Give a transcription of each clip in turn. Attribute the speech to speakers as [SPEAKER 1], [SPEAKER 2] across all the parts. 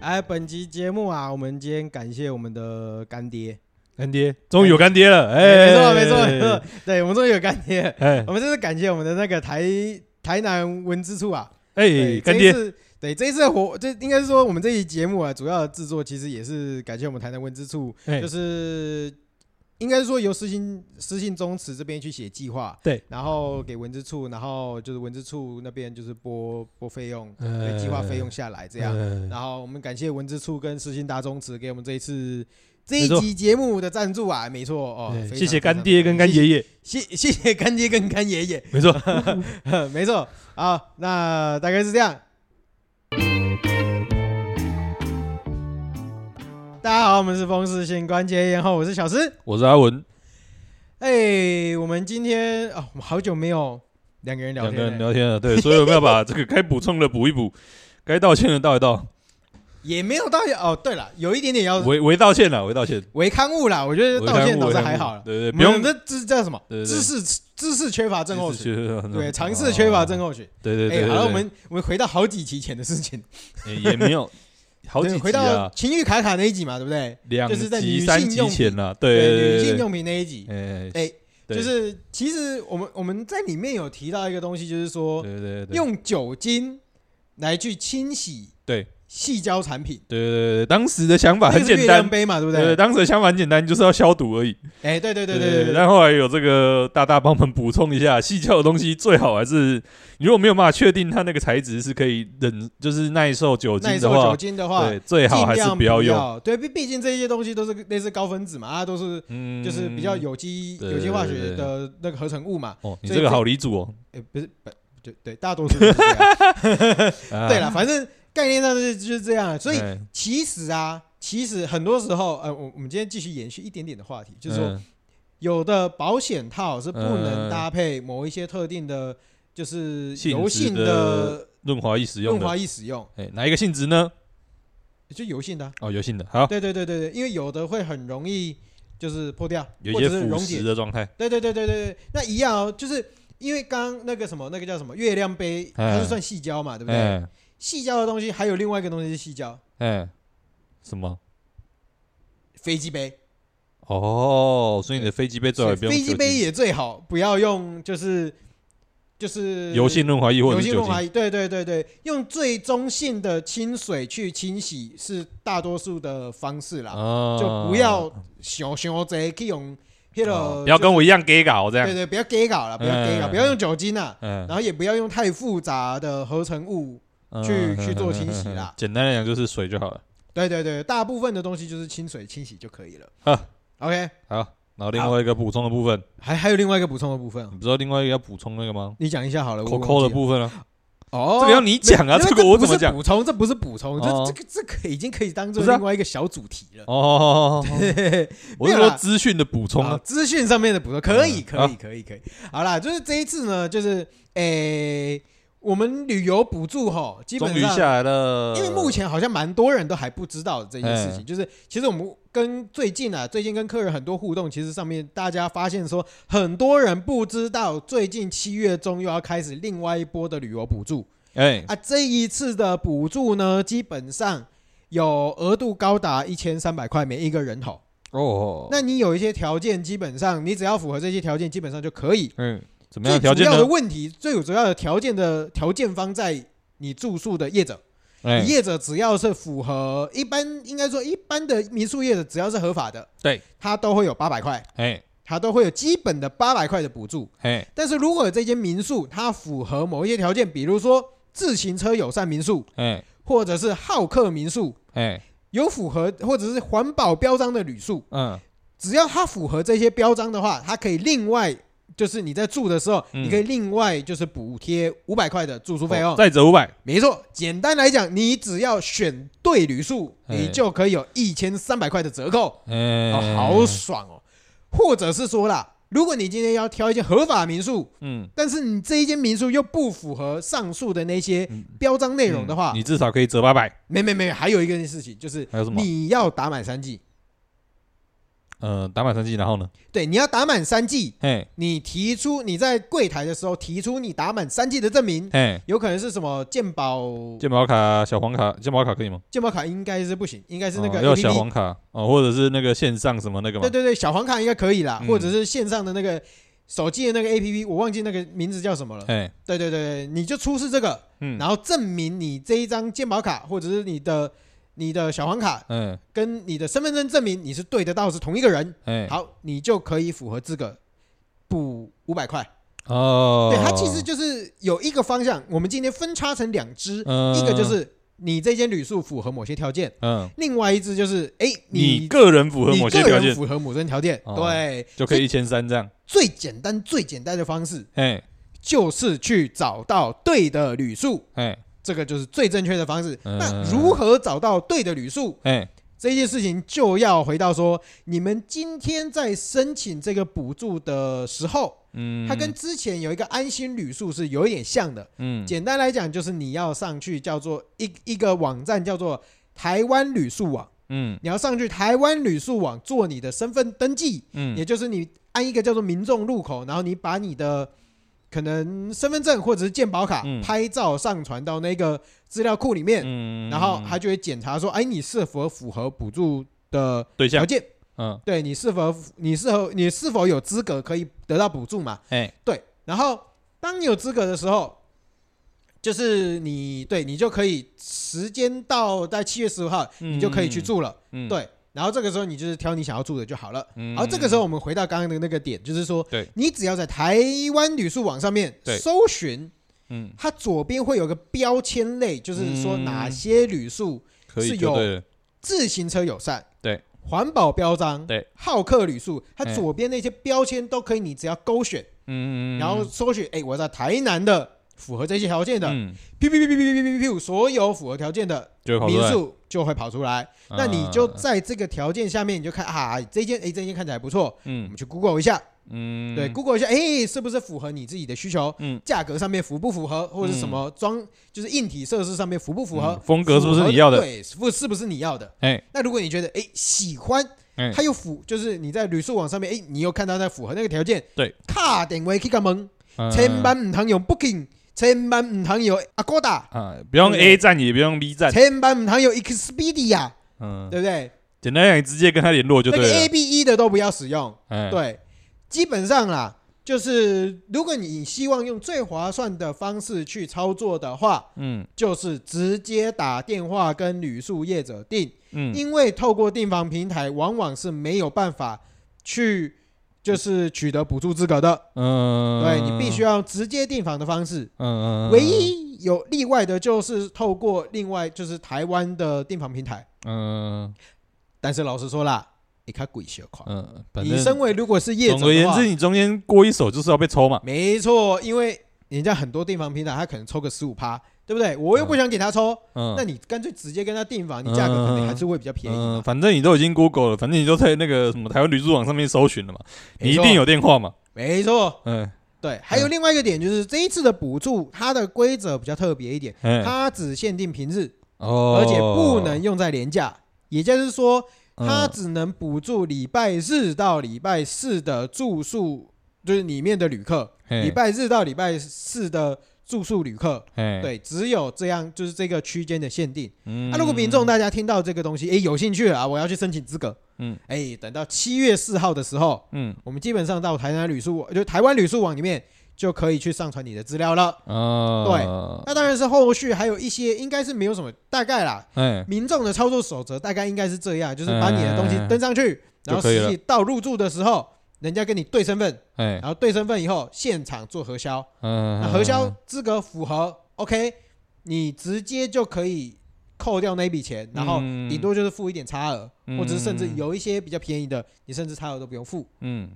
[SPEAKER 1] 来，本集节目啊，我们今天感谢我们的干爹，
[SPEAKER 2] 干爹，终于有干爹了，哎，
[SPEAKER 1] 没错没错没错，对我们终于有干爹 了，
[SPEAKER 2] 哎
[SPEAKER 1] 我们这次感谢我们的那个台台南文之处啊，
[SPEAKER 2] 哎，
[SPEAKER 1] 对，
[SPEAKER 2] 干
[SPEAKER 1] 这一
[SPEAKER 2] 爹，
[SPEAKER 1] 次，对这一次的活，这应该是说我们这一节目啊，主要的制作其实也是感谢我们台南文之处，
[SPEAKER 2] 哎
[SPEAKER 1] 就是应该是说由私信私信宗祠这边去写计划，
[SPEAKER 2] 对，
[SPEAKER 1] 然后给文之处，然后就是文之处那边就是拨拨费用，
[SPEAKER 2] 呃
[SPEAKER 1] 对，计划费用下来这样。
[SPEAKER 2] 嗯
[SPEAKER 1] 然后我们感谢文之处跟世新大宗祠给我们这一次这
[SPEAKER 2] 没
[SPEAKER 1] 一
[SPEAKER 2] 错
[SPEAKER 1] 集节目的赞助啊，没错哦
[SPEAKER 2] 哎，
[SPEAKER 1] 非
[SPEAKER 2] 谢谢
[SPEAKER 1] 常
[SPEAKER 2] 干爹跟干，爷 爷，
[SPEAKER 1] 非常谢谢谢干爹跟干爷爷，
[SPEAKER 2] 没错，
[SPEAKER 1] 没错，好，那大概是这样。大家好，我们是风湿性关节炎后，我是小诗。
[SPEAKER 2] 我是阿文，
[SPEAKER 1] 哎、我们今天哦，我们好久没有两个人聊
[SPEAKER 2] 两
[SPEAKER 1] 天哎
[SPEAKER 2] 个
[SPEAKER 1] 了，
[SPEAKER 2] 人聊天了，啊对，所以我们要把这个该补充的补一 补，该道歉的道一道，
[SPEAKER 1] 也没有道歉哦。对了，有一点点要
[SPEAKER 2] 为为道歉了，为道歉，
[SPEAKER 1] 违刊物啦，我觉得
[SPEAKER 2] 为
[SPEAKER 1] 道歉
[SPEAKER 2] 耽误
[SPEAKER 1] 倒是
[SPEAKER 2] 为
[SPEAKER 1] 还
[SPEAKER 2] 耽误
[SPEAKER 1] 好了。
[SPEAKER 2] 对对，
[SPEAKER 1] 我
[SPEAKER 2] 不
[SPEAKER 1] 们
[SPEAKER 2] 用
[SPEAKER 1] 这这叫什么？
[SPEAKER 2] 对对对
[SPEAKER 1] 知识知识缺乏症候群，
[SPEAKER 2] 群
[SPEAKER 1] 对，尝试缺乏症，候群。
[SPEAKER 2] 对对
[SPEAKER 1] 哎，
[SPEAKER 2] 对，
[SPEAKER 1] 好了，我们我们回到好几期前的事情，
[SPEAKER 2] 哎也没 有 好
[SPEAKER 1] 对
[SPEAKER 2] 几
[SPEAKER 1] 回
[SPEAKER 2] 集
[SPEAKER 1] 到
[SPEAKER 2] 啊，
[SPEAKER 1] 情欲卡卡那一集嘛，对不对？
[SPEAKER 2] 两
[SPEAKER 1] 就是在女
[SPEAKER 2] 集
[SPEAKER 1] 性
[SPEAKER 2] 三集
[SPEAKER 1] 用
[SPEAKER 2] 前了，
[SPEAKER 1] 女
[SPEAKER 2] 对
[SPEAKER 1] 性
[SPEAKER 2] 对
[SPEAKER 1] 用品那一集，
[SPEAKER 2] 对，哎，
[SPEAKER 1] 哎，
[SPEAKER 2] 对
[SPEAKER 1] 就是其实我们我们在里面有提到一个东西，就是说
[SPEAKER 2] 对对对，
[SPEAKER 1] 用酒精来去清洗
[SPEAKER 2] 对
[SPEAKER 1] 细胶产品，
[SPEAKER 2] 对对对，当时的想法
[SPEAKER 1] 那个
[SPEAKER 2] 很
[SPEAKER 1] 是
[SPEAKER 2] 简
[SPEAKER 1] 月
[SPEAKER 2] 单
[SPEAKER 1] 亮，杯嘛，对不
[SPEAKER 2] 对，
[SPEAKER 1] 对？
[SPEAKER 2] 当时的想法很简单，就是要消毒而已。
[SPEAKER 1] 哎，对对对
[SPEAKER 2] 对
[SPEAKER 1] 对对，
[SPEAKER 2] 但后来有这个大大帮我们补充一下，细胶的东西最好还是你如果没有办法确定它那个材质是可以忍，就是耐受酒
[SPEAKER 1] 耐
[SPEAKER 2] 精的
[SPEAKER 1] 受
[SPEAKER 2] 话
[SPEAKER 1] 酒，精的话
[SPEAKER 2] 对，，最好
[SPEAKER 1] 尽
[SPEAKER 2] 还是
[SPEAKER 1] 量不
[SPEAKER 2] 要用。
[SPEAKER 1] 要。对，毕毕竟这些东西都是类似高分子嘛，啊，都是
[SPEAKER 2] 嗯，
[SPEAKER 1] 就是比较。有机
[SPEAKER 2] 对
[SPEAKER 1] 有机化
[SPEAKER 2] 对对
[SPEAKER 1] 学
[SPEAKER 2] 对
[SPEAKER 1] 的那个合成物嘛。
[SPEAKER 2] 哦，你
[SPEAKER 1] 所以
[SPEAKER 2] 这个
[SPEAKER 1] 这
[SPEAKER 2] 好离组哦。
[SPEAKER 1] 哎，不是，不对对，大多数都是这 样。
[SPEAKER 2] 啊
[SPEAKER 1] 对了，，反正概念上就是就是这样，所以
[SPEAKER 2] 哎
[SPEAKER 1] 其实啊，其实很多时候，呃，我我们今天继续延续一点点的话题，就是说，
[SPEAKER 2] 嗯
[SPEAKER 1] 有的保险套是不能
[SPEAKER 2] 嗯
[SPEAKER 1] 搭配某一些特定的，就是
[SPEAKER 2] 性
[SPEAKER 1] 油
[SPEAKER 2] 质
[SPEAKER 1] 性
[SPEAKER 2] 的
[SPEAKER 1] 的
[SPEAKER 2] 润滑液使用
[SPEAKER 1] 润
[SPEAKER 2] 的
[SPEAKER 1] 滑，液使用，
[SPEAKER 2] 哎，哪一个性质呢？
[SPEAKER 1] 就油性的啊、
[SPEAKER 2] 哦，油性的，好，
[SPEAKER 1] 对对对对对，因为有的会很容易就是破掉，
[SPEAKER 2] 有
[SPEAKER 1] 或
[SPEAKER 2] 一
[SPEAKER 1] 者
[SPEAKER 2] 些
[SPEAKER 1] 是
[SPEAKER 2] 腐
[SPEAKER 1] 溶解
[SPEAKER 2] 蚀。的状态。
[SPEAKER 1] 对对对对对对，那一样哦，就是因为刚刚那个什么，那个叫什么月亮杯，它是
[SPEAKER 2] 嗯
[SPEAKER 1] 算细胶嘛，对不对？
[SPEAKER 2] 哎
[SPEAKER 1] 细胶的东西还有另外一个东西是细胶
[SPEAKER 2] 哎，什么？
[SPEAKER 1] 飞机杯，
[SPEAKER 2] 哦，所以你的飞机杯最
[SPEAKER 1] 所以
[SPEAKER 2] 好也不用
[SPEAKER 1] 飞机
[SPEAKER 2] 酒
[SPEAKER 1] 杯
[SPEAKER 2] 精
[SPEAKER 1] 也最好不要用，就是就是
[SPEAKER 2] 油性润滑液或
[SPEAKER 1] 油
[SPEAKER 2] 者是
[SPEAKER 1] 性
[SPEAKER 2] 酒
[SPEAKER 1] 润
[SPEAKER 2] 精
[SPEAKER 1] 滑，液，对对对对，用最中性的清水去清洗是大多数的方式啦，
[SPEAKER 2] 啊
[SPEAKER 1] 就不要想想这去用那
[SPEAKER 2] 哦
[SPEAKER 1] 个，
[SPEAKER 2] 不要
[SPEAKER 1] 就
[SPEAKER 2] 跟我一样 gay 搞这
[SPEAKER 1] 对
[SPEAKER 2] 样。
[SPEAKER 1] 对，不要 gay 搞了，不要 gay 搞，
[SPEAKER 2] 嗯
[SPEAKER 1] 不要用酒精啊，
[SPEAKER 2] 嗯
[SPEAKER 1] 然，后也不要用太复杂的合成物。
[SPEAKER 2] 嗯
[SPEAKER 1] 去
[SPEAKER 2] 嗯
[SPEAKER 1] 去做
[SPEAKER 2] 嗯
[SPEAKER 1] 清洗
[SPEAKER 2] 嗯
[SPEAKER 1] 啦
[SPEAKER 2] 简单来讲就是水就好了。
[SPEAKER 1] 对对对，大部分的东西就是清水清洗就可以了。
[SPEAKER 2] 好
[SPEAKER 1] ，OK，
[SPEAKER 2] 好，然后另外一个补充的部分，
[SPEAKER 1] 还还有另外一个补充的部分哦，
[SPEAKER 2] 你不知道另外一个要补充那个吗
[SPEAKER 1] 你讲一下好了。我
[SPEAKER 2] 扣
[SPEAKER 1] 忘记
[SPEAKER 2] 扣的
[SPEAKER 1] 了
[SPEAKER 2] 部分啊，
[SPEAKER 1] 哦，
[SPEAKER 2] 这个要你讲啊，
[SPEAKER 1] 没有
[SPEAKER 2] 这
[SPEAKER 1] 因为
[SPEAKER 2] 个我
[SPEAKER 1] 不
[SPEAKER 2] 怎么
[SPEAKER 1] 是
[SPEAKER 2] 讲？
[SPEAKER 1] 补充，这不是补充，
[SPEAKER 2] 哦
[SPEAKER 1] 这这个这个已经可以当做
[SPEAKER 2] 不是啊
[SPEAKER 1] 另外一个小主题 了。
[SPEAKER 2] 哦，我是
[SPEAKER 1] 没有
[SPEAKER 2] 说
[SPEAKER 1] 啦
[SPEAKER 2] 资讯的补充
[SPEAKER 1] 好
[SPEAKER 2] 啊。
[SPEAKER 1] 资讯上面的补充，可以可
[SPEAKER 2] 嗯
[SPEAKER 1] 以可以可以。好啦，就是这一次呢，就是诶，我们旅游补助吼，基
[SPEAKER 2] 终
[SPEAKER 1] 本
[SPEAKER 2] 于
[SPEAKER 1] 上。
[SPEAKER 2] 下来了，
[SPEAKER 1] 因为目前好像蛮多人都还不知道这件事
[SPEAKER 2] 哎
[SPEAKER 1] 情，就是其实我们跟最近啊，最近跟客人很多互动，其实上面大家发现说，很多人不知道最近七月中又要开始另外一波的旅游补助，
[SPEAKER 2] 哎，
[SPEAKER 1] 啊，这一次的补助呢，基本上有额度高达一千三百块每一个人头。
[SPEAKER 2] 哦，
[SPEAKER 1] 那你有一些条件，基本上你只要符合这些条件，基本上就可以。
[SPEAKER 2] 嗯，怎么
[SPEAKER 1] 最
[SPEAKER 2] 样条
[SPEAKER 1] 主
[SPEAKER 2] 件
[SPEAKER 1] 要的
[SPEAKER 2] 呢？
[SPEAKER 1] 问题，最主要的条件的条件方在你住宿的业者，
[SPEAKER 2] 哎
[SPEAKER 1] 你，业者只要是符合一般，应该说一般的民宿业者只要是合法的，
[SPEAKER 2] 对，
[SPEAKER 1] 他都会有八百块，
[SPEAKER 2] 哎，
[SPEAKER 1] 他都会有基本的八百块的补助。
[SPEAKER 2] 哎，
[SPEAKER 1] 但是如果这间民宿它符合某一些条件，比如说自行车友善民宿，
[SPEAKER 2] 哎，
[SPEAKER 1] 或者是好客民宿，
[SPEAKER 2] 哎，
[SPEAKER 1] 有符合或者是环保标章的旅宿，
[SPEAKER 2] 嗯，
[SPEAKER 1] 只要它符合这些标章的话，它可以另外就是你在住的时候，
[SPEAKER 2] 嗯
[SPEAKER 1] 你可以另外就是补贴五百哦块的住宿费用。
[SPEAKER 2] 再折五百，
[SPEAKER 1] 没错，简单来讲，你只要选对旅宿，
[SPEAKER 2] 哎
[SPEAKER 1] 你就可以有一千三百块的折扣，
[SPEAKER 2] 哎
[SPEAKER 1] 哦，好爽哦！或者是说啦，如果你今天要挑一间合法民宿，
[SPEAKER 2] 嗯，
[SPEAKER 1] 但是你这一间民宿又不符合上述的那些
[SPEAKER 2] 嗯
[SPEAKER 1] 标章内容的话
[SPEAKER 2] 嗯，你至少可以折八百，
[SPEAKER 1] 没没没，还有一个事情就是
[SPEAKER 2] 还有什么？
[SPEAKER 1] 你要打满三季，
[SPEAKER 2] 呃，打满三季，然后呢？
[SPEAKER 1] 对，你要打满三季，
[SPEAKER 2] 嘿，
[SPEAKER 1] 你提出你在柜台的时候提出你打满三季的证明，
[SPEAKER 2] 嘿，
[SPEAKER 1] 有可能是什么健保
[SPEAKER 2] 健保卡、小黄卡、健保卡可以吗？
[SPEAKER 1] 健保卡应该是不行，应该是那个
[SPEAKER 2] 哦要小
[SPEAKER 1] APP
[SPEAKER 2] 黄卡哦，或者是那个线上什么那个嘛
[SPEAKER 1] 对，对对，小黄卡应该可以啦，
[SPEAKER 2] 嗯
[SPEAKER 1] 或者是线上的那个手机的那个 APP，我忘记那个名字叫什么了。
[SPEAKER 2] 哎，
[SPEAKER 1] 对对对对，你就出示这个，
[SPEAKER 2] 嗯，
[SPEAKER 1] 然后证明你这一张健保卡或者是你的你的小黄卡
[SPEAKER 2] 嗯，
[SPEAKER 1] 跟你的身份证证明你是对得到是同一个人，
[SPEAKER 2] 哎，
[SPEAKER 1] 好，你就可以符合资格补五百块。
[SPEAKER 2] 哦，
[SPEAKER 1] 对，它其实就是有一个方向，我们今天分叉成两支，
[SPEAKER 2] 嗯
[SPEAKER 1] 一个就是你这间旅宿符合某些条件，
[SPEAKER 2] 嗯，
[SPEAKER 1] 另外一支就是哎
[SPEAKER 2] 你个人符合
[SPEAKER 1] 你
[SPEAKER 2] 某
[SPEAKER 1] 个
[SPEAKER 2] 些条
[SPEAKER 1] 人
[SPEAKER 2] 件
[SPEAKER 1] 符合某些条件，
[SPEAKER 2] 哦
[SPEAKER 1] 对，
[SPEAKER 2] 就可以一千三这样，
[SPEAKER 1] 最简单、最简单的方式
[SPEAKER 2] 哎，
[SPEAKER 1] 就是去找到对的旅宿，
[SPEAKER 2] 哎，
[SPEAKER 1] 这个就是最正确的方式。
[SPEAKER 2] 嗯
[SPEAKER 1] 那如何找到对的旅宿
[SPEAKER 2] 哎，
[SPEAKER 1] 这件事情，就要回到说，你们今天在申请这个补助的时候，
[SPEAKER 2] 嗯，
[SPEAKER 1] 它跟之前有一个安心旅宿是有一点像的。
[SPEAKER 2] 嗯
[SPEAKER 1] 简单来讲，就是你要上去叫做一一个网站叫做台湾旅宿网，
[SPEAKER 2] 嗯
[SPEAKER 1] 你要上去台湾旅宿网做你的身份登记，
[SPEAKER 2] 嗯
[SPEAKER 1] 也就是你按一个叫做民众入口，然后你把你的可能身份证或者是健保卡
[SPEAKER 2] 嗯
[SPEAKER 1] 拍照上传到那个资料库里面，
[SPEAKER 2] 嗯
[SPEAKER 1] 然后他就会检查说，哎，你是否符合补助的
[SPEAKER 2] 对
[SPEAKER 1] 条
[SPEAKER 2] 象，
[SPEAKER 1] 件？
[SPEAKER 2] 嗯，
[SPEAKER 1] 对你是否你是否你是否有资格可以得到补助嘛？
[SPEAKER 2] 哎，
[SPEAKER 1] 对，然后当你有资格的时候，就是你对你就可以时间到在七月十五号，你就可以去住了。
[SPEAKER 2] 嗯，
[SPEAKER 1] 对，然后这个时候你就是挑你想要住的就好了。
[SPEAKER 2] 嗯，
[SPEAKER 1] 然后这个时候我们回到刚刚的那个点，就是说，
[SPEAKER 2] 对
[SPEAKER 1] 你只要在台湾旅宿网上面
[SPEAKER 2] 对
[SPEAKER 1] 搜寻，
[SPEAKER 2] 嗯，
[SPEAKER 1] 它左边会有个标签类，就是说
[SPEAKER 2] 嗯
[SPEAKER 1] 哪些旅宿
[SPEAKER 2] 可以
[SPEAKER 1] 是
[SPEAKER 2] 就
[SPEAKER 1] 有
[SPEAKER 2] 对了，
[SPEAKER 1] 自行车友善，
[SPEAKER 2] 对，
[SPEAKER 1] 环保标章，
[SPEAKER 2] 对，
[SPEAKER 1] 好客旅宿，它
[SPEAKER 2] 哎
[SPEAKER 1] 左边那些标签都可以，你只要勾选，
[SPEAKER 2] 嗯，
[SPEAKER 1] 然后搜寻，哎，我在台南的符合这些条件的，
[SPEAKER 2] 嗯，
[SPEAKER 1] p 哔哔哔哔哔哔哔，所有符合条件的
[SPEAKER 2] 就跑出
[SPEAKER 1] 民
[SPEAKER 2] 来，
[SPEAKER 1] 宿就会跑出来。那你就
[SPEAKER 2] 啊
[SPEAKER 1] 在这个条件下面，你就看啊，这间哎这间看起来不错，我
[SPEAKER 2] 嗯
[SPEAKER 1] 们去 Google 一下。
[SPEAKER 2] 嗯，
[SPEAKER 1] 对，Google 一下，哎，是不是符合你自己的需求？
[SPEAKER 2] 嗯，
[SPEAKER 1] 价格上面符不符合，或者是什么装，就是硬体设施上面符不符合
[SPEAKER 2] 嗯？风格是不是
[SPEAKER 1] 符合
[SPEAKER 2] 你要的
[SPEAKER 1] 对，符是不是你要的？
[SPEAKER 2] 哎，
[SPEAKER 1] 那如果你觉得哎喜欢
[SPEAKER 2] 哎，
[SPEAKER 1] 它又符，就是你在旅宿网上面，哎，你又看到它符合那个条件，
[SPEAKER 2] 对，
[SPEAKER 1] 卡点位 K 个门，
[SPEAKER 2] 嗯
[SPEAKER 1] 千万唔通用 Booking，千万唔通用 Agoda，
[SPEAKER 2] 啊，不用 A 站也不用 B 站，
[SPEAKER 1] 千万唔通用 Expedia，
[SPEAKER 2] 嗯，
[SPEAKER 1] 对不对？
[SPEAKER 2] 简单讲，你直接跟他联络就
[SPEAKER 1] 那
[SPEAKER 2] 对
[SPEAKER 1] 个 A
[SPEAKER 2] 了，
[SPEAKER 1] B E 的都不要使用。
[SPEAKER 2] 哎，
[SPEAKER 1] 对，基本上啦，就是如果你希望用最划算的方式去操作的话，
[SPEAKER 2] 嗯
[SPEAKER 1] 就是直接打电话跟旅宿业者订，
[SPEAKER 2] 嗯
[SPEAKER 1] 因为透过订房平台往往是没有办法去就是取得补助资格的，
[SPEAKER 2] 嗯，
[SPEAKER 1] 对你必须要用直接订房的方式。
[SPEAKER 2] 嗯，嗯嗯，
[SPEAKER 1] 唯一有例外的就是透过另外就是台湾的订房平台，
[SPEAKER 2] 嗯
[SPEAKER 1] 但是老实说啦，你看鬼血款。
[SPEAKER 2] 嗯，反
[SPEAKER 1] 你
[SPEAKER 2] 正
[SPEAKER 1] 身为如果是业者的
[SPEAKER 2] 总
[SPEAKER 1] 话，
[SPEAKER 2] 而言之，你中间过一手就是要被抽嘛，
[SPEAKER 1] 没错，因为人家很多订房平台，他可能抽个十五趴，对不对？我又不想给他抽，
[SPEAKER 2] 嗯，
[SPEAKER 1] 那你干脆直接跟他订房，你价格可能还是会比较便宜
[SPEAKER 2] 嗯，
[SPEAKER 1] 嘛。
[SPEAKER 2] 反正你都已经 Google 了，反正你都在那个什么台湾旅住网上面搜寻了嘛，你
[SPEAKER 1] 没
[SPEAKER 2] 一
[SPEAKER 1] 错
[SPEAKER 2] 定有电话嘛，
[SPEAKER 1] 没错，
[SPEAKER 2] 嗯
[SPEAKER 1] 对。还有另外一个点就是，这一次的补助它的规则比较特别一点，
[SPEAKER 2] 嗯，
[SPEAKER 1] 它只限定平日，
[SPEAKER 2] 哦，
[SPEAKER 1] 而且不能用在廉价，也就是说，
[SPEAKER 2] 嗯
[SPEAKER 1] 它只能补助礼拜日到礼拜四的住宿，就是里面的旅客，
[SPEAKER 2] 嘿
[SPEAKER 1] 礼拜日到礼拜四的住宿旅客。
[SPEAKER 2] 嘿，
[SPEAKER 1] 对，只有这样，就是这个区间的限定。啊
[SPEAKER 2] 嗯，
[SPEAKER 1] 那、如果民众大家听到这个东西，诶，有兴趣了啊，我要去申请资格。
[SPEAKER 2] 嗯，
[SPEAKER 1] 诶，等到七月四号的时候，
[SPEAKER 2] 嗯
[SPEAKER 1] 我们基本上到台南旅宿网，就台湾旅宿网里面就可以去上传你的资料了。
[SPEAKER 2] 哦，
[SPEAKER 1] 那当然是后续还有一些，应该是没有什么大概啦。
[SPEAKER 2] 对，哎，
[SPEAKER 1] 民众的操作守则大概应该是这样，就是把你的东西登上去，然后
[SPEAKER 2] 嗯就可以
[SPEAKER 1] 实
[SPEAKER 2] 了
[SPEAKER 1] 际到入住的时候，人家跟你对身份，
[SPEAKER 2] 哎
[SPEAKER 1] 然，后对身份以后现场做核销。
[SPEAKER 2] 嗯，
[SPEAKER 1] 那核销资格符合，OK，你直接就可以扣掉那一笔钱，然后
[SPEAKER 2] 嗯
[SPEAKER 1] 顶多就是付一点差额，
[SPEAKER 2] 嗯
[SPEAKER 1] 或者是甚至有一些比较便宜的，你甚至差额都不用付。
[SPEAKER 2] 嗯，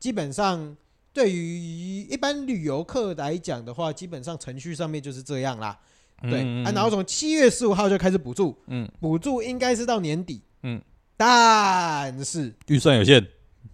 [SPEAKER 1] 基本上对于一般旅游客来讲的话，基本上程序上面就是这样啦。
[SPEAKER 2] 嗯
[SPEAKER 1] 对，
[SPEAKER 2] 嗯
[SPEAKER 1] 啊，然后从七月十五号就开始补助，
[SPEAKER 2] 嗯，
[SPEAKER 1] 补助应该是到年底，
[SPEAKER 2] 嗯，
[SPEAKER 1] 但是
[SPEAKER 2] 预算有限，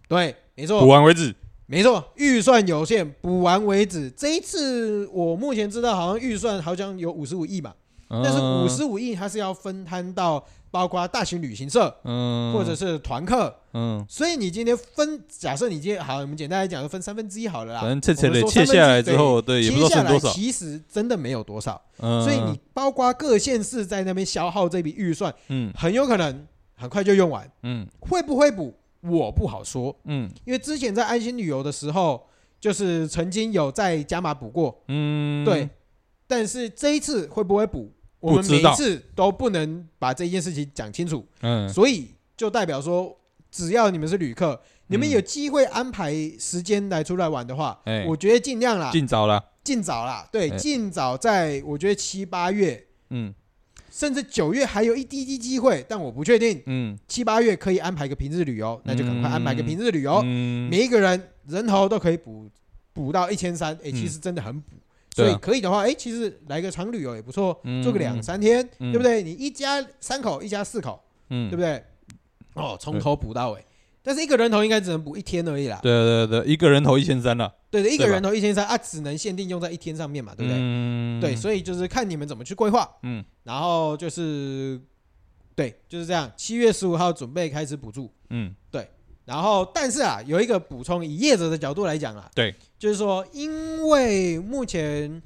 [SPEAKER 1] 对，没错，
[SPEAKER 2] 补完为止，
[SPEAKER 1] 没错，预算有限，补完为止。这一次我目前知道，好像预算好像有五十五亿嘛，
[SPEAKER 2] 嗯
[SPEAKER 1] 但是五十五亿它是要分摊到包括大型旅行社
[SPEAKER 2] 嗯，
[SPEAKER 1] 或者是团客，
[SPEAKER 2] 嗯，
[SPEAKER 1] 所以你今天分，假设你今天好，我们简单来讲，就分三分之一好了
[SPEAKER 2] 反
[SPEAKER 1] 啦。
[SPEAKER 2] 正切切
[SPEAKER 1] 我们
[SPEAKER 2] 的
[SPEAKER 1] 说三分
[SPEAKER 2] 切
[SPEAKER 1] 之一
[SPEAKER 2] 下来之后，对，也不知
[SPEAKER 1] 切下
[SPEAKER 2] 道剩
[SPEAKER 1] 来
[SPEAKER 2] 多少，
[SPEAKER 1] 其实真的没有多少，
[SPEAKER 2] 嗯，
[SPEAKER 1] 所以你包括各县市在那边消耗这笔预算，
[SPEAKER 2] 嗯
[SPEAKER 1] 很有可能很快就用完，
[SPEAKER 2] 嗯
[SPEAKER 1] 会不会补我不好说，
[SPEAKER 2] 嗯
[SPEAKER 1] 因为之前在安心旅游的时候，就是曾经有在加码补过，
[SPEAKER 2] 嗯，
[SPEAKER 1] 对，，但是这一次会不会补，我
[SPEAKER 2] 不
[SPEAKER 1] 们
[SPEAKER 2] 知
[SPEAKER 1] 每
[SPEAKER 2] 道
[SPEAKER 1] 一次都不能把这件事情讲清楚，
[SPEAKER 2] 嗯
[SPEAKER 1] 所以就代表说，只要你们是旅客，你们
[SPEAKER 2] 嗯
[SPEAKER 1] 有机会安排时间来出来玩的话
[SPEAKER 2] 哎，
[SPEAKER 1] 我觉得尽量啦，
[SPEAKER 2] 尽早了，
[SPEAKER 1] 尽早啦，对，
[SPEAKER 2] 哎
[SPEAKER 1] 尽早在我觉得七八月。
[SPEAKER 2] 嗯
[SPEAKER 1] 甚至九月还有一滴滴机会，但我不确定
[SPEAKER 2] 嗯，
[SPEAKER 1] 七八月可以安排个平日旅游，那就赶快安排个平日旅游。
[SPEAKER 2] 嗯
[SPEAKER 1] 每一个人人头都可以补补到一千三，哎，
[SPEAKER 2] 嗯
[SPEAKER 1] 其实真的很补。
[SPEAKER 2] 对
[SPEAKER 1] 所
[SPEAKER 2] 啊
[SPEAKER 1] 以可以的话，哎，其实来个长旅游也不错，
[SPEAKER 2] 嗯
[SPEAKER 1] 做个两三天，
[SPEAKER 2] 嗯
[SPEAKER 1] 对不对？你一家三口，一家四口，
[SPEAKER 2] 嗯，
[SPEAKER 1] 对不对？哦，从头补到尾。但是一个人头应该只能补一天而已啦。
[SPEAKER 2] 对对对，一个人头一千三了，
[SPEAKER 1] 对的，一个
[SPEAKER 2] 对吧
[SPEAKER 1] 人头一千三啊，只能限定用在一天上面嘛，对不对？
[SPEAKER 2] 嗯，
[SPEAKER 1] 对，所以就是看你们怎么去规划。
[SPEAKER 2] 嗯
[SPEAKER 1] 然后就是，对，就是这样。七月十五号准备开始补助，
[SPEAKER 2] 嗯
[SPEAKER 1] 然后，但是啊，有一个补充，以业者的角度来讲啊，
[SPEAKER 2] 对，
[SPEAKER 1] 就是说，因为目前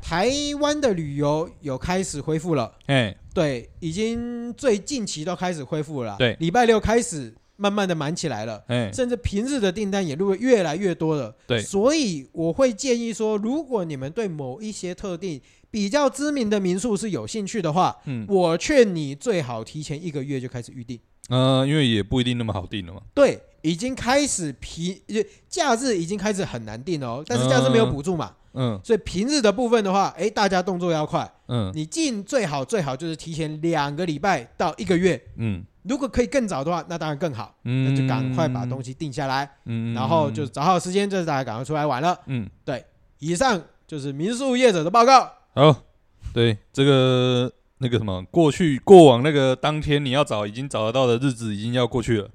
[SPEAKER 1] 台湾的旅游有开始恢复了，
[SPEAKER 2] 哎，
[SPEAKER 1] 对，已经最近期都开始恢复了啦，
[SPEAKER 2] 对
[SPEAKER 1] 礼拜六开始慢慢的满起来了。
[SPEAKER 2] 哎，
[SPEAKER 1] 甚至平日的订单也越越来越多了，
[SPEAKER 2] 对
[SPEAKER 1] 所以我会建议说，如果你们对某一些特定比较知名的民宿是有兴趣的话，
[SPEAKER 2] 嗯
[SPEAKER 1] 我劝你最好提前一个月就开始预定。
[SPEAKER 2] 呃，因为也不一定那么好定了嘛，
[SPEAKER 1] 对，已经开始平就假日已经开始很难定哦，但是假日没有补助嘛，
[SPEAKER 2] 嗯
[SPEAKER 1] 所以平日的部分的话，哎，大家动作要快，
[SPEAKER 2] 嗯
[SPEAKER 1] 你进最好最好就是提前两个礼拜到一个月，
[SPEAKER 2] 嗯
[SPEAKER 1] 如果可以更早的话，那当然更好，
[SPEAKER 2] 嗯，
[SPEAKER 1] 那就赶快把东
[SPEAKER 2] 西，
[SPEAKER 1] 西定下来，
[SPEAKER 2] 嗯，
[SPEAKER 1] 然后就找好时间，就是大家赶快出来玩了。
[SPEAKER 2] 嗯。
[SPEAKER 1] 以上就是民宿业者的报告，
[SPEAKER 2] 好，对这个那个什么，过去过往那个当天你要找已经找得到的日子已经要过去了，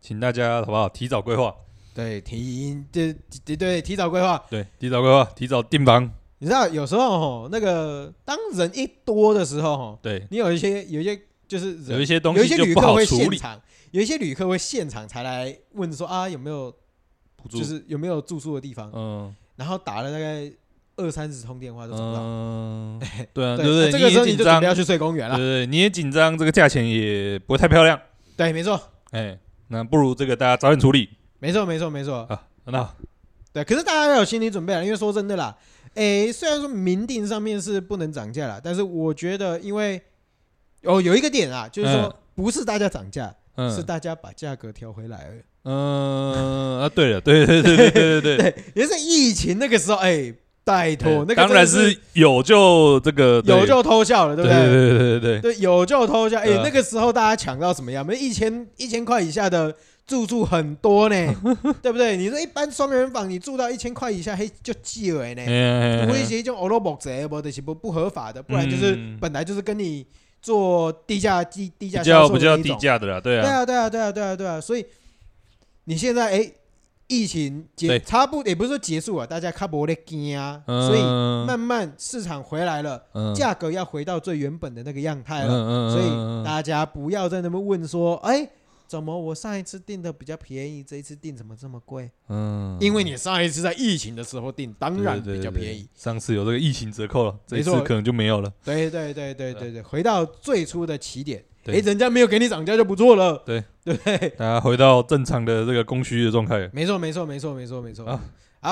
[SPEAKER 2] 请大家好不好提早规划？
[SPEAKER 1] 对，提对对对，提早规划。
[SPEAKER 2] 对，提早规划，提早订房。
[SPEAKER 1] 你知道有时候哦，那个当人一多的时候哦，
[SPEAKER 2] 对，
[SPEAKER 1] 你有一些有一些就是人
[SPEAKER 2] 有一些东
[SPEAKER 1] 有一
[SPEAKER 2] 西
[SPEAKER 1] 些
[SPEAKER 2] 就
[SPEAKER 1] 旅
[SPEAKER 2] 不
[SPEAKER 1] 客
[SPEAKER 2] 好
[SPEAKER 1] 会
[SPEAKER 2] 处
[SPEAKER 1] 现
[SPEAKER 2] 理，
[SPEAKER 1] 场，有一些旅客会现场才来问说啊有没有
[SPEAKER 2] 不住
[SPEAKER 1] 就是有没有住宿的地方，
[SPEAKER 2] 嗯
[SPEAKER 1] 然后打了大概二三十通电话都找不到。
[SPEAKER 2] 嗯，对啊，
[SPEAKER 1] 对，
[SPEAKER 2] 对
[SPEAKER 1] 那这
[SPEAKER 2] 不对？
[SPEAKER 1] 个
[SPEAKER 2] 你
[SPEAKER 1] 时
[SPEAKER 2] 也
[SPEAKER 1] 候你
[SPEAKER 2] 紧
[SPEAKER 1] 就准
[SPEAKER 2] 张，
[SPEAKER 1] 备要
[SPEAKER 2] 对
[SPEAKER 1] 去睡公园
[SPEAKER 2] 对
[SPEAKER 1] 了。
[SPEAKER 2] 对，你也紧张，这个价钱也不太漂亮，
[SPEAKER 1] 对，没错，
[SPEAKER 2] 哎，那不如这个大家早点处理
[SPEAKER 1] 没错，没错，没错。
[SPEAKER 2] 啊。那好
[SPEAKER 1] 对，可是大家要有心理准备了，因为说真的啦，诶，虽然说明定上面是不能涨价啦，但是我觉得因为哦有一个点啊，就是
[SPEAKER 2] 嗯
[SPEAKER 1] 说不是大家涨价，是
[SPEAKER 2] 嗯
[SPEAKER 1] 大家把价格调回来而已。
[SPEAKER 2] 嗯啊，对了，对对对对对对 对。
[SPEAKER 1] 对，也是疫情那个时候，哎，拜
[SPEAKER 2] 对
[SPEAKER 1] 托，那个
[SPEAKER 2] 当
[SPEAKER 1] 真的
[SPEAKER 2] 然是有就这个对
[SPEAKER 1] 有就偷笑了，对不
[SPEAKER 2] 对对对对对，
[SPEAKER 1] 对，有就偷一下。哎、
[SPEAKER 2] 对啊
[SPEAKER 1] 那个时候大家抢到什么样？没一千一千块以下的住宿很多 呢，对不对？你说一般双人房，你住到一千块以下，嘿，就挤了呢。
[SPEAKER 2] 嗯
[SPEAKER 1] 除非是一种欧罗博贼，不就是不不合法的，不然就是
[SPEAKER 2] 嗯
[SPEAKER 1] 本来就是跟你做低价低低
[SPEAKER 2] 比
[SPEAKER 1] 价销
[SPEAKER 2] 较
[SPEAKER 1] 售
[SPEAKER 2] 比
[SPEAKER 1] 的
[SPEAKER 2] 较
[SPEAKER 1] 那
[SPEAKER 2] 低
[SPEAKER 1] 种。
[SPEAKER 2] 价的啦，对
[SPEAKER 1] 对
[SPEAKER 2] 啊，
[SPEAKER 1] 啊，对啊，对啊，对啊，对啊。所以你现在哎、疫情
[SPEAKER 2] 对
[SPEAKER 1] 结差不也不是说结束啊，大家卡不勒惊啊，
[SPEAKER 2] 嗯
[SPEAKER 1] 所以慢慢市场回来了，价格要回到最原本的那个样
[SPEAKER 2] 嗯
[SPEAKER 1] 态了。所以
[SPEAKER 2] 以
[SPEAKER 1] 大家不要在那边问说，哎、怎么我上一次订的比较便宜，这一次订怎么这么贵？
[SPEAKER 2] 嗯
[SPEAKER 1] 因为你上一次在疫情的时候订，当然比较便宜。。
[SPEAKER 2] 上次有这个疫情折扣了，这一
[SPEAKER 1] 没
[SPEAKER 2] 次
[SPEAKER 1] 错
[SPEAKER 2] 可能就没有了。
[SPEAKER 1] 对对对对对对，回到最初的起点，哎、
[SPEAKER 2] 对
[SPEAKER 1] 人家没有给你涨价就不错了，
[SPEAKER 2] 对
[SPEAKER 1] 对不对？
[SPEAKER 2] 大家回到正常的这个供需的状态。
[SPEAKER 1] 没错没错没错没错没错
[SPEAKER 2] 好。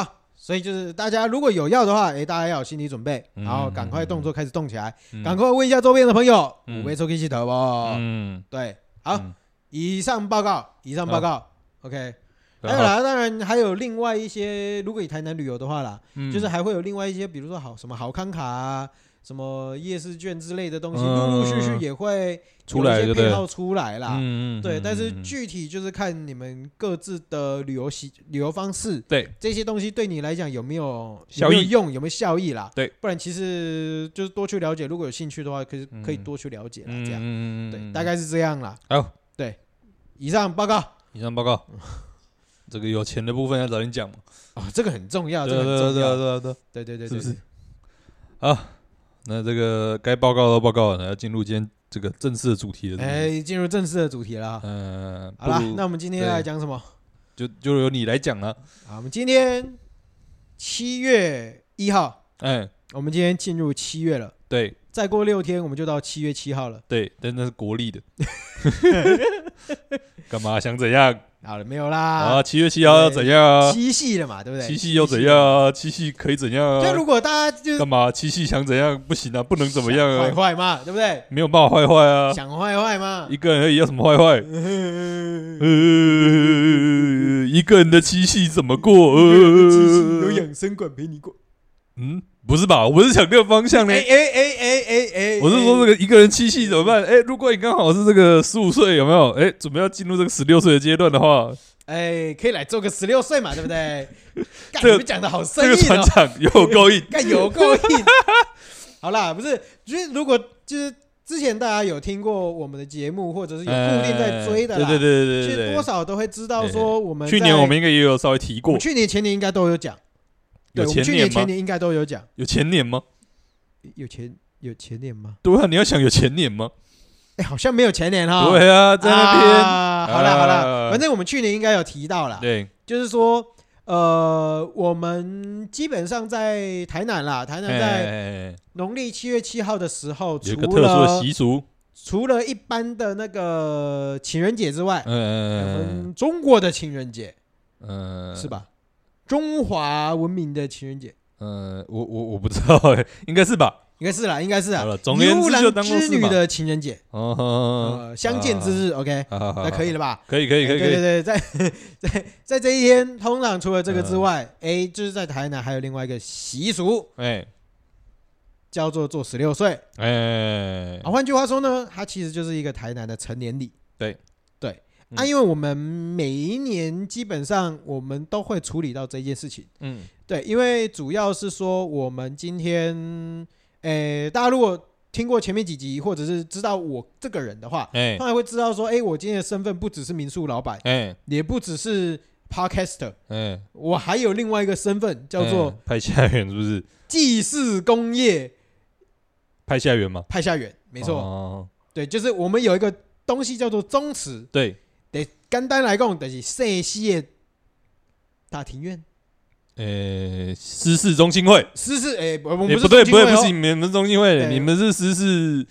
[SPEAKER 1] 好，所以就是大家如果有要的话，哎，大家要有心理准备，
[SPEAKER 2] 嗯
[SPEAKER 1] 然后赶快动作开始动起来，
[SPEAKER 2] 嗯
[SPEAKER 1] 赶快问一下周边的朋友，
[SPEAKER 2] 嗯
[SPEAKER 1] 五杯抽 K 系头哦不？
[SPEAKER 2] 嗯，
[SPEAKER 1] 对，好
[SPEAKER 2] 嗯，
[SPEAKER 1] 以上报告，以上报告，OK。还
[SPEAKER 2] 然
[SPEAKER 1] 有
[SPEAKER 2] 后
[SPEAKER 1] 啦，当然还有另外一些，如果以台南旅游的话啦，
[SPEAKER 2] 嗯
[SPEAKER 1] 就是还会有另外一些，比如说好什么好康卡啊，什么夜市券之类的东西，
[SPEAKER 2] 嗯
[SPEAKER 1] 陆陆续续也会
[SPEAKER 2] 出来
[SPEAKER 1] 有一
[SPEAKER 2] 就
[SPEAKER 1] 些
[SPEAKER 2] 对
[SPEAKER 1] 配
[SPEAKER 2] 了
[SPEAKER 1] 套出来啦。
[SPEAKER 2] 嗯嗯
[SPEAKER 1] 对，
[SPEAKER 2] 嗯
[SPEAKER 1] 但是
[SPEAKER 2] 嗯
[SPEAKER 1] 具体就是看你们各自的旅游习、旅游方式，
[SPEAKER 2] 对
[SPEAKER 1] 这些东西对你来讲有没有
[SPEAKER 2] 效
[SPEAKER 1] 有没有
[SPEAKER 2] 益
[SPEAKER 1] 用，有没有效益啦？
[SPEAKER 2] 对，
[SPEAKER 1] 不然其实就是多去了解，如果有兴趣的话，可以
[SPEAKER 2] 嗯
[SPEAKER 1] 可以多去了解啦，这样
[SPEAKER 2] 嗯哦
[SPEAKER 1] 对，大概是这样啦。
[SPEAKER 2] 好，
[SPEAKER 1] 对，以上报告
[SPEAKER 2] 以上报告。这个有钱的部分要早点讲嘛，
[SPEAKER 1] 哦，这个很重要，
[SPEAKER 2] 对
[SPEAKER 1] 这
[SPEAKER 2] 对
[SPEAKER 1] 个很重
[SPEAKER 2] 对
[SPEAKER 1] 要，
[SPEAKER 2] 对对对，
[SPEAKER 1] 对对对
[SPEAKER 2] 是不
[SPEAKER 1] 对
[SPEAKER 2] 是
[SPEAKER 1] 对，？
[SPEAKER 2] 啊，那这个该报告都报告了，要进入今天这个正式的主题了。哎，
[SPEAKER 1] 哎，进入正式的主题了啊。
[SPEAKER 2] 嗯，
[SPEAKER 1] 好啦
[SPEAKER 2] 不如，
[SPEAKER 1] 那我们今天要来讲什么？
[SPEAKER 2] 就就由你来讲了。
[SPEAKER 1] 啊，我们今天七月一号，
[SPEAKER 2] 哎，
[SPEAKER 1] 我们今天进入七月了，
[SPEAKER 2] 对
[SPEAKER 1] 再过六天我们就到七月七号了。
[SPEAKER 2] 对，但那是国历的。 干嘛想怎样
[SPEAKER 1] 好了，没有啦
[SPEAKER 2] 啊？，七月七号要怎样啊？
[SPEAKER 1] 七夕了嘛，对不对？
[SPEAKER 2] 七夕又怎样啊？七夕可以怎样
[SPEAKER 1] 夕？就如
[SPEAKER 2] 啊？
[SPEAKER 1] 果大家就是
[SPEAKER 2] 干嘛？七夕想怎样不行啊？不能怎么样
[SPEAKER 1] 坏
[SPEAKER 2] 啊？
[SPEAKER 1] 坏嘛，对不对？
[SPEAKER 2] 没有办法坏坏啊！
[SPEAKER 1] 想坏坏嘛
[SPEAKER 2] 一，个人而已，要什么坏坏？呃，一个人的七夕怎么过？
[SPEAKER 1] 七夕有
[SPEAKER 2] 呃，
[SPEAKER 1] 养生馆陪你过。
[SPEAKER 2] 嗯，不是吧？我不是想这个方向呢
[SPEAKER 1] 哎。哎哎哎哎哎，
[SPEAKER 2] 我是说
[SPEAKER 1] 哎
[SPEAKER 2] 这个一个人七夕怎么办？哎，如果你刚好是这个十五岁，有没有？哎，准备要进入这个十六岁的阶段的话，
[SPEAKER 1] 哎，可以来做个十六岁嘛，对不 对？干
[SPEAKER 2] 这个
[SPEAKER 1] 你们讲的好生
[SPEAKER 2] 这个
[SPEAKER 1] 硬
[SPEAKER 2] 船
[SPEAKER 1] 哦，
[SPEAKER 2] 长有够硬。
[SPEAKER 1] 干有够硬。 好啦，不是，就是如果就是之前大家有听过我们的节目，或者是有固定在追的
[SPEAKER 2] 哎
[SPEAKER 1] 啦，
[SPEAKER 2] 对对对
[SPEAKER 1] 其实
[SPEAKER 2] 对对对，
[SPEAKER 1] 多少都会知道说我们在
[SPEAKER 2] 去年我们应该也有稍微提
[SPEAKER 1] 我
[SPEAKER 2] 过
[SPEAKER 1] 们，去年前年应该都有讲，对，
[SPEAKER 2] 有
[SPEAKER 1] 我们
[SPEAKER 2] 前
[SPEAKER 1] 去年
[SPEAKER 2] 吗
[SPEAKER 1] 前？年应该都有讲，
[SPEAKER 2] 有前年吗？
[SPEAKER 1] 有前有前年吗？
[SPEAKER 2] 对啊，你要想有前年吗？
[SPEAKER 1] 哎，好像没有前年哈。
[SPEAKER 2] 对啊，在那
[SPEAKER 1] 啊好了好了，
[SPEAKER 2] 啊
[SPEAKER 1] 反正我们去年应该有提到啦，
[SPEAKER 2] 边，
[SPEAKER 1] 就是说，呃，我们基本上在台南啦，台
[SPEAKER 2] 对，
[SPEAKER 1] 南在
[SPEAKER 2] 哎
[SPEAKER 1] 农历七月七号的时候，
[SPEAKER 2] 有一
[SPEAKER 1] 除
[SPEAKER 2] 个特殊的
[SPEAKER 1] 了
[SPEAKER 2] 习俗，
[SPEAKER 1] 除了一般的那个情人节之外，我
[SPEAKER 2] 嗯
[SPEAKER 1] 们中国的情人节
[SPEAKER 2] 嗯，
[SPEAKER 1] 是？吧？中华文明的情人节
[SPEAKER 2] 嗯，我我我不知道哎， 应该是吧？
[SPEAKER 1] 应该是啦，应该是啊
[SPEAKER 2] 好
[SPEAKER 1] 啦。
[SPEAKER 2] 了，总而言
[SPEAKER 1] 牛
[SPEAKER 2] 之就
[SPEAKER 1] 郎
[SPEAKER 2] 当做
[SPEAKER 1] 织
[SPEAKER 2] 是
[SPEAKER 1] 女
[SPEAKER 2] 吧。
[SPEAKER 1] 的情人节，
[SPEAKER 2] 哦，
[SPEAKER 1] 呃，相见之日，OK，
[SPEAKER 2] 啊好好好，
[SPEAKER 1] 那可以了吧？
[SPEAKER 2] 可以可以可以可
[SPEAKER 1] 对对对，
[SPEAKER 2] 以，
[SPEAKER 1] 在在在这一天，通常除了这个
[SPEAKER 2] 嗯
[SPEAKER 1] 之外，哎，就是在台南还有另外一个习俗，
[SPEAKER 2] 哎
[SPEAKER 1] 叫做做十六岁
[SPEAKER 2] 哎
[SPEAKER 1] 啊。换句话说呢，它其实就是一个台南的成年礼。
[SPEAKER 2] 对
[SPEAKER 1] 对
[SPEAKER 2] 嗯
[SPEAKER 1] 啊，因为我们每一年基本上我们都会处理到这件事情。
[SPEAKER 2] 嗯
[SPEAKER 1] 对，因为主要是说我们今天，诶，大家如果听过前面几集，或者是知道我这个人的话，
[SPEAKER 2] 哎
[SPEAKER 1] 当然会知道说，哎，我今天的身份不只是民宿老板，
[SPEAKER 2] 哎
[SPEAKER 1] 也不只是 podcaster。
[SPEAKER 2] 哎，
[SPEAKER 1] 我还有另外一个身份，叫做
[SPEAKER 2] 嗯派下员是不是？
[SPEAKER 1] 祭祀工业
[SPEAKER 2] 派下员吗？
[SPEAKER 1] 派下员，没错，
[SPEAKER 2] 哦，
[SPEAKER 1] 对，就是我们有一个东西叫做宗祠，
[SPEAKER 2] 对，
[SPEAKER 1] 得简单来讲，就是陕西的大庭院，
[SPEAKER 2] 呃，师事中心会，
[SPEAKER 1] 是是，哎、我我
[SPEAKER 2] 哎
[SPEAKER 1] 们
[SPEAKER 2] 不对
[SPEAKER 1] 是宗亲
[SPEAKER 2] 不对
[SPEAKER 1] 会
[SPEAKER 2] 不
[SPEAKER 1] 哦
[SPEAKER 2] 是，你们中心会，
[SPEAKER 1] 对
[SPEAKER 2] 你们是师事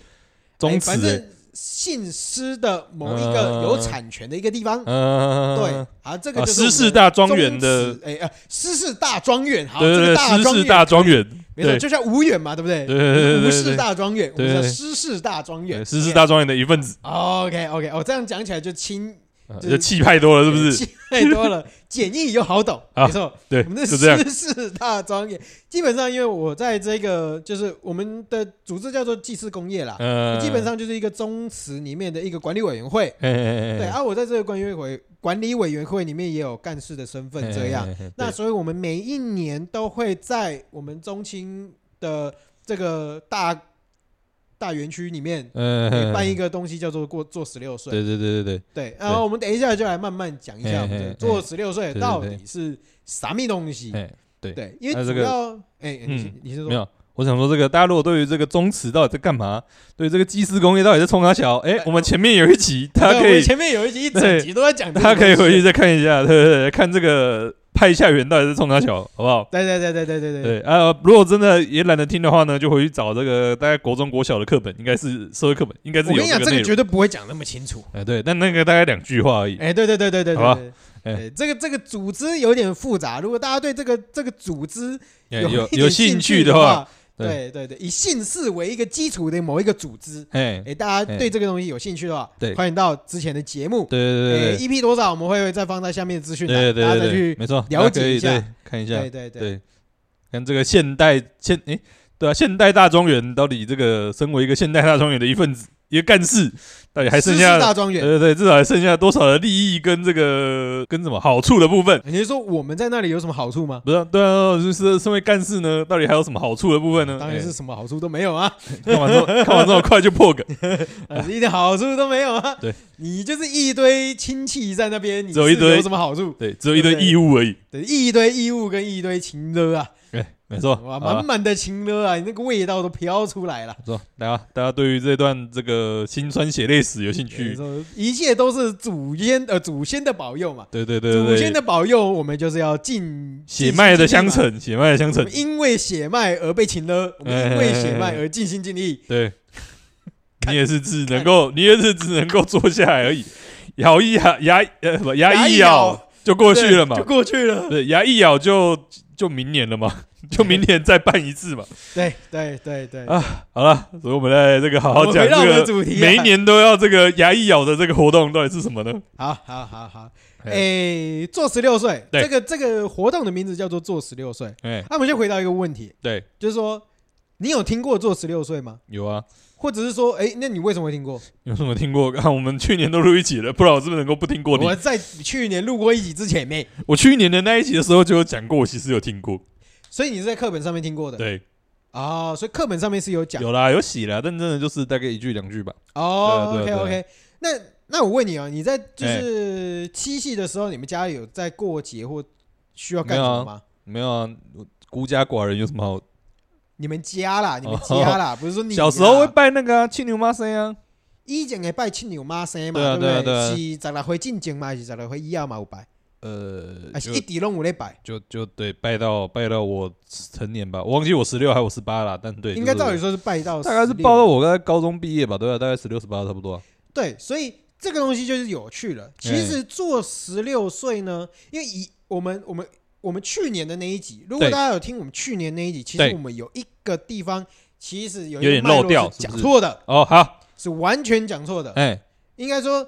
[SPEAKER 2] 宗
[SPEAKER 1] 哎
[SPEAKER 2] 祠
[SPEAKER 1] 反
[SPEAKER 2] 哎，
[SPEAKER 1] 正姓施的某一个有产权的一个地方，
[SPEAKER 2] 嗯，
[SPEAKER 1] 对，啊，这个
[SPEAKER 2] 啊，
[SPEAKER 1] 就是我
[SPEAKER 2] 师
[SPEAKER 1] 们
[SPEAKER 2] 事大庄
[SPEAKER 1] 宗
[SPEAKER 2] 园的
[SPEAKER 1] 祠，哎啊，施氏大庄园，好，
[SPEAKER 2] 对
[SPEAKER 1] 这个
[SPEAKER 2] 对
[SPEAKER 1] 大
[SPEAKER 2] 对，
[SPEAKER 1] 庄
[SPEAKER 2] 师事
[SPEAKER 1] 园
[SPEAKER 2] 大庄园，
[SPEAKER 1] 没错，
[SPEAKER 2] 对
[SPEAKER 1] 就叫吴园嘛，对不对？
[SPEAKER 2] 对对对对
[SPEAKER 1] 吴
[SPEAKER 2] 对
[SPEAKER 1] 氏
[SPEAKER 2] 对
[SPEAKER 1] 大庄园，我们叫
[SPEAKER 2] 对
[SPEAKER 1] 施氏大庄园
[SPEAKER 2] 对，师事大庄园的一份子，
[SPEAKER 1] OK OK，哦，这样讲起来就轻，
[SPEAKER 2] 啊
[SPEAKER 1] 就是
[SPEAKER 2] 就气派多了，是 不是？
[SPEAKER 1] 记太多了，简易又好懂，
[SPEAKER 2] 啊
[SPEAKER 1] 没错。
[SPEAKER 2] 对
[SPEAKER 1] 我们，
[SPEAKER 2] 就这样
[SPEAKER 1] 是。知识大庄园，基本上因为我在这个就是我们的组织叫做祭祀工业啦，
[SPEAKER 2] 嗯，
[SPEAKER 1] 啊基本上就是一个宗祠里面的一个管理委员会。
[SPEAKER 2] 哎，哎哎哎
[SPEAKER 1] 对，啊，我在这个管理委管理委员会里面也有干事的身份，这样。
[SPEAKER 2] 哎，哎哎
[SPEAKER 1] 那
[SPEAKER 2] 对
[SPEAKER 1] 所以我们每一年都会在我们中青的这个大大园区里面。
[SPEAKER 2] 呃
[SPEAKER 1] 办一个东西叫做过做十六岁，
[SPEAKER 2] 对对对对对，
[SPEAKER 1] 对，然后我们等一下就来慢慢讲一下我们
[SPEAKER 2] 嘿
[SPEAKER 1] 的
[SPEAKER 2] 嘿
[SPEAKER 1] 做十六岁
[SPEAKER 2] 对对
[SPEAKER 1] 到
[SPEAKER 2] 对
[SPEAKER 1] 底是啥咪东西。
[SPEAKER 2] 哎，对
[SPEAKER 1] 对，因为
[SPEAKER 2] 那这
[SPEAKER 1] 主
[SPEAKER 2] 个
[SPEAKER 1] 要，哎，你是
[SPEAKER 2] 嗯
[SPEAKER 1] 你是
[SPEAKER 2] 没
[SPEAKER 1] 说，
[SPEAKER 2] 有。我想说，这个大家如果对于这个宗祠到底在干嘛，对于这个祭祀工业到底在冲啥小，哎
[SPEAKER 1] 哎，
[SPEAKER 2] 我们前面有一集，大
[SPEAKER 1] 对
[SPEAKER 2] 家
[SPEAKER 1] 我
[SPEAKER 2] 可
[SPEAKER 1] 们
[SPEAKER 2] 以
[SPEAKER 1] 前面有一集一整
[SPEAKER 2] 对
[SPEAKER 1] 集都在讲这
[SPEAKER 2] 大
[SPEAKER 1] 个东西，
[SPEAKER 2] 家可以回去再看一下，对对对，看这个派下员到底在冲啥小，好不好？
[SPEAKER 1] 对。对对对对对对对，
[SPEAKER 2] 对啊，如果真的也懒得听的话呢，就回去找这个大概国中、国小的课本，应该是社会课本，应该是
[SPEAKER 1] 我
[SPEAKER 2] 有
[SPEAKER 1] 跟你讲，
[SPEAKER 2] 个
[SPEAKER 1] 这
[SPEAKER 2] 内
[SPEAKER 1] 个
[SPEAKER 2] 容。
[SPEAKER 1] 绝对不会讲那么清楚。
[SPEAKER 2] 哎，对，但那个大概两句话而已。
[SPEAKER 1] 哎，对对对对对
[SPEAKER 2] 好
[SPEAKER 1] 对
[SPEAKER 2] 吧
[SPEAKER 1] 对，
[SPEAKER 2] 哎
[SPEAKER 1] 对这个这个组织有点复杂，如果大家对这个这个组织
[SPEAKER 2] 哎
[SPEAKER 1] 有
[SPEAKER 2] 有
[SPEAKER 1] 一点
[SPEAKER 2] 兴
[SPEAKER 1] 趣
[SPEAKER 2] 的话，
[SPEAKER 1] 话，对对对，以姓氏为一个基础的某一个组织，
[SPEAKER 2] 哎，
[SPEAKER 1] 哎，大家对这个东西有兴趣的话，
[SPEAKER 2] 对
[SPEAKER 1] 欢迎到之前的节目，
[SPEAKER 2] 对对对
[SPEAKER 1] 诶。
[SPEAKER 2] 对
[SPEAKER 1] EP 多少我们会再放在下面的资讯
[SPEAKER 2] 对
[SPEAKER 1] 栏，
[SPEAKER 2] 对
[SPEAKER 1] 哎大家
[SPEAKER 2] 对
[SPEAKER 1] 再
[SPEAKER 2] 对，
[SPEAKER 1] 去
[SPEAKER 2] 没错，
[SPEAKER 1] 了解一
[SPEAKER 2] 大家可以
[SPEAKER 1] 下
[SPEAKER 2] 对，看一下，
[SPEAKER 1] 对对对
[SPEAKER 2] 对，看这个现代现诶，对啊，现代大庄园到底这个身为一个现代大庄园的一份子，一个干事，到底还剩
[SPEAKER 1] 狮
[SPEAKER 2] 下
[SPEAKER 1] 子大庄
[SPEAKER 2] 对
[SPEAKER 1] 园。
[SPEAKER 2] 对对，至少还剩下多少的利益跟这个跟什么好处的部分？
[SPEAKER 1] 你是说我们在那里有什么好处吗？
[SPEAKER 2] 不是啊、对啊，就是身为干事呢，到底还有什么好处的部分呢？
[SPEAKER 1] 当然是什么好处都没有啊，
[SPEAKER 2] 诶看完这么看完这么快就破梗，
[SPEAKER 1] 呃一点好处都没有啊。
[SPEAKER 2] 啊对，
[SPEAKER 1] 你就是一堆亲戚在那边，你
[SPEAKER 2] 只有一堆
[SPEAKER 1] 是有什么好处？
[SPEAKER 2] 对，只有一
[SPEAKER 1] 对
[SPEAKER 2] 堆
[SPEAKER 1] 不对
[SPEAKER 2] 义务而已。
[SPEAKER 1] 对，一堆义务跟一堆情热啊
[SPEAKER 2] 哎。没错，
[SPEAKER 1] 哇，
[SPEAKER 2] 好了
[SPEAKER 1] 满满的情了啊，你那个味道都飘出来了。
[SPEAKER 2] 不错，大家大家对于这段这个辛酸血泪史有兴趣？
[SPEAKER 1] 说一切都是祖先呃祖先的保佑嘛，
[SPEAKER 2] 对对对
[SPEAKER 1] 祖
[SPEAKER 2] 对
[SPEAKER 1] 先
[SPEAKER 2] 对，
[SPEAKER 1] 的保佑，我们就是要尽
[SPEAKER 2] 血脉的相，
[SPEAKER 1] 尽心
[SPEAKER 2] 承，血脉的相
[SPEAKER 1] 尽力嘛我
[SPEAKER 2] 承
[SPEAKER 1] 们，因为血脉而被擒了，我们因为血
[SPEAKER 2] 哎
[SPEAKER 1] 脉而尽心尽力。
[SPEAKER 2] 对，你也是只能够，你也是只能够坐下来而已，咬一咬牙呃不牙
[SPEAKER 1] 牙
[SPEAKER 2] 一
[SPEAKER 1] 一
[SPEAKER 2] 咬
[SPEAKER 1] 咬
[SPEAKER 2] 就过去了嘛
[SPEAKER 1] 对就，过去 了。
[SPEAKER 2] 对，牙一咬就就明年了嘛， 就明年再办一次嘛。
[SPEAKER 1] 对对对对，
[SPEAKER 2] 啊好了，所以我们来这个好好
[SPEAKER 1] 我们
[SPEAKER 2] 讲
[SPEAKER 1] 回到我们
[SPEAKER 2] 这
[SPEAKER 1] 的
[SPEAKER 2] 个
[SPEAKER 1] 主题啊
[SPEAKER 2] 每一年都要这个牙一咬的这个活动到底是什么呢？
[SPEAKER 1] 好好好好，
[SPEAKER 2] 哎
[SPEAKER 1] 诶，做十六岁，
[SPEAKER 2] 对
[SPEAKER 1] 这个这个活动的名字叫做做十六岁。啊
[SPEAKER 2] 哎，
[SPEAKER 1] 那我们先回答一个问题，
[SPEAKER 2] 对，
[SPEAKER 1] 就是说，你有听过做十六岁吗？
[SPEAKER 2] 有啊，
[SPEAKER 1] 或者是说，诶，那你为什么会听过？
[SPEAKER 2] 有什么听过？ 啊，我们去年都录一集了，不然我是不是能够不听过你
[SPEAKER 1] 我？在去年录过一集之前面，
[SPEAKER 2] 我去年的那一集的时候就有讲过，我其实有听过，
[SPEAKER 1] 所以你是在课本上面听过的。
[SPEAKER 2] 对，
[SPEAKER 1] 啊、所以课本上面是有讲。
[SPEAKER 2] 有啦，有洗啦，但真的就是大概一句两句吧。
[SPEAKER 1] 哦
[SPEAKER 2] 对啊
[SPEAKER 1] ，OK
[SPEAKER 2] 对啊哎
[SPEAKER 1] OK，那那我问你啊，你在就是七夕的时候，你们家里有在过节或需要干什么
[SPEAKER 2] 没
[SPEAKER 1] 吗？
[SPEAKER 2] 没有啊，我孤家寡人有什么好？
[SPEAKER 1] 你们家啦，你们家啦，不是说你
[SPEAKER 2] 哦小时候会拜那个啊，七牛妈生啊，
[SPEAKER 1] 一前会拜七牛妈生
[SPEAKER 2] 对啊
[SPEAKER 1] 嘛，
[SPEAKER 2] 对啊
[SPEAKER 1] 不
[SPEAKER 2] 对啊
[SPEAKER 1] 对？是十六岁进前嘛，是十六岁以后嘛有拜，
[SPEAKER 2] 呃，
[SPEAKER 1] 还
[SPEAKER 2] 就是
[SPEAKER 1] 一直拢有咧拜？
[SPEAKER 2] 就就对，拜到拜到我成年吧，我忘记我十六还是我十八啦，但对，
[SPEAKER 1] 应该
[SPEAKER 2] 就是
[SPEAKER 1] 照理说是拜到16，
[SPEAKER 2] 大概是报到我大概高中毕业吧，对啊，大概十六十八差不多啊。
[SPEAKER 1] 对，所以这个东西就是有趣
[SPEAKER 2] 嗯
[SPEAKER 1] 了。其实做十六岁呢，因为以我们我们我们去年的那一集，如果
[SPEAKER 2] 对
[SPEAKER 1] 大家有听我们去年那一集，其
[SPEAKER 2] 对
[SPEAKER 1] 实我们有一个地方其实有一
[SPEAKER 2] 有
[SPEAKER 1] 个
[SPEAKER 2] 点
[SPEAKER 1] 脉
[SPEAKER 2] 漏
[SPEAKER 1] 络
[SPEAKER 2] 掉
[SPEAKER 1] 是
[SPEAKER 2] 是不
[SPEAKER 1] 讲
[SPEAKER 2] 是
[SPEAKER 1] 错的，
[SPEAKER 2] 哦，好，
[SPEAKER 1] 是完全讲错的。
[SPEAKER 2] 哎，
[SPEAKER 1] 应该说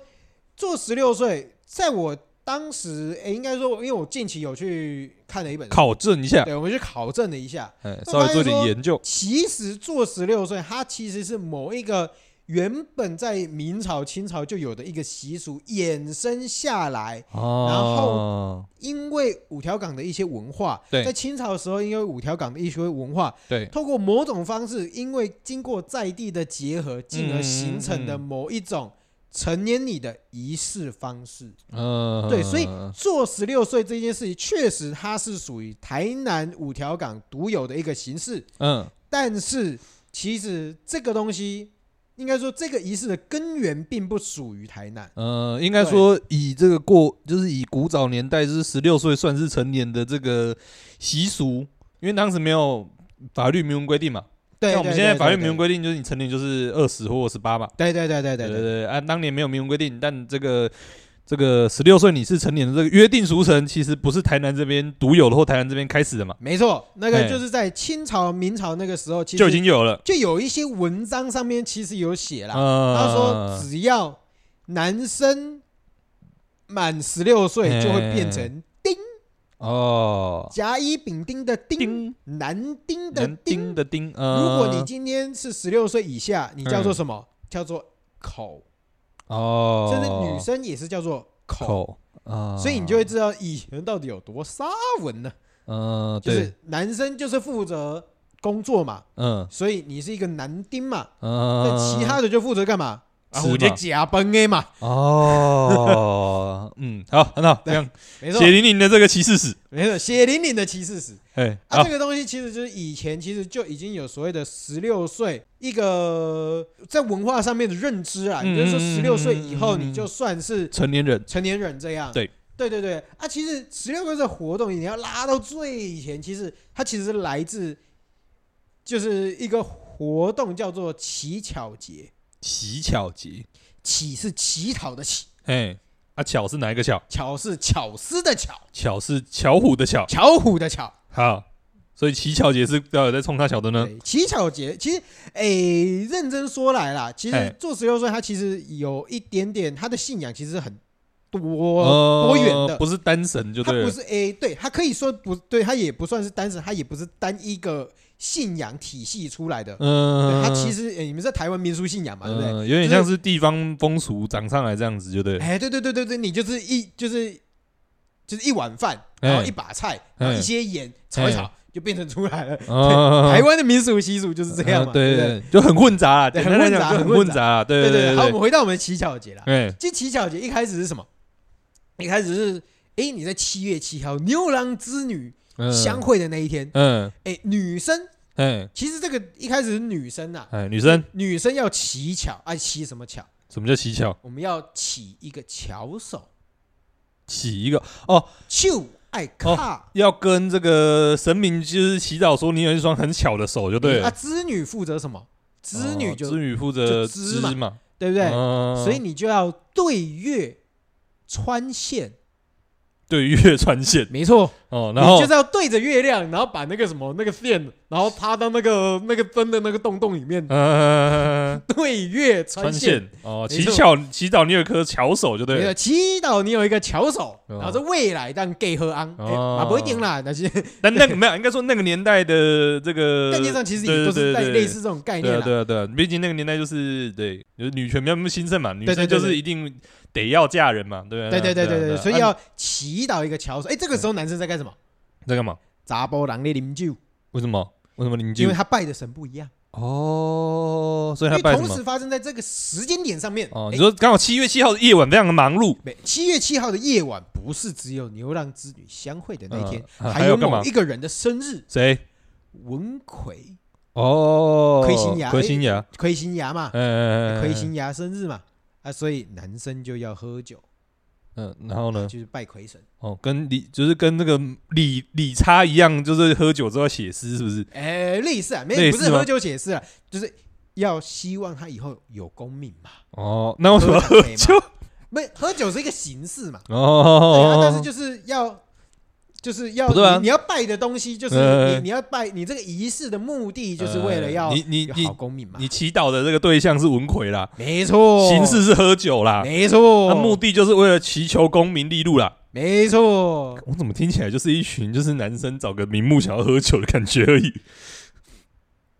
[SPEAKER 1] 做十六岁，在我当时，诶，应该说，因为我近期有去看了一本书，
[SPEAKER 2] 考证一下，
[SPEAKER 1] 对，我们去考证了一下，
[SPEAKER 2] 哎，
[SPEAKER 1] 那
[SPEAKER 2] 稍微
[SPEAKER 1] 发现
[SPEAKER 2] 做点
[SPEAKER 1] 说
[SPEAKER 2] 研究，
[SPEAKER 1] 其实做十六岁，它其实是某一个原本在明朝、清朝就有的一个习俗衍生下来。
[SPEAKER 2] 哦，
[SPEAKER 1] 因为五条港的一些文化，
[SPEAKER 2] 对
[SPEAKER 1] 在清朝的时候，因为五条港的一些文化，
[SPEAKER 2] 对，
[SPEAKER 1] 透过某种方式，因为经过在地的结合，进而形成的某一种成年礼的仪式方式。
[SPEAKER 2] 嗯，
[SPEAKER 1] 对所以做十六岁这件事情，确实它是属于台南五条港独有的一个形式。
[SPEAKER 2] 嗯，
[SPEAKER 1] 但是其实这个东西，应该说这个仪式的根源并不属于台南。
[SPEAKER 2] 呃，应该说以这个过，就是以古早年代，就是十六岁算是成年的这个习俗，因为当时没有法律明文规定嘛。
[SPEAKER 1] 对，
[SPEAKER 2] 像我们现在法律明
[SPEAKER 1] 民
[SPEAKER 2] 文规定，就是你成年就是二十或十八嘛。
[SPEAKER 1] 对对对对对
[SPEAKER 2] 对
[SPEAKER 1] 对
[SPEAKER 2] 对，啊按当年没有明文规定，但这个这个十六岁你是成年的这个约定俗成，其实不是台南这边独有的或台南这边开始的嘛，
[SPEAKER 1] 没错，那个
[SPEAKER 2] 哎
[SPEAKER 1] 就是在清朝、明朝那个时候，其实
[SPEAKER 2] 就已经有了。
[SPEAKER 1] 就有一些文章上面其实有写啦，
[SPEAKER 2] 嗯，
[SPEAKER 1] 他说只要男生满十六岁就会变成丁，
[SPEAKER 2] 哦，
[SPEAKER 1] 甲乙丙丁的丁，
[SPEAKER 2] 丁
[SPEAKER 1] 男丁的
[SPEAKER 2] 男
[SPEAKER 1] 丁。
[SPEAKER 2] 丁的啊丁，如呃
[SPEAKER 1] 如果你今天是十六岁以下，你
[SPEAKER 2] 嗯
[SPEAKER 1] 叫做什么？叫做口，
[SPEAKER 2] 哦，
[SPEAKER 1] 甚至女生也是叫做口。
[SPEAKER 2] 口啊，
[SPEAKER 1] 所以你就会知道以前到底有多沙文呢？
[SPEAKER 2] 嗯，
[SPEAKER 1] 就
[SPEAKER 2] 对
[SPEAKER 1] 是，男生就是负责工作嘛，
[SPEAKER 2] 嗯
[SPEAKER 1] 所以你是一个男丁嘛，那
[SPEAKER 2] 嗯，
[SPEAKER 1] 其他的就负责干嘛？啊
[SPEAKER 2] 吃嘛
[SPEAKER 1] 我就假崩 A 嘛，
[SPEAKER 2] 哦，嗯，好，很好，这样
[SPEAKER 1] 没错
[SPEAKER 2] 血，淋淋的这个骑士史，
[SPEAKER 1] 没错，血淋淋的骑士史
[SPEAKER 2] 哎，
[SPEAKER 1] 啊，
[SPEAKER 2] 好
[SPEAKER 1] 这，个东西其实就是以前其实就已经有所谓的十六岁一个在文化上面的认知啊，
[SPEAKER 2] 嗯
[SPEAKER 1] 也就是说十六岁以后
[SPEAKER 2] 嗯
[SPEAKER 1] 你就算是
[SPEAKER 2] 成年人，
[SPEAKER 1] 成年人这样。
[SPEAKER 2] 对，
[SPEAKER 1] 对对对啊！其实十六个这活动，你要拉到最以前，其实它其实是来自就是一个活动叫做乞巧节，
[SPEAKER 2] 乞巧节，
[SPEAKER 1] 乞是乞讨的乞，
[SPEAKER 2] 哎，啊，巧是哪一个巧？
[SPEAKER 1] 巧是巧思的巧，
[SPEAKER 2] 巧是巧虎的巧，
[SPEAKER 1] 巧虎的巧。
[SPEAKER 2] 好，所以乞巧节是到底在冲他小的呢？
[SPEAKER 1] 对，乞巧节其实，诶，认真说来啦，其
[SPEAKER 2] 哎
[SPEAKER 1] 实做十六岁，它其实有一点点，它的信仰其实很多、
[SPEAKER 2] 呃
[SPEAKER 1] 多元的，
[SPEAKER 2] 不是单神就
[SPEAKER 1] 它
[SPEAKER 2] 对
[SPEAKER 1] 不
[SPEAKER 2] 了，
[SPEAKER 1] 是 A，对，它可以说不对，它也不算是单神，它也不是单一个信仰体系出来的。
[SPEAKER 2] 嗯，
[SPEAKER 1] 对，它其实、诶你们在台湾民俗信仰嘛，对不对？
[SPEAKER 2] 嗯有点像是地方风俗长上来这样子，就对了，
[SPEAKER 1] 哎，对对对对对，你就是一就是就是一碗饭，
[SPEAKER 2] 哎
[SPEAKER 1] 然后一把菜，
[SPEAKER 2] 哎
[SPEAKER 1] 然后一些盐，炒一炒就变成出来了。
[SPEAKER 2] 嗯
[SPEAKER 1] 台湾的民俗习俗就是这样嘛，
[SPEAKER 2] 嗯
[SPEAKER 1] 对不
[SPEAKER 2] 对
[SPEAKER 1] 对？
[SPEAKER 2] 对，就很混杂啦，
[SPEAKER 1] 对
[SPEAKER 2] 简单来
[SPEAKER 1] 很混杂
[SPEAKER 2] 讲就很
[SPEAKER 1] 很混
[SPEAKER 2] 混杂啦，对
[SPEAKER 1] 对
[SPEAKER 2] 对
[SPEAKER 1] 好，我们回到我们乞巧节啦。
[SPEAKER 2] 哎，
[SPEAKER 1] 其实乞巧节一开始是什么？一开始是，哎，你在七月七号牛郎织女
[SPEAKER 2] 嗯
[SPEAKER 1] 相会的那一天，
[SPEAKER 2] 嗯，
[SPEAKER 1] 哎，女生
[SPEAKER 2] 哎
[SPEAKER 1] 其实这个一开始是女生啊，
[SPEAKER 2] 哎，女生
[SPEAKER 1] 女生要乞巧，哎，乞什么巧？
[SPEAKER 2] 什么叫乞巧？
[SPEAKER 1] 我们要起一个巧手，
[SPEAKER 2] 乞一个哦，
[SPEAKER 1] 就爱卡。
[SPEAKER 2] 要跟这个神明就是祈祷说你有一双很巧的手就对
[SPEAKER 1] 啊，
[SPEAKER 2] 了。
[SPEAKER 1] 织女负责什么？织女就
[SPEAKER 2] 哦织女负
[SPEAKER 1] 就
[SPEAKER 2] 责
[SPEAKER 1] 织嘛
[SPEAKER 2] 嘛，
[SPEAKER 1] 对不对？
[SPEAKER 2] 嗯
[SPEAKER 1] 所以你就要对月穿线，
[SPEAKER 2] 对月穿线
[SPEAKER 1] 没错，
[SPEAKER 2] 哦，
[SPEAKER 1] 你
[SPEAKER 2] 然后
[SPEAKER 1] 就是要对着月亮，然后把那个什么那个线，然后插到那个那个针的那个洞洞里面，
[SPEAKER 2] 呃
[SPEAKER 1] 对月穿
[SPEAKER 2] 嗯穿
[SPEAKER 1] 线。
[SPEAKER 2] 线哦，
[SPEAKER 1] 没
[SPEAKER 2] 乞
[SPEAKER 1] 错
[SPEAKER 2] 巧祈祷你有颗巧手就
[SPEAKER 1] 没
[SPEAKER 2] 对
[SPEAKER 1] 错，
[SPEAKER 2] 了，
[SPEAKER 1] 祈祷你有一个巧手，
[SPEAKER 2] 哦
[SPEAKER 1] 然后是未来让 gay 喝安，哎
[SPEAKER 2] 哦
[SPEAKER 1] 嘛不一定啦，但是
[SPEAKER 2] 但那个没有，应该说那个年代的这个
[SPEAKER 1] 概念上其实也都是类类似这种概
[SPEAKER 2] 对
[SPEAKER 1] 念
[SPEAKER 2] 啊，
[SPEAKER 1] 啦。
[SPEAKER 2] 对啊，对啊，毕竟那个年代就是对，就是女权没有那么兴盛嘛，女
[SPEAKER 1] 对对
[SPEAKER 2] 生
[SPEAKER 1] 对
[SPEAKER 2] 就是一定得要嫁人嘛，对不
[SPEAKER 1] 对对对对对，所以
[SPEAKER 2] 啊
[SPEAKER 1] 要祈祷一个巧手。哎，这个时候男生在干什么？
[SPEAKER 2] 你在干嘛？
[SPEAKER 1] 杂波狼烈饮酒，
[SPEAKER 2] 为什么？为什么邻居
[SPEAKER 1] 因为？他拜的神不一样，
[SPEAKER 2] 哦，所
[SPEAKER 1] 因
[SPEAKER 2] 以他
[SPEAKER 1] 为
[SPEAKER 2] 拜什
[SPEAKER 1] 同
[SPEAKER 2] 么
[SPEAKER 1] 时？发生在这个时间点上面。
[SPEAKER 2] 哦，
[SPEAKER 1] 哎
[SPEAKER 2] 你说刚好七月七号的夜晚非常的忙碌，
[SPEAKER 1] 没，七月七号的夜晚不是只有牛郎织女相会的那天，
[SPEAKER 2] 嗯还
[SPEAKER 1] 还
[SPEAKER 2] 有
[SPEAKER 1] 有
[SPEAKER 2] 干嘛
[SPEAKER 1] 某一个人的生日。
[SPEAKER 2] 谁？
[SPEAKER 1] 文魁，
[SPEAKER 2] 哦，
[SPEAKER 1] 亏心牙
[SPEAKER 2] 亏心牙，
[SPEAKER 1] 亏心牙嘛，
[SPEAKER 2] 嗯，
[SPEAKER 1] 亏心牙生日嘛，啊，所以男生就要喝酒，
[SPEAKER 2] 嗯，然后呢？
[SPEAKER 1] 就是拜魁神。
[SPEAKER 2] 哦，跟理就是跟那个理理差一样，就是喝酒之后写诗，是不是？
[SPEAKER 1] 哎，类似啊，没
[SPEAKER 2] 类
[SPEAKER 1] 不
[SPEAKER 2] 似
[SPEAKER 1] 是
[SPEAKER 2] 吗
[SPEAKER 1] 喝酒解释啊，就是要希望他以后有功名嘛，
[SPEAKER 2] 哦，那为什么
[SPEAKER 1] 喝
[SPEAKER 2] 喝
[SPEAKER 1] 酒
[SPEAKER 2] 酒？
[SPEAKER 1] 没喝酒是一个形式嘛，对啊，
[SPEAKER 2] 哦，
[SPEAKER 1] 但是就是要。就是要
[SPEAKER 2] 不对啊
[SPEAKER 1] 你你要拜的东西，就是
[SPEAKER 2] 呃
[SPEAKER 1] 你你要拜你这个仪式的目的，就是为了要
[SPEAKER 2] 呃你你
[SPEAKER 1] 有
[SPEAKER 2] 你
[SPEAKER 1] 好功名嘛。
[SPEAKER 2] 你祈祷的这个对象是文魁啦，
[SPEAKER 1] 没错，
[SPEAKER 2] 形式是喝酒啦，
[SPEAKER 1] 哦没错，
[SPEAKER 2] 那目的就是为了祈求功名利禄啦。
[SPEAKER 1] 没错，
[SPEAKER 2] 我怎么听起来就是一群就是男生找个名目想要喝酒的感觉而已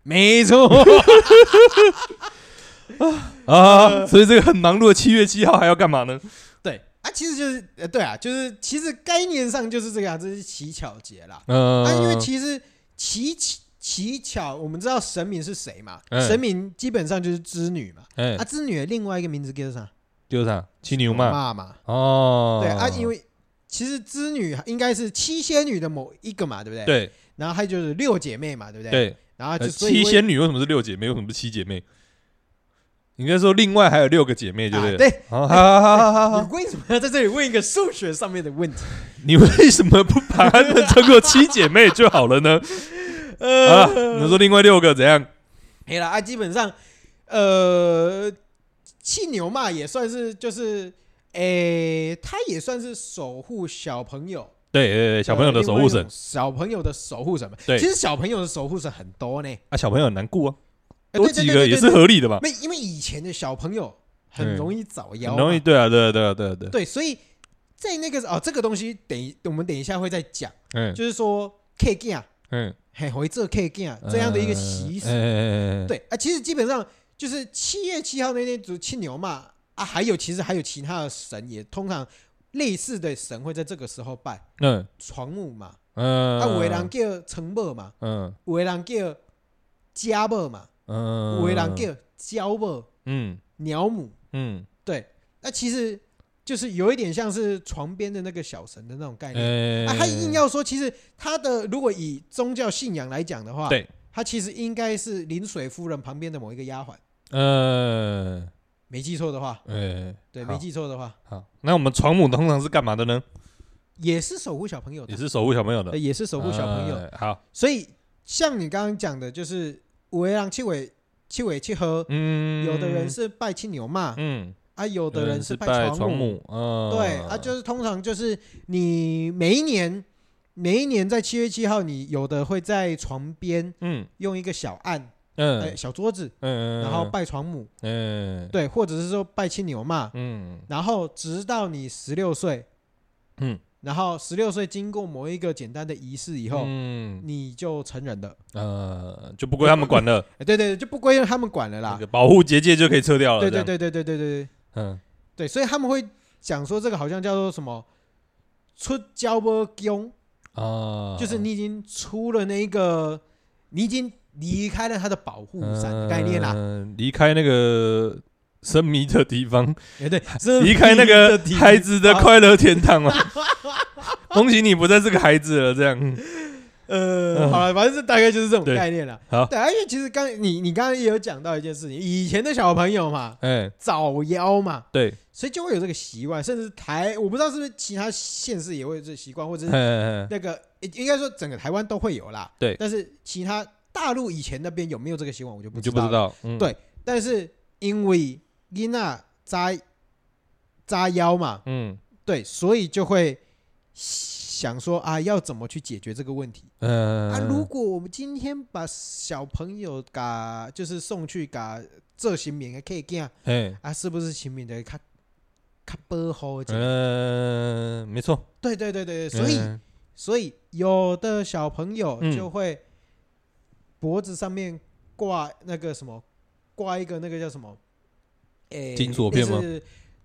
[SPEAKER 1] 没错，
[SPEAKER 2] 啊！所以这个很忙碌的七月七号还要干嘛呢？
[SPEAKER 1] 对啊，其实就是呃，对啊，就是其实概念上就是这个啊，这是乞巧节啦。
[SPEAKER 2] 嗯，
[SPEAKER 1] 啊，因为其实乞乞乞巧，我们知道神明是谁嘛？
[SPEAKER 2] 嗯
[SPEAKER 1] 神明基本上就是织女嘛。
[SPEAKER 2] 哎
[SPEAKER 1] 啊，织女的另外一个名字叫做啥？
[SPEAKER 2] 就是啥七牛嘛
[SPEAKER 1] 妈嘛。
[SPEAKER 2] 哦，
[SPEAKER 1] 对啊，因为其实织女应该是七仙女的某一个嘛，对不对？。
[SPEAKER 2] 对
[SPEAKER 1] 然后还有就是六姐妹嘛，对不对？。
[SPEAKER 2] 对，
[SPEAKER 1] 然后
[SPEAKER 2] 呃
[SPEAKER 1] 就所以
[SPEAKER 2] 七
[SPEAKER 1] 会
[SPEAKER 2] 仙女为什么是六姐妹？为什么不是七姐妹？应该说另外还有六个姐妹，对不
[SPEAKER 1] 啊，
[SPEAKER 2] 对？哦
[SPEAKER 1] 对。
[SPEAKER 2] 好，好好好好 好，
[SPEAKER 1] 你为什么要在这里问一个数学上面的问 题？
[SPEAKER 2] 你为什么不把它们称作七姐妹就好了 呢？啊，你说另外六个怎样？
[SPEAKER 1] 没了啊，基本上，呃，气牛嘛也算是就是，诶、他也算是守护小朋友，
[SPEAKER 2] 对对对，小朋友的守护
[SPEAKER 1] 呃另外一
[SPEAKER 2] 神
[SPEAKER 1] 种小朋友的守护神嘛。
[SPEAKER 2] 对
[SPEAKER 1] 其实小朋友的守护神很多呢，
[SPEAKER 2] 啊，小朋友很难顾啊，
[SPEAKER 1] 呃
[SPEAKER 2] 多
[SPEAKER 1] 对对
[SPEAKER 2] 几
[SPEAKER 1] 对
[SPEAKER 2] 个
[SPEAKER 1] 对
[SPEAKER 2] 也
[SPEAKER 1] 对
[SPEAKER 2] 是
[SPEAKER 1] 对
[SPEAKER 2] 合理的嘛，
[SPEAKER 1] 没，因为以前的小朋友
[SPEAKER 2] 嗯
[SPEAKER 1] 很容易早夭
[SPEAKER 2] 啊很
[SPEAKER 1] 嘛，
[SPEAKER 2] 容易。对啊，对啊，对啊，对啊，对啊，
[SPEAKER 1] 对，所以在那个哦，这个东西等一我们等一下会再讲，
[SPEAKER 2] 嗯
[SPEAKER 1] 就是说 K g 啊，
[SPEAKER 2] 嗯，
[SPEAKER 1] 嘿，回这 K g 啊这样的一个习俗
[SPEAKER 2] 嗯，嗯嗯嗯嗯嗯
[SPEAKER 1] 对啊，其实基本上就是七月七号那天就是七牛嘛啊，还有其实还有其他的神也通常类似的神会在这个时候拜
[SPEAKER 2] 嗯
[SPEAKER 1] 床母嘛，
[SPEAKER 2] 嗯，
[SPEAKER 1] 啊，有的人叫成母嘛，
[SPEAKER 2] 嗯
[SPEAKER 1] 有的人叫家母嘛，
[SPEAKER 2] 嗯，
[SPEAKER 1] 有的人叫娇母、
[SPEAKER 2] 嗯
[SPEAKER 1] 鸟母，
[SPEAKER 2] 嗯，
[SPEAKER 1] 对，那其实就是有一点像是床边的那个小神的那种概念。
[SPEAKER 2] 哎
[SPEAKER 1] 啊，他硬要说，其实他的如果以宗教信仰来讲的话，
[SPEAKER 2] 对，
[SPEAKER 1] 他其实应该是临水夫人旁边的某一个丫鬟，
[SPEAKER 2] 嗯
[SPEAKER 1] 没记错的话，
[SPEAKER 2] 哎，
[SPEAKER 1] 对，
[SPEAKER 2] 好
[SPEAKER 1] 没记错的话，
[SPEAKER 2] 好，那我们床母通常是干嘛的呢？
[SPEAKER 1] 也是守护小朋友的，
[SPEAKER 2] 也是守护小朋友的
[SPEAKER 1] 呃，也是守护小朋友。
[SPEAKER 2] 哎。好，
[SPEAKER 1] 所以像你刚刚讲的，就是五让七尾七尾七喝，
[SPEAKER 2] 嗯，
[SPEAKER 1] 有的人是拜青牛嘛，
[SPEAKER 2] 嗯，
[SPEAKER 1] 啊，有
[SPEAKER 2] 有
[SPEAKER 1] 的人
[SPEAKER 2] 是
[SPEAKER 1] 是
[SPEAKER 2] 拜床
[SPEAKER 1] 床母，
[SPEAKER 2] 母，嗯，
[SPEAKER 1] 对，啊，就是通常就是你每一年。每一年在七月七号，你有的会在床边
[SPEAKER 2] 嗯
[SPEAKER 1] 用一个小案、
[SPEAKER 2] 嗯
[SPEAKER 1] 呃、小桌子，
[SPEAKER 2] 嗯，
[SPEAKER 1] 然后拜床母，
[SPEAKER 2] 嗯，
[SPEAKER 1] 对，啊或者是说拜青牛嘛，
[SPEAKER 2] 嗯
[SPEAKER 1] 然后直到你十六岁，
[SPEAKER 2] 嗯，
[SPEAKER 1] 然后十六岁经过某一个简单的仪式以后，
[SPEAKER 2] 嗯
[SPEAKER 1] 你就成人了。
[SPEAKER 2] 呃，就不归他们管了，
[SPEAKER 1] 哎，对对，对就不归他们管了
[SPEAKER 2] 那
[SPEAKER 1] 啦
[SPEAKER 2] 个。保护结界就可以撤掉了，
[SPEAKER 1] 对
[SPEAKER 2] 这
[SPEAKER 1] 对
[SPEAKER 2] 样，
[SPEAKER 1] 对对对对对对
[SPEAKER 2] 嗯，
[SPEAKER 1] 对，所以他们会讲说这个好像叫做什么出交波宫，
[SPEAKER 2] 啊，
[SPEAKER 1] 就是你已经出了那一个，你已经离开了他的保护伞的
[SPEAKER 2] 嗯
[SPEAKER 1] 概念啦。，
[SPEAKER 2] 离开那个。生迷的地方，
[SPEAKER 1] 哎， 对，是
[SPEAKER 2] 离开那个
[SPEAKER 1] 地
[SPEAKER 2] 孩子的快乐天堂了。恭喜你不在这个孩子了，这样。
[SPEAKER 1] 呃，好了，反正是大概就是这种
[SPEAKER 2] 嗯对
[SPEAKER 1] 概念了。
[SPEAKER 2] 好
[SPEAKER 1] 对啊，因为其实刚你你刚刚也有讲到一件事情，以前的小朋友嘛，
[SPEAKER 2] 哎，
[SPEAKER 1] 早夭嘛，
[SPEAKER 2] 对，
[SPEAKER 1] 所以就会有这个习惯，甚至台我不知道是不是其他县市也会有这个习惯，或者
[SPEAKER 2] 哎
[SPEAKER 1] 是
[SPEAKER 2] 哎，哎
[SPEAKER 1] 那个应应该说整个台湾都会有啦。
[SPEAKER 2] 对
[SPEAKER 1] 但是其他大陆以前那边有没有这个习惯，我就不
[SPEAKER 2] 你就不知
[SPEAKER 1] 了。
[SPEAKER 2] 道，嗯
[SPEAKER 1] 对但是因为伊娜扎扎腰嘛，
[SPEAKER 2] 嗯
[SPEAKER 1] 对，所以就会想说啊，要怎么去解决这个问题？
[SPEAKER 2] 嗯，
[SPEAKER 1] 啊，如果我们今天把小朋友嘎，就是送去嘎这行免的 K 囝
[SPEAKER 2] 哎，
[SPEAKER 1] 啊，是不是行免的较较保护一下？
[SPEAKER 2] 嗯，没错，
[SPEAKER 1] 对对对对，对所以、
[SPEAKER 2] 嗯
[SPEAKER 1] 所以有的小朋友
[SPEAKER 2] 嗯
[SPEAKER 1] 就会脖子上面挂那个什么，挂一个那个叫什么？诶、
[SPEAKER 2] 金锁片吗？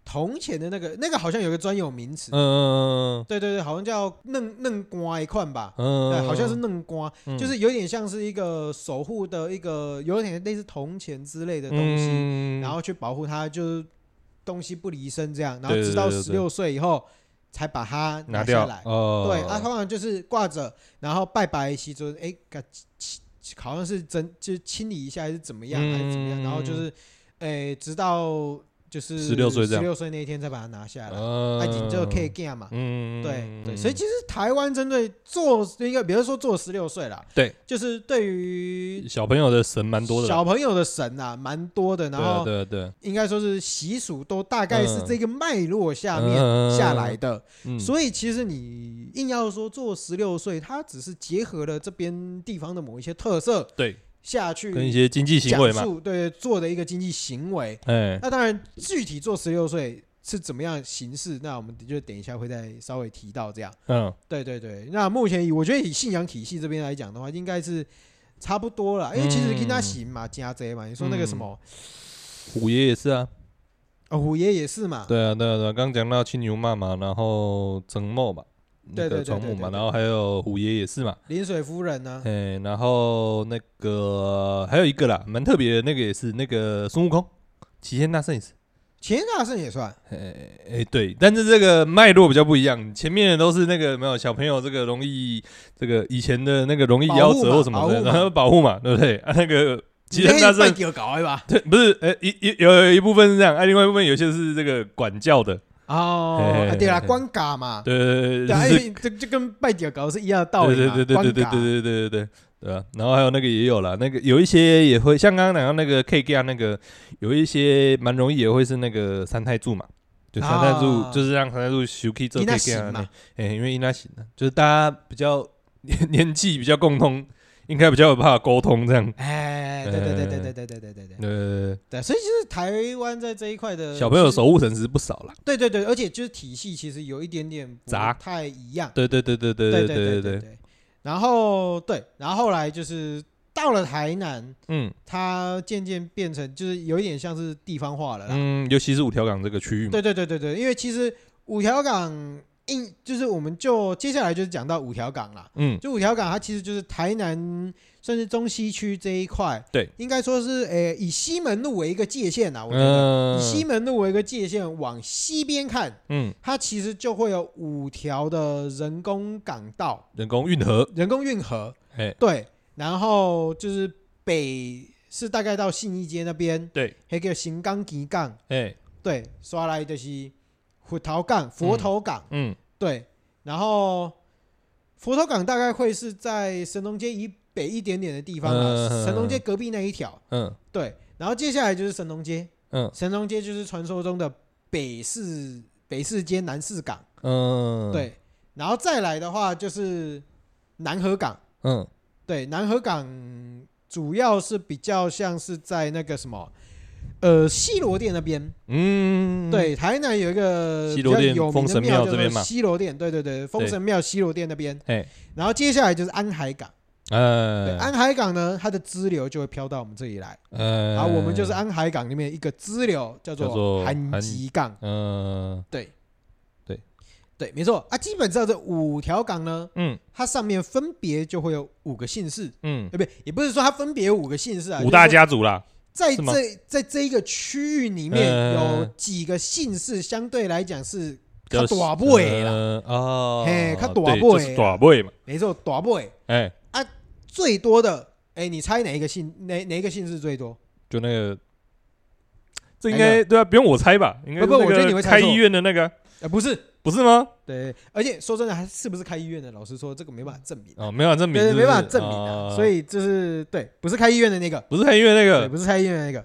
[SPEAKER 1] 铜钱的那个，那个好像有个专有名词。
[SPEAKER 2] 嗯
[SPEAKER 1] 对对对，好像叫嫩嫩瓜一块吧，
[SPEAKER 2] 嗯，
[SPEAKER 1] 对，好像是
[SPEAKER 2] 嗯
[SPEAKER 1] 嫩瓜，
[SPEAKER 2] 嗯
[SPEAKER 1] 就是有点像是一个守护的一个，有点类似铜钱之类的东西，
[SPEAKER 2] 嗯
[SPEAKER 1] 然后去保护它，就是东西不离身这样，然后
[SPEAKER 2] 对对
[SPEAKER 1] 直到
[SPEAKER 2] 对对
[SPEAKER 1] 十六岁以后才把它
[SPEAKER 2] 拿
[SPEAKER 1] 下
[SPEAKER 2] 掉
[SPEAKER 1] 来。
[SPEAKER 2] 哦，
[SPEAKER 1] 对，啊，通常就是挂着，然后拜拜其中，哎，给好像是整就清理一下还是怎么样，还是怎么样，然后就是，哎，直到就是
[SPEAKER 2] 16岁这样
[SPEAKER 1] 十六岁那一天再把它拿下来，
[SPEAKER 2] 嗯，
[SPEAKER 1] 那你就可以 g 嘛。
[SPEAKER 2] 嗯，嗯，
[SPEAKER 1] 对
[SPEAKER 2] 嗯
[SPEAKER 1] 对，所以其实台湾针对做应该，比如说做十六岁啦，
[SPEAKER 2] 对，
[SPEAKER 1] 就是对于
[SPEAKER 2] 小朋友的神蛮多的啦，
[SPEAKER 1] 小朋友的神啊，蛮多的，然
[SPEAKER 2] 对啊嗯
[SPEAKER 1] 后
[SPEAKER 2] 对啊对啊，
[SPEAKER 1] 应该说是习俗都大概是这个脉络
[SPEAKER 2] 嗯
[SPEAKER 1] 下面
[SPEAKER 2] 面
[SPEAKER 1] 下来，的，
[SPEAKER 2] 嗯
[SPEAKER 1] 所以其实你硬要说做十六岁，它只是结合了这边地方的某一些特色
[SPEAKER 2] 对，
[SPEAKER 1] 下去
[SPEAKER 2] 跟一些经济行为嘛
[SPEAKER 1] 讲，述对做的一个经济行为。
[SPEAKER 2] 哎，
[SPEAKER 1] 那当然，具体做十六岁是怎么样形式，那我们就等一下会再稍微提到这样。
[SPEAKER 2] 嗯，
[SPEAKER 1] 对对对，那目前以我觉得以信仰体系这边来讲的话，应该是差不多了，因为其实
[SPEAKER 2] 嗯
[SPEAKER 1] 跟他行嘛，加贼嘛，你说那个什么，
[SPEAKER 2] 虎爷也是啊，
[SPEAKER 1] 哦，虎爷也是嘛，
[SPEAKER 2] 对啊，对啊，对啊，刚讲到青牛妈嘛，然后曾茂嘛，那
[SPEAKER 1] 对对
[SPEAKER 2] 个
[SPEAKER 1] 对
[SPEAKER 2] 床
[SPEAKER 1] 对
[SPEAKER 2] 母
[SPEAKER 1] 对
[SPEAKER 2] 嘛，
[SPEAKER 1] 对
[SPEAKER 2] 然后还有虎爷也是嘛，
[SPEAKER 1] 临水夫人呢、
[SPEAKER 2] 哎，然后那个还有一个啦，蛮特别的，那个也是那个孙悟空，齐天大圣也是，
[SPEAKER 1] 钱大圣也算，
[SPEAKER 2] 哎，对，但是这个脉络比较不一样，前面的都是那个没有小朋友这个容易这个以前的那个容易夭折或什
[SPEAKER 1] 保护
[SPEAKER 2] 么的，
[SPEAKER 1] 嘛
[SPEAKER 2] 然后保护嘛，对不对？啊，那个齐天大圣。
[SPEAKER 1] 有搞吧？
[SPEAKER 2] 对，不是，呃，一一有有一部分是这样，啊，另外一部分有些是这个管教的，
[SPEAKER 1] 哦，
[SPEAKER 2] 嘿嘿嘿
[SPEAKER 1] 啊对啦，
[SPEAKER 2] 嘿
[SPEAKER 1] 关嘎嘛，
[SPEAKER 2] 对对对
[SPEAKER 1] 对啊，
[SPEAKER 2] 对，
[SPEAKER 1] 因
[SPEAKER 2] 就是
[SPEAKER 1] 为这这跟拜屌搞是一样的道理
[SPEAKER 2] 对
[SPEAKER 1] 嘛，
[SPEAKER 2] 对对对对对
[SPEAKER 1] 关嘎
[SPEAKER 2] 对对对对对对啊！然后还有那个也有啦，那个有一些也会像刚刚讲到那个 K G 啊，那个有一些蛮容易也会是那个三太柱嘛，就三太柱、
[SPEAKER 1] 啊
[SPEAKER 2] 就是让三太柱休 K 做
[SPEAKER 1] 伊
[SPEAKER 2] K
[SPEAKER 1] 那
[SPEAKER 2] G 啊
[SPEAKER 1] 行，嘛
[SPEAKER 2] 哎、因为伊那行啊，就是大家比较年纪比较共通，应该比较有办法沟通这样。
[SPEAKER 1] 哎，对对对对对对对对对对
[SPEAKER 2] 呃，
[SPEAKER 1] 对，所以就是台湾在这一块的
[SPEAKER 2] 小朋友
[SPEAKER 1] 其实
[SPEAKER 2] 守护神是不少啦。
[SPEAKER 1] 对对对，而且就是体系其实有一点点不
[SPEAKER 2] 杂
[SPEAKER 1] 太一样，
[SPEAKER 2] 对对对对对
[SPEAKER 1] 对
[SPEAKER 2] 对
[SPEAKER 1] 对
[SPEAKER 2] 对，
[SPEAKER 1] 对。然后对，然后后来就是到了台南，
[SPEAKER 2] 嗯
[SPEAKER 1] 它渐渐变成就是有一点像是地方化了啦。
[SPEAKER 2] 嗯，尤其是五条港这个区域嘛，
[SPEAKER 1] 对对对对对，因为其实五条港应就是我们就接下来就是讲到五条港啦。
[SPEAKER 2] 嗯
[SPEAKER 1] 就五条港，它其实就是台南算是中西区这一块，
[SPEAKER 2] 对，
[SPEAKER 1] 应该说是诶、以西门路为一个界限啦，我觉得、
[SPEAKER 2] 嗯
[SPEAKER 1] 以西门路为一个界限往西边看，
[SPEAKER 2] 嗯
[SPEAKER 1] 它其实就会有五条的人工港道、
[SPEAKER 2] 人工运河，
[SPEAKER 1] 人工运河，
[SPEAKER 2] 哎
[SPEAKER 1] 对，然后就是北是大概到信义街那边，
[SPEAKER 2] 对，
[SPEAKER 1] 还有新港基港，
[SPEAKER 2] 哎
[SPEAKER 1] 对，刷来就是虎头港、佛头港，
[SPEAKER 2] 嗯
[SPEAKER 1] 对，然后佛头港大概会是在神农街以北一点点的地方啊，
[SPEAKER 2] 嗯
[SPEAKER 1] 神农街隔壁那一条，
[SPEAKER 2] 嗯
[SPEAKER 1] 对，然后接下来就是神农街，
[SPEAKER 2] 嗯
[SPEAKER 1] 神农街就是传说中的北市北市街、南市港，
[SPEAKER 2] 嗯，，
[SPEAKER 1] 对，然后再来的话就是南河港，
[SPEAKER 2] 嗯
[SPEAKER 1] 对，南河港主要是比较像是在那个什么，呃，西罗店那边。
[SPEAKER 2] 嗯，
[SPEAKER 1] 对，台南有一个
[SPEAKER 2] 西
[SPEAKER 1] 比
[SPEAKER 2] 罗
[SPEAKER 1] 较
[SPEAKER 2] 店
[SPEAKER 1] 有名
[SPEAKER 2] 封
[SPEAKER 1] 的
[SPEAKER 2] 神庙
[SPEAKER 1] 庙叫
[SPEAKER 2] 这边
[SPEAKER 1] 做
[SPEAKER 2] 嘛
[SPEAKER 1] 西罗殿，对对对，封
[SPEAKER 2] 对
[SPEAKER 1] 神庙西罗殿那边。
[SPEAKER 2] 哎，
[SPEAKER 1] 然后接下来就是安海港，对，
[SPEAKER 2] 呃
[SPEAKER 1] 安海港呢，它的支流就会飘到我们这里来，
[SPEAKER 2] 呃，
[SPEAKER 1] 然后我们就是安海港里面一个支流叫
[SPEAKER 2] 叫做
[SPEAKER 1] 做
[SPEAKER 2] 韩
[SPEAKER 1] 韩吉港，
[SPEAKER 2] 嗯
[SPEAKER 1] 对，
[SPEAKER 2] 对，
[SPEAKER 1] 对，没错啊。基本上这五条港呢，
[SPEAKER 2] 嗯
[SPEAKER 1] 它上面分别就会有五个姓氏，
[SPEAKER 2] 嗯
[SPEAKER 1] 对，不对？也不是说它分别有五个姓氏啊，
[SPEAKER 2] 五大
[SPEAKER 1] 就是说
[SPEAKER 2] 家族啦，
[SPEAKER 1] 在
[SPEAKER 2] 是吗
[SPEAKER 1] 这在这一个区域里面
[SPEAKER 2] 嗯
[SPEAKER 1] 有几个姓氏，相对来讲是
[SPEAKER 2] 比较
[SPEAKER 1] 较大尾啦
[SPEAKER 2] 呃哦，
[SPEAKER 1] 嘿较大
[SPEAKER 2] 对
[SPEAKER 1] 尾
[SPEAKER 2] 就是大尾嘛，
[SPEAKER 1] 没错，大 boy
[SPEAKER 2] 哎，
[SPEAKER 1] 最多的，哎、你猜哪一个姓哪哪一个姓氏最多？
[SPEAKER 2] 就那个，这应
[SPEAKER 1] 哪
[SPEAKER 2] 该对啊，不用我猜吧？应该
[SPEAKER 1] 哎不不
[SPEAKER 2] 是那
[SPEAKER 1] 我觉得
[SPEAKER 2] 个
[SPEAKER 1] 你会猜
[SPEAKER 2] 开
[SPEAKER 1] 错
[SPEAKER 2] 医院的那个，
[SPEAKER 1] 呃，不是，
[SPEAKER 2] 不是吗？
[SPEAKER 1] 对，而且说真的，还是不是开医院的？老实说，这个没办法证明，
[SPEAKER 2] 哦，没办法证明，
[SPEAKER 1] 对，
[SPEAKER 2] 是不
[SPEAKER 1] 没
[SPEAKER 2] 是
[SPEAKER 1] 办法证明啊。
[SPEAKER 2] 哦
[SPEAKER 1] 所以就是对，不是开医院的那个，
[SPEAKER 2] 不是开医院那
[SPEAKER 1] 对，
[SPEAKER 2] 个，
[SPEAKER 1] 不是开医院的那个，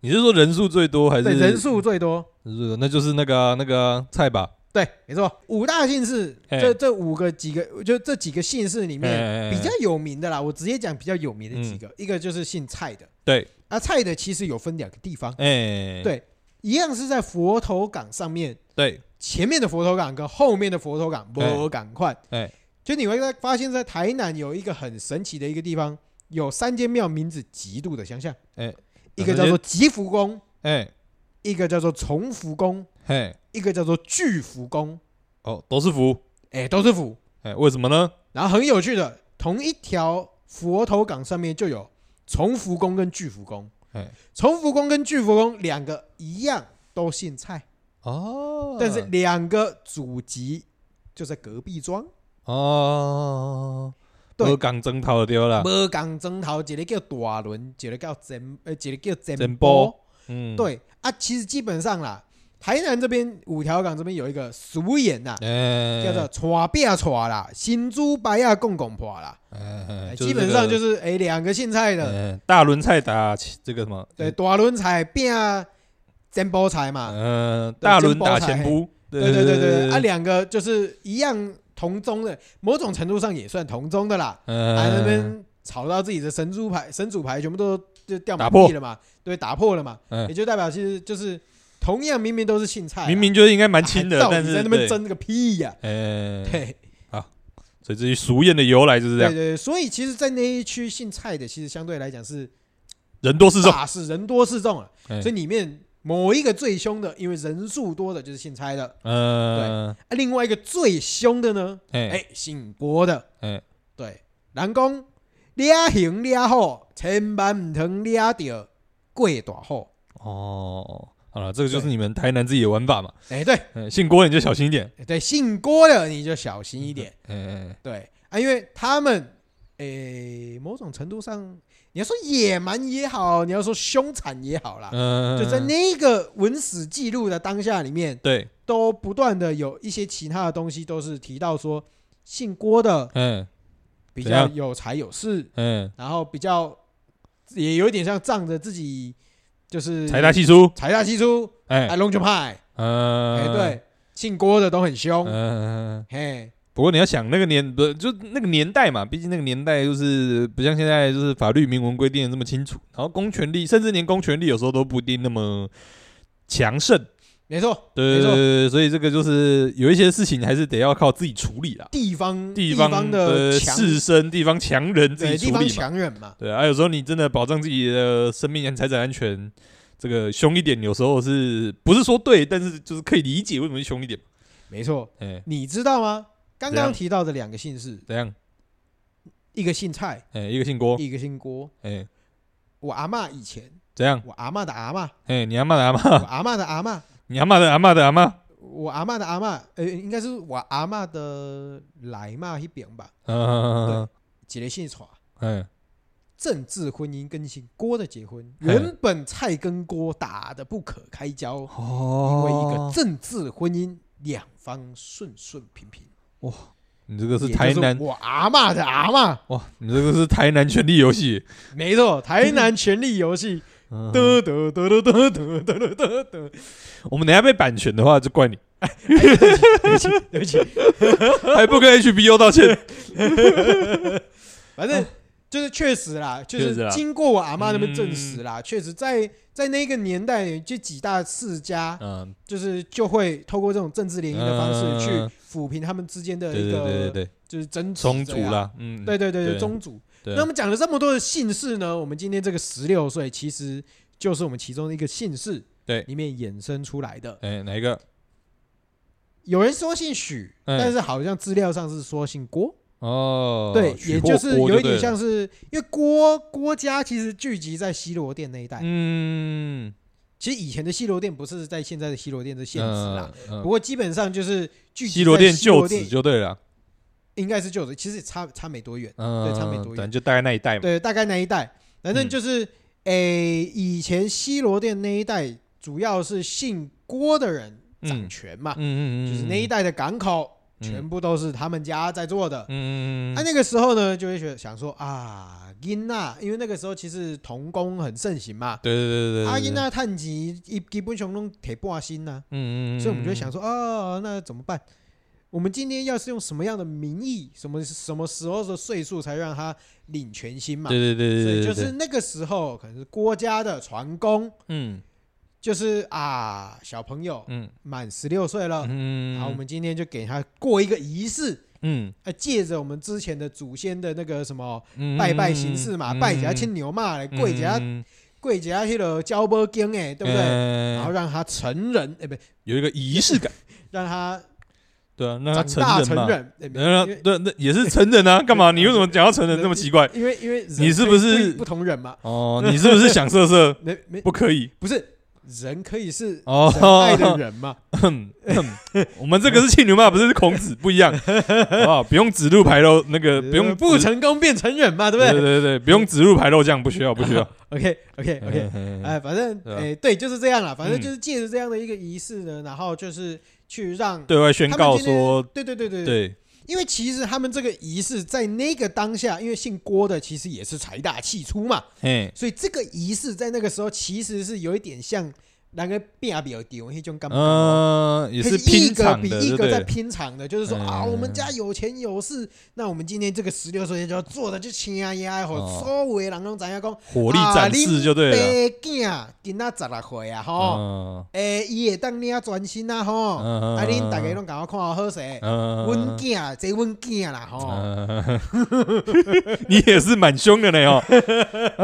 [SPEAKER 2] 你是说人数最多还是
[SPEAKER 1] 对，人数最多。
[SPEAKER 2] 人数最多？那就是那个啊那个啊菜吧？
[SPEAKER 1] 对，没错，五大姓氏，
[SPEAKER 2] 嘿
[SPEAKER 1] 这这五个几个，就这几个姓氏里面
[SPEAKER 2] 哎哎哎
[SPEAKER 1] 比较有名的啦，我直接讲比较有名的
[SPEAKER 2] 嗯
[SPEAKER 1] 几个，一个就是姓蔡的，
[SPEAKER 2] 对，
[SPEAKER 1] 啊，蔡的其实有分两个地方，
[SPEAKER 2] 哎，
[SPEAKER 1] 对一样是在佛头港上面，
[SPEAKER 2] 对，
[SPEAKER 1] 前面的佛头港跟后面的佛头港
[SPEAKER 2] 哎
[SPEAKER 1] 不赶快，
[SPEAKER 2] 哎，
[SPEAKER 1] 就你会在发现，在台南有一个很神奇的一个地方，有三间庙名字极度的相像，
[SPEAKER 2] 哎，
[SPEAKER 1] 一个叫做吉福宫，
[SPEAKER 2] 哎
[SPEAKER 1] 一个叫做崇福宫，
[SPEAKER 2] 嘿，
[SPEAKER 1] 一个叫做巨福宫，
[SPEAKER 2] 哦，都是福，
[SPEAKER 1] 哎，都是福。
[SPEAKER 2] 哎，为什么呢？
[SPEAKER 1] 然后很有趣的，同一条佛头港上面就有崇福宫跟巨福宫
[SPEAKER 2] 哎。
[SPEAKER 1] 崇福宫跟巨福宫两个一样都姓蔡，
[SPEAKER 2] 哦，
[SPEAKER 1] 但是两个祖籍就在隔壁庄。
[SPEAKER 2] 哦，
[SPEAKER 1] 对
[SPEAKER 2] 无港征讨丢啦，
[SPEAKER 1] 无共争头，一个叫大轮，一个叫真，呃，一个叫真
[SPEAKER 2] 真
[SPEAKER 1] 波
[SPEAKER 2] 波。嗯，，
[SPEAKER 1] 对啊，其实基本上啦，台南这边五条港这边有一个俗谚呐，
[SPEAKER 2] 哎，
[SPEAKER 1] 叫做“传变传啦，新珠白亚共共破啦”。
[SPEAKER 2] 哎，
[SPEAKER 1] 哎
[SPEAKER 2] 就是
[SPEAKER 1] 基本上就
[SPEAKER 2] 这个
[SPEAKER 1] 是哎，两个姓蔡的，
[SPEAKER 2] 嗯，大轮菜打起这个什么？
[SPEAKER 1] 对，大轮菜变真波菜嘛。
[SPEAKER 2] 嗯，大轮打
[SPEAKER 1] 对
[SPEAKER 2] 前夫。
[SPEAKER 1] 对对对对，啊，两个就是一样同宗的，某种程度上也算同宗的啦。
[SPEAKER 2] 嗯，
[SPEAKER 1] 啊，那边吵到自己的神猪牌、神主牌全部都就掉满
[SPEAKER 2] 打破
[SPEAKER 1] 地了嘛，对，打破了嘛，
[SPEAKER 2] 嗯
[SPEAKER 1] 也就代表其实就是同样明明都是姓蔡啊，
[SPEAKER 2] 呃明明就是应该蛮亲
[SPEAKER 1] 啊
[SPEAKER 2] 的
[SPEAKER 1] 还，到底
[SPEAKER 2] 但是
[SPEAKER 1] 在那边，争个屁呀、
[SPEAKER 2] 对哎，
[SPEAKER 1] 对
[SPEAKER 2] 所以至于俗谚的由来就是这
[SPEAKER 1] 对对
[SPEAKER 2] 样，
[SPEAKER 1] 对，所以其实，在那一区姓蔡的，其实相对来讲是
[SPEAKER 2] 人多势众，
[SPEAKER 1] 大是人多势众了，
[SPEAKER 2] 哎
[SPEAKER 1] 所以里面某一个最凶的，因为人数多的就是姓蔡的，
[SPEAKER 2] 嗯，
[SPEAKER 1] 啊，另外一个最凶的呢，
[SPEAKER 2] 哎
[SPEAKER 1] 哎，姓郭的，
[SPEAKER 2] 哎，
[SPEAKER 1] 对，人讲俩行俩好，千万唔通俩着过大好。
[SPEAKER 2] 哦，好了，这个就是你们台南自己的玩法嘛，
[SPEAKER 1] 哎、对
[SPEAKER 2] 嗯，姓郭你就小心一点，
[SPEAKER 1] 对，姓郭的你就小心一点，
[SPEAKER 2] 哎，
[SPEAKER 1] 对啊，因为他们，哎、某种程度上，你要说野蛮也好，你要说凶残也好啦，
[SPEAKER 2] 嗯，
[SPEAKER 1] 就在那个文史记录的当下里面，
[SPEAKER 2] 对，
[SPEAKER 1] 都不断的有一些其他的东西都是提到说，姓郭的
[SPEAKER 2] 嗯
[SPEAKER 1] 比
[SPEAKER 2] 怎
[SPEAKER 1] 较
[SPEAKER 2] 样
[SPEAKER 1] 有才有势，
[SPEAKER 2] 嗯，
[SPEAKER 1] 然后比较也有一点像仗着自己就是
[SPEAKER 2] 财大气粗，
[SPEAKER 1] 财大气粗，
[SPEAKER 2] 哎
[SPEAKER 1] 哎，，龙泉派，
[SPEAKER 2] 嗯，
[SPEAKER 1] 哎，，对，姓郭的都很凶，
[SPEAKER 2] 嗯。
[SPEAKER 1] 嘿，
[SPEAKER 2] 不过你要想那个年，不就那个年代嘛？毕竟那个年代就是不像现在，就是法律明文规定的这么清楚。然后公权力，甚至连公权力有时候都不一定那么强盛。
[SPEAKER 1] 没错，
[SPEAKER 2] 对
[SPEAKER 1] 没
[SPEAKER 2] 对
[SPEAKER 1] 错
[SPEAKER 2] 对，对，所以这个就是有一些事情还是得要靠自己处理啦。
[SPEAKER 1] 地方
[SPEAKER 2] 地
[SPEAKER 1] 方
[SPEAKER 2] 的
[SPEAKER 1] 的强
[SPEAKER 2] 士绅，地方强人自
[SPEAKER 1] 对
[SPEAKER 2] 己
[SPEAKER 1] 地
[SPEAKER 2] 处
[SPEAKER 1] 方
[SPEAKER 2] 理嘛。
[SPEAKER 1] 强人嘛，
[SPEAKER 2] 对啊，有时候你真的保障自己的生命和财产安全，这个凶一点，有时候是不是说对，但是就是可以理解为什么是凶一点。
[SPEAKER 1] 没错，
[SPEAKER 2] 哎，
[SPEAKER 1] 你知道吗？刚
[SPEAKER 2] 怎
[SPEAKER 1] 刚
[SPEAKER 2] 样
[SPEAKER 1] 提到的两个姓氏，
[SPEAKER 2] 怎样？
[SPEAKER 1] 一个姓蔡，
[SPEAKER 2] 哎，一个姓郭，
[SPEAKER 1] 一个姓郭。
[SPEAKER 2] 哎，
[SPEAKER 1] 我阿嬷以前，
[SPEAKER 2] 怎样？
[SPEAKER 1] 我阿嬷的阿嬷，
[SPEAKER 2] 哎，你阿妈的阿妈。
[SPEAKER 1] 我阿嬷的阿嬷，
[SPEAKER 2] 你阿妈的阿妈的阿妈，
[SPEAKER 1] 我阿嬷的阿嬷，呃，应该是我阿嬷的来嘛一边吧，
[SPEAKER 2] 嗯，
[SPEAKER 1] 一个姓蔡。
[SPEAKER 2] 嗯，
[SPEAKER 1] 政治婚姻跟姓郭的结婚，
[SPEAKER 2] 嘿
[SPEAKER 1] 原本蔡跟郭打得不可开交，因为一个
[SPEAKER 2] 哦，
[SPEAKER 1] 政治婚姻，两方顺顺平平。
[SPEAKER 2] 你这个是
[SPEAKER 1] 也就
[SPEAKER 2] 台南
[SPEAKER 1] 我阿嬷的阿嬷，
[SPEAKER 2] 哇，你这个是台南权力游戏，
[SPEAKER 1] 没错，台南权力游戏，
[SPEAKER 2] 嗯
[SPEAKER 1] 得得得得得得得得得，
[SPEAKER 2] 我们等一下被版权的话就怪你，
[SPEAKER 1] 对不起对不起，
[SPEAKER 2] 还不跟 HBO 道歉，
[SPEAKER 1] 反正就是确实啦，就
[SPEAKER 2] 确实
[SPEAKER 1] 是
[SPEAKER 2] 啦嗯
[SPEAKER 1] 经过我阿嬷那边证实啦，确实在在那个年代，就几大世家
[SPEAKER 2] 嗯，
[SPEAKER 1] 就是就会透过这种政治联姻的方式
[SPEAKER 2] 嗯
[SPEAKER 1] 去抚平他们之间的
[SPEAKER 2] 对
[SPEAKER 1] 一
[SPEAKER 2] 对对对
[SPEAKER 1] 个
[SPEAKER 2] 对，
[SPEAKER 1] 就是争执
[SPEAKER 2] 充足
[SPEAKER 1] 这样。
[SPEAKER 2] 啦，嗯，
[SPEAKER 1] 对对对对，
[SPEAKER 2] 对
[SPEAKER 1] 宗族。
[SPEAKER 2] 对啊
[SPEAKER 1] 那我们讲了这么多的姓氏呢，我们今天这个十六岁其实就是我们其中的一个姓氏，
[SPEAKER 2] 对
[SPEAKER 1] 里面衍生出来的。
[SPEAKER 2] 哎，哪一个？
[SPEAKER 1] 有人说姓许，
[SPEAKER 2] 嗯
[SPEAKER 1] 但是好像资料上是说姓郭，
[SPEAKER 2] 哦，
[SPEAKER 1] 对，
[SPEAKER 2] 许
[SPEAKER 1] 也
[SPEAKER 2] 或
[SPEAKER 1] 就是
[SPEAKER 2] 郭
[SPEAKER 1] 有一
[SPEAKER 2] 对
[SPEAKER 1] 点
[SPEAKER 2] 了
[SPEAKER 1] 像，是因为郭郭家其实聚集在西罗店那一带，
[SPEAKER 2] 嗯，
[SPEAKER 1] 其实以前的西罗店不是在现在的西罗店的限制啦，
[SPEAKER 2] 嗯嗯
[SPEAKER 1] 不过基本上就是聚集
[SPEAKER 2] 西罗店
[SPEAKER 1] 在西罗
[SPEAKER 2] 就址就对了，
[SPEAKER 1] 应该是旧址，其实差差没多远，
[SPEAKER 2] 嗯，
[SPEAKER 1] 对差没多远
[SPEAKER 2] 反正就大概那一带嘛。
[SPEAKER 1] 对，大概那一带，反
[SPEAKER 2] 嗯
[SPEAKER 1] 正就是诶、以前西罗店那一带主要是姓郭的人掌权嘛，
[SPEAKER 2] 嗯嗯嗯，
[SPEAKER 1] 啊就是那一带的港口
[SPEAKER 2] 嗯
[SPEAKER 1] 全部都是他们家在做的。
[SPEAKER 2] 嗯，嗯嗯嗯，
[SPEAKER 1] 那、那个时候呢，就会觉得想说啊，英娜，因为那个时候其实童工很盛行嘛，
[SPEAKER 2] 对对对对对，
[SPEAKER 1] 啊，
[SPEAKER 2] 对
[SPEAKER 1] 英，娜探级一基本上拢铁半薪呐、
[SPEAKER 2] 嗯嗯嗯，
[SPEAKER 1] 所以我们就会想说，哦，那怎么办？我们今天要是用什么样的名义，什么什么时候的岁数才让他领全薪嘛？
[SPEAKER 2] 对，对对对
[SPEAKER 1] 所
[SPEAKER 2] 对
[SPEAKER 1] 以
[SPEAKER 2] 对，
[SPEAKER 1] 就是那个时候，可能是郭家的船工，
[SPEAKER 2] 嗯
[SPEAKER 1] 就是啊，小朋友
[SPEAKER 2] 嗯
[SPEAKER 1] 满十六岁了，呃
[SPEAKER 2] 嗯，
[SPEAKER 1] 然后我们今天就给他过一个仪式，
[SPEAKER 2] 嗯
[SPEAKER 1] 啊，借着我们之前的祖先的那个什么
[SPEAKER 2] 嗯
[SPEAKER 1] 拜拜形式嘛，拜一下青牛嘛，来跪一下跪一下迄个交波经哎，对不对？
[SPEAKER 2] 对
[SPEAKER 1] 然后让他成人，哎，不，
[SPEAKER 2] 嗯有一个仪式感，
[SPEAKER 1] 让他
[SPEAKER 2] 对啊，那他
[SPEAKER 1] 长大
[SPEAKER 2] 人
[SPEAKER 1] 成
[SPEAKER 2] 嘛，
[SPEAKER 1] 人，哎
[SPEAKER 2] 然后
[SPEAKER 1] 因为
[SPEAKER 2] 对，那也是成人啊，干嘛？你为什么讲到成人那么奇怪？
[SPEAKER 1] 因为因为人
[SPEAKER 2] 你是
[SPEAKER 1] 可以
[SPEAKER 2] 不是
[SPEAKER 1] 不同人嘛？
[SPEAKER 2] 哦，你是不是想色色？
[SPEAKER 1] 没没
[SPEAKER 2] 不可以
[SPEAKER 1] 不是人可以是人
[SPEAKER 2] 哦
[SPEAKER 1] 爱的人嘛？
[SPEAKER 2] 哼哼嗯我们这个是庆牛嘛，不是孔子，不一样啊，不用指鹿排肉，那个不 用
[SPEAKER 1] 不
[SPEAKER 2] 指
[SPEAKER 1] 成功便成人嘛，对不
[SPEAKER 2] 对
[SPEAKER 1] 对
[SPEAKER 2] 对对，不用指鹿排肉酱，不需要不需要。
[SPEAKER 1] ？OK OK OK，
[SPEAKER 2] OK，
[SPEAKER 1] 哎，反正
[SPEAKER 2] 对啊
[SPEAKER 1] 哎对，就是这样啦。反正
[SPEAKER 2] 嗯
[SPEAKER 1] 就是借着这样的一个仪式呢，然后就是去让
[SPEAKER 2] 对外宣告说，
[SPEAKER 1] 对对对对，
[SPEAKER 2] 对，
[SPEAKER 1] 因为其实他们这个仪式在那个当下，因为姓郭的其实也是财大气粗嘛，
[SPEAKER 2] 嘿，
[SPEAKER 1] 所以这个仪式在那个时候其实是有一点像那个变啊变啊丢那种感觉。
[SPEAKER 2] 嗯，也是
[SPEAKER 1] 一
[SPEAKER 2] 拼
[SPEAKER 1] 个
[SPEAKER 2] 场
[SPEAKER 1] 比
[SPEAKER 2] 的，
[SPEAKER 1] 一
[SPEAKER 2] 对
[SPEAKER 1] 个
[SPEAKER 2] 对
[SPEAKER 1] 在
[SPEAKER 2] 了？
[SPEAKER 1] 拼场的，就是说啊，
[SPEAKER 2] 嗯
[SPEAKER 1] 我们家有钱有势，那我们今天这个十六岁就要做的就轻啊呀，吼，
[SPEAKER 2] 哦
[SPEAKER 1] 所有的人拢知影讲，
[SPEAKER 2] 火力展示就对了。
[SPEAKER 1] 白囝今仔十六岁啊，吼，
[SPEAKER 2] 嗯
[SPEAKER 1] 诶，伊会当领专心啊，吼，
[SPEAKER 2] 嗯嗯
[SPEAKER 1] 啊，恁
[SPEAKER 2] 嗯
[SPEAKER 1] 大家拢甲我看好好势，
[SPEAKER 2] 嗯
[SPEAKER 1] 阮囝这阮囝啦，吼，
[SPEAKER 2] 嗯你也是蛮凶的呢哦。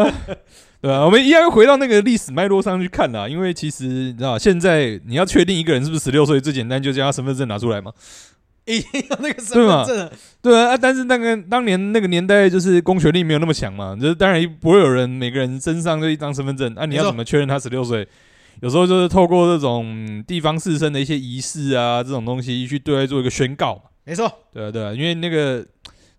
[SPEAKER 2] 对啊，我们一样回到那个历史脉络上去看啦，因为其实你知道，现在你要确定一个人是不是十六岁，最简单就将他身份证拿出来嘛。
[SPEAKER 1] 已经有 那个身份证了，
[SPEAKER 2] 对啊，啊但是那个当年那个年代，就是公权力没有那么强嘛，就是当然不会有人每个人身上就一张身份证，啊，你
[SPEAKER 1] 没
[SPEAKER 2] 要
[SPEAKER 1] 错
[SPEAKER 2] 怎么确认他十六岁？有时候就是透过这种嗯地方士绅的一些仪式啊，这种东西去对外做一个宣告嘛。
[SPEAKER 1] 没错，
[SPEAKER 2] 对啊，对啊，因为那个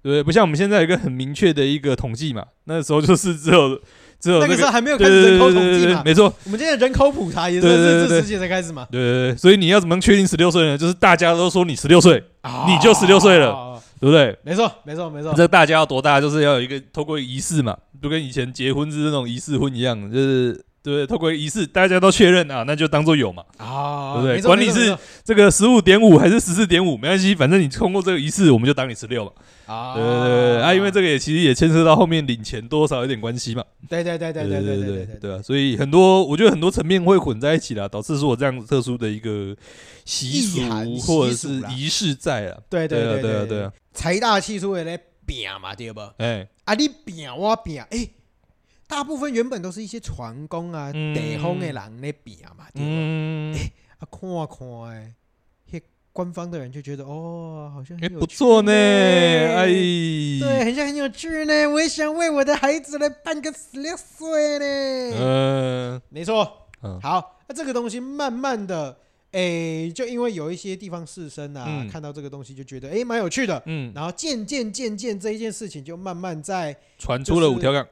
[SPEAKER 2] 对，不像我们现在有一个很明确的一个统计嘛，那时候就是 只有只有
[SPEAKER 1] 那
[SPEAKER 2] 那
[SPEAKER 1] 个时候还没有开
[SPEAKER 2] 对
[SPEAKER 1] 始
[SPEAKER 2] 对
[SPEAKER 1] 人口
[SPEAKER 2] 对
[SPEAKER 1] 统
[SPEAKER 2] 对
[SPEAKER 1] 计
[SPEAKER 2] 对
[SPEAKER 1] 嘛
[SPEAKER 2] 对，，没错，
[SPEAKER 1] 我们今天人口普查也是
[SPEAKER 2] 对对
[SPEAKER 1] 这
[SPEAKER 2] 对
[SPEAKER 1] 这
[SPEAKER 2] 对
[SPEAKER 1] 世界才开始嘛，
[SPEAKER 2] 对对对，所以你要怎么确定十六岁呢？就是大家都说你十六岁，你就
[SPEAKER 1] 啊
[SPEAKER 2] 16岁了，对不对？
[SPEAKER 1] 没错没错没错，
[SPEAKER 2] 这大家要多大，就是要有一个透过仪式嘛，就跟以前结婚是那种仪式婚一样，就是。对不对，透过仪式，大家都确认啊，那就当做有嘛。
[SPEAKER 1] 啊，
[SPEAKER 2] 对不对
[SPEAKER 1] 没错
[SPEAKER 2] 管你
[SPEAKER 1] 没错
[SPEAKER 2] 是
[SPEAKER 1] 没错
[SPEAKER 2] 这个十五点五还是十四点五，没关系，反正你通过这个仪式，我们就当你十六嘛。
[SPEAKER 1] 啊，
[SPEAKER 2] 对对对对啊，因为这个也其实也牵涉到后面领钱多少有点关系嘛。
[SPEAKER 1] 对对对对对对
[SPEAKER 2] 对对
[SPEAKER 1] 对对
[SPEAKER 2] 对啊，所以很多我觉得很多层面会混在一起啦，导致是我这样特殊的一个习俗
[SPEAKER 1] 意涵
[SPEAKER 2] 或者
[SPEAKER 1] 习俗
[SPEAKER 2] 是
[SPEAKER 1] 啦
[SPEAKER 2] 仪式在啊。
[SPEAKER 1] 对对
[SPEAKER 2] 啊对啊
[SPEAKER 1] 对
[SPEAKER 2] 对啊，，
[SPEAKER 1] 财大气粗的咧拼嘛，对不？
[SPEAKER 2] 哎，
[SPEAKER 1] 啊，你拼我拼，哎，大部分原本都是一些船工啊、
[SPEAKER 2] 嗯
[SPEAKER 1] 地方的人咧拼嘛，对不？
[SPEAKER 2] 嗯，
[SPEAKER 1] 啊，看啊看诶，迄官方的人就觉得哦，好像
[SPEAKER 2] 哎
[SPEAKER 1] 很有
[SPEAKER 2] 不错呢，
[SPEAKER 1] 趣
[SPEAKER 2] 哎，
[SPEAKER 1] 对，很像很有趣呢。我也想为我的孩子来办个十六岁呢。
[SPEAKER 2] 嗯
[SPEAKER 1] 没错，
[SPEAKER 2] 嗯
[SPEAKER 1] 好，那这个东西慢慢的，诶、就因为有一些地方士绅啊，
[SPEAKER 2] 嗯
[SPEAKER 1] 看到这个东西就觉得，诶，蛮有趣的。
[SPEAKER 2] 嗯，
[SPEAKER 1] 然后渐渐渐渐这一件事情就慢慢在
[SPEAKER 2] 传出了五条杠，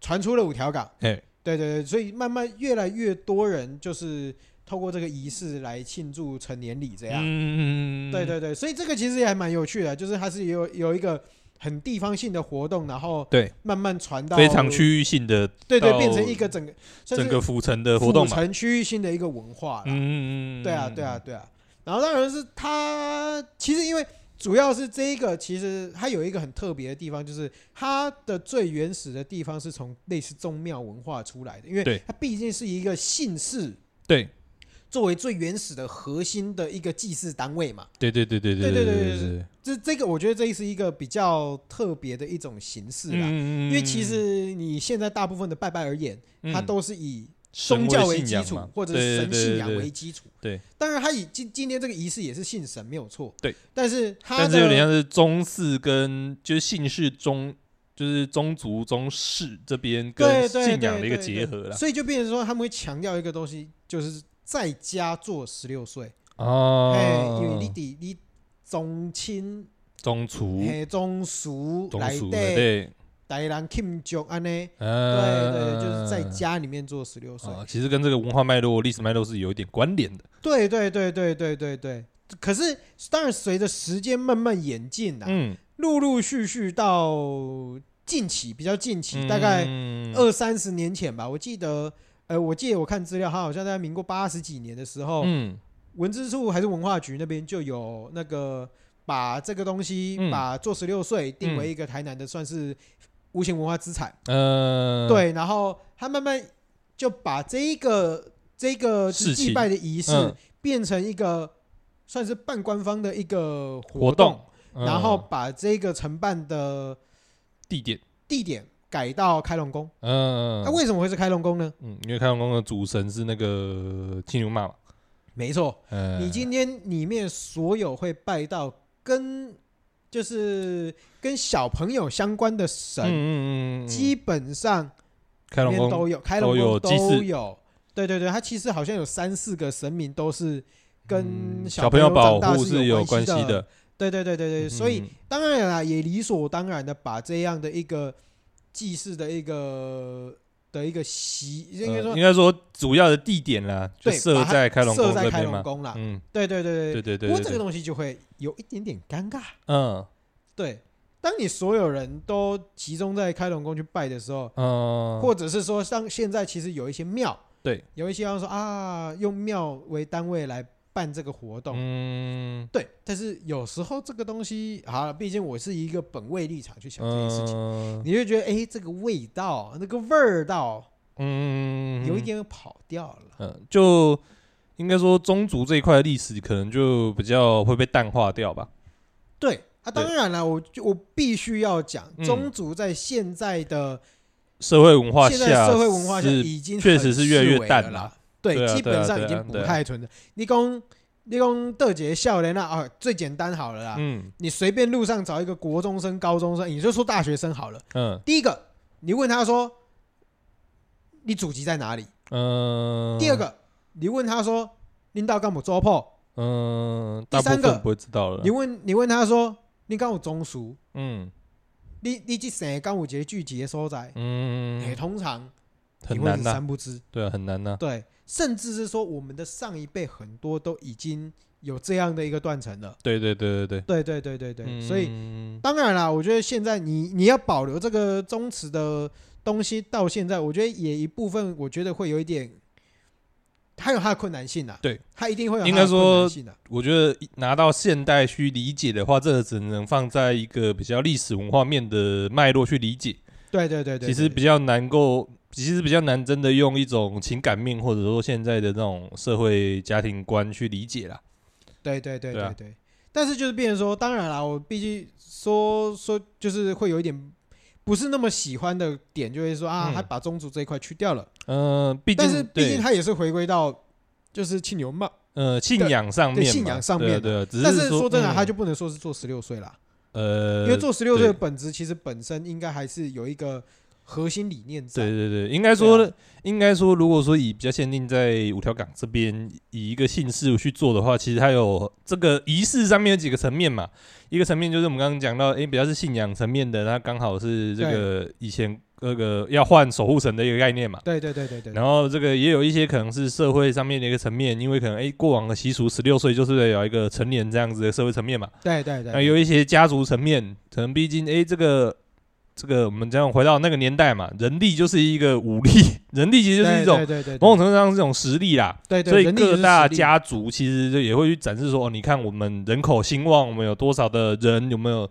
[SPEAKER 1] 传出了五条港。
[SPEAKER 2] 哎，
[SPEAKER 1] 对对对，所以慢慢越来越多人就是透过这个仪式来庆祝成年礼这样。
[SPEAKER 2] 嗯，
[SPEAKER 1] 啊对对对，所以这个其实也还蛮有趣的，就是它是有有一个很地方性的活动，然后
[SPEAKER 2] 对
[SPEAKER 1] 慢慢传到
[SPEAKER 2] 非常，区域性的
[SPEAKER 1] 对对，
[SPEAKER 2] 到
[SPEAKER 1] 变成一个整个算
[SPEAKER 2] 整
[SPEAKER 1] 是
[SPEAKER 2] 个府城的活动
[SPEAKER 1] 府
[SPEAKER 2] 嘛，
[SPEAKER 1] 城区域性的一个文化啦。
[SPEAKER 2] 嗯嗯嗯，
[SPEAKER 1] 对啊，对啊，，对啊。然后当然是它，其实因为主要是这一个，其实它有一个很特别的地方，就是它的最原始的地方是从类似宗庙文化出来的，因
[SPEAKER 2] 对
[SPEAKER 1] 为它毕竟是一个姓氏
[SPEAKER 2] 对
[SPEAKER 1] 作为最原始的核心的一个祭祀单位嘛。
[SPEAKER 2] 对对对对对对，
[SPEAKER 1] 这这个我觉得这是一个比较特别的一种形式啦，
[SPEAKER 2] 嗯嗯
[SPEAKER 1] 因为其实你现在大部分的拜拜而言，它都是以宗
[SPEAKER 2] 神
[SPEAKER 1] 教
[SPEAKER 2] 为
[SPEAKER 1] 为
[SPEAKER 2] 信
[SPEAKER 1] 基
[SPEAKER 2] 仰
[SPEAKER 1] 础
[SPEAKER 2] 嘛，
[SPEAKER 1] 或者
[SPEAKER 2] 对
[SPEAKER 1] 是神信
[SPEAKER 2] 对
[SPEAKER 1] 仰
[SPEAKER 2] 对
[SPEAKER 1] 为基础。
[SPEAKER 2] 对，
[SPEAKER 1] 当然他以今今天这个仪式也是信神没有错，
[SPEAKER 2] 对，
[SPEAKER 1] 但是他
[SPEAKER 2] 但是有点像是中式跟就是姓氏中，就是宗族宗室这边
[SPEAKER 1] 对
[SPEAKER 2] 跟
[SPEAKER 1] 对
[SPEAKER 2] 信
[SPEAKER 1] 对
[SPEAKER 2] 仰的一个
[SPEAKER 1] 对
[SPEAKER 2] 结
[SPEAKER 1] 对
[SPEAKER 2] 合啦。
[SPEAKER 1] 所以就变成说他们会强调一个东西，就是在家做十六岁，哎，因为
[SPEAKER 2] 哦
[SPEAKER 1] 你，伫你宗亲
[SPEAKER 2] 中厨
[SPEAKER 1] 嘿宗叔
[SPEAKER 2] 中
[SPEAKER 1] 来
[SPEAKER 2] 厨
[SPEAKER 1] 对
[SPEAKER 2] 对，
[SPEAKER 1] 台人庆祝安尼，对对，
[SPEAKER 2] 呃，
[SPEAKER 1] 就是在家里面做十六岁，
[SPEAKER 2] 啊，其实跟这个文化脉络、历史脉络是有一点关联的。
[SPEAKER 1] 对对对对对对对。可是当然随着时间慢慢演进啊，
[SPEAKER 2] 嗯，
[SPEAKER 1] 陆陆续续到近期比较近
[SPEAKER 2] 嗯
[SPEAKER 1] 期，大概二三十年前吧，我记得，呃，我记得我看资料，他好像在民国八十几年的时候，
[SPEAKER 2] 嗯
[SPEAKER 1] 文资处还是文化局那边就有那个把这个东西，
[SPEAKER 2] 嗯
[SPEAKER 1] 把做十六岁定为
[SPEAKER 2] 嗯
[SPEAKER 1] 一个台南的算是无形文化资产，
[SPEAKER 2] 呃，
[SPEAKER 1] 对，然后他慢慢就把这一个这个
[SPEAKER 2] 事情
[SPEAKER 1] 祭拜的仪式
[SPEAKER 2] 嗯
[SPEAKER 1] 变成一个算是半官方的一个
[SPEAKER 2] 活动，嗯，
[SPEAKER 1] 然后把这个承办的
[SPEAKER 2] 地点，
[SPEAKER 1] 地点改到开隆宫。
[SPEAKER 2] 嗯，
[SPEAKER 1] 啊那、为什么会是开隆宫呢？
[SPEAKER 2] 嗯，因为开阳宫的主神是那个青牛妈嘛，
[SPEAKER 1] 没错，
[SPEAKER 2] 呃，
[SPEAKER 1] 你今天里面所有会拜到跟就是跟小朋友相关的
[SPEAKER 2] 嗯
[SPEAKER 1] 神，
[SPEAKER 2] 嗯嗯嗯，
[SPEAKER 1] 基本上
[SPEAKER 2] 开
[SPEAKER 1] 里
[SPEAKER 2] 龙
[SPEAKER 1] 面
[SPEAKER 2] 宫
[SPEAKER 1] 都有，开隆宫
[SPEAKER 2] 有祭祀
[SPEAKER 1] 都有。对对对，它其实好像有三四个神明都是跟
[SPEAKER 2] 嗯
[SPEAKER 1] 小
[SPEAKER 2] 小
[SPEAKER 1] 朋
[SPEAKER 2] 朋
[SPEAKER 1] 友
[SPEAKER 2] 友
[SPEAKER 1] 长
[SPEAKER 2] 保
[SPEAKER 1] 大
[SPEAKER 2] 护
[SPEAKER 1] 是
[SPEAKER 2] 有
[SPEAKER 1] 关
[SPEAKER 2] 关系
[SPEAKER 1] 的。
[SPEAKER 2] 的，
[SPEAKER 1] 对对对对对，所以
[SPEAKER 2] 嗯
[SPEAKER 1] 当然啦，也理所当然的把这样的一个祭祀的一个呃的一个习，应该
[SPEAKER 2] 呃
[SPEAKER 1] 说
[SPEAKER 2] 应该说主要的地点啦，就
[SPEAKER 1] 对
[SPEAKER 2] 设
[SPEAKER 1] 把它
[SPEAKER 2] 在开龙
[SPEAKER 1] 设
[SPEAKER 2] 宫
[SPEAKER 1] 在
[SPEAKER 2] 这
[SPEAKER 1] 开
[SPEAKER 2] 边
[SPEAKER 1] 隆
[SPEAKER 2] 嘛，
[SPEAKER 1] 宫啦。
[SPEAKER 2] 嗯，
[SPEAKER 1] 对对对
[SPEAKER 2] 对
[SPEAKER 1] 对，
[SPEAKER 2] 对对，
[SPEAKER 1] 不过这个
[SPEAKER 2] 对
[SPEAKER 1] 东西就会有一点点尴尬。
[SPEAKER 2] 嗯
[SPEAKER 1] 对，当你所有人都集中在开隆宫去拜的时候，
[SPEAKER 2] 嗯，
[SPEAKER 1] 或者是说像现在其实有一些庙，
[SPEAKER 2] 对，
[SPEAKER 1] 有一些要说啊用庙为单位来办这个活动，
[SPEAKER 2] 嗯
[SPEAKER 1] 对。但是有时候这个东西，好了，毕竟我是一个本位立场去想这件事情。
[SPEAKER 2] 嗯
[SPEAKER 1] 你就觉得哎、诶这个味道、那个味儿道
[SPEAKER 2] 嗯，
[SPEAKER 1] 有一点跑掉了。
[SPEAKER 2] 嗯，就应该说宗族这一块的历史可能就比较会被淡化掉吧。
[SPEAKER 1] 对啊，当然了，我就我必须要讲，
[SPEAKER 2] 嗯
[SPEAKER 1] 宗族在现在的、
[SPEAKER 2] 社会文化
[SPEAKER 1] 现在的
[SPEAKER 2] 下，
[SPEAKER 1] 社会文化下
[SPEAKER 2] 是
[SPEAKER 1] 已经
[SPEAKER 2] 确实是越来越
[SPEAKER 1] 很式微了
[SPEAKER 2] 淡
[SPEAKER 1] 啦
[SPEAKER 2] 了。
[SPEAKER 1] 对，
[SPEAKER 2] 对啊
[SPEAKER 1] 基
[SPEAKER 2] 对啊
[SPEAKER 1] 本上已
[SPEAKER 2] 对啊
[SPEAKER 1] 经不
[SPEAKER 2] 对啊
[SPEAKER 1] 太存在。你讲你讲豆姐笑脸那啊，最简单好了啦。
[SPEAKER 2] 嗯
[SPEAKER 1] 你随便路上找一个国中生、高中生，你就说大学生好了。
[SPEAKER 2] 嗯
[SPEAKER 1] 第一个，你问他说你祖籍在哪里？
[SPEAKER 2] 嗯。
[SPEAKER 1] 第二，个，你问他说领导干部做破？
[SPEAKER 2] 嗯，
[SPEAKER 1] 第
[SPEAKER 2] 大部
[SPEAKER 1] 三个
[SPEAKER 2] 分不会知道了
[SPEAKER 1] 你。问你问他说，你敢有中暑？
[SPEAKER 2] 嗯
[SPEAKER 1] 你你这生敢有一个聚集的所在？哎、
[SPEAKER 2] 嗯，
[SPEAKER 1] 通常
[SPEAKER 2] 很
[SPEAKER 1] 你会
[SPEAKER 2] 难
[SPEAKER 1] 是
[SPEAKER 2] 呐，
[SPEAKER 1] 三不知。
[SPEAKER 2] 对啊，很难呐。
[SPEAKER 1] 对，甚至是说我们的上一辈很多都已经有这样的一个断层了。
[SPEAKER 2] 对对对对
[SPEAKER 1] 对对对对对，
[SPEAKER 2] 对，
[SPEAKER 1] 所以
[SPEAKER 2] 嗯
[SPEAKER 1] 当然啦，我觉得现在你你要保留这个宗祠的东西，到现在我觉得也一部分，我觉得会有一点，它有它的困难性啊。
[SPEAKER 2] 对，
[SPEAKER 1] 它一定会有它
[SPEAKER 2] 应该
[SPEAKER 1] 的困难
[SPEAKER 2] 说
[SPEAKER 1] 性啊。
[SPEAKER 2] 我觉得拿到现代去理解的话，这个只能放在一个比较历史文化面的脉络去理解。
[SPEAKER 1] 对对对对，
[SPEAKER 2] 其实
[SPEAKER 1] 对
[SPEAKER 2] 比较难够，其实比较难真的用一种情感面或者说现在的那种社会家庭观去理解啦。
[SPEAKER 1] 对对对
[SPEAKER 2] 对
[SPEAKER 1] 对
[SPEAKER 2] 啊
[SPEAKER 1] 对。但是就是变成说，当然啦，我毕竟说说就是会有一点不是那么喜欢的点，就会说啊，
[SPEAKER 2] 嗯
[SPEAKER 1] 他把宗族这一块去掉了，
[SPEAKER 2] 嗯、毕竟
[SPEAKER 1] 但是毕
[SPEAKER 2] 对
[SPEAKER 1] 竟他也是回归到就是庆牛嘛。
[SPEAKER 2] 呃信仰上面
[SPEAKER 1] 对
[SPEAKER 2] 嘛，
[SPEAKER 1] 信仰上
[SPEAKER 2] 对啊
[SPEAKER 1] 面啊
[SPEAKER 2] 对啊，只
[SPEAKER 1] 但是
[SPEAKER 2] 说
[SPEAKER 1] 说真的，
[SPEAKER 2] 嗯
[SPEAKER 1] 他就不能说是做十六岁啦，
[SPEAKER 2] 呃，
[SPEAKER 1] 因为做十六岁的
[SPEAKER 2] 对
[SPEAKER 1] 本质其实本身应该还是有一个核心理念
[SPEAKER 2] 对
[SPEAKER 1] 在。
[SPEAKER 2] 对对，应该说、
[SPEAKER 1] 对啊
[SPEAKER 2] 应该说，如果说以比较限定在五条港这边以一个姓氏去做的话，其实它有这个仪式上面有几个层面嘛，一个层面就是我们刚刚讲到，诶，比较是信仰层面的，它刚好是这个以前那个要换守护神的一个概念嘛。
[SPEAKER 1] 对对对对对对
[SPEAKER 2] 然后这个也有一些可能是社会上面的一个层面，因为可能诶过往的习俗，十六岁就是有一个成年这样子的社会层面嘛。
[SPEAKER 1] 对对对
[SPEAKER 2] 那呃有一些家族层面，可能毕竟诶这个这个我们讲回到那个年代嘛，人力就是一个武力， 人力其实就是一种
[SPEAKER 1] 对对对对
[SPEAKER 2] 某种程度上是一种实力啦。
[SPEAKER 1] 对对，
[SPEAKER 2] 所以
[SPEAKER 1] 人力就是
[SPEAKER 2] 各大
[SPEAKER 1] 实力
[SPEAKER 2] 家族其实就也会去展示说，哦，你看我们人口兴旺，我们有多少的人，有没有，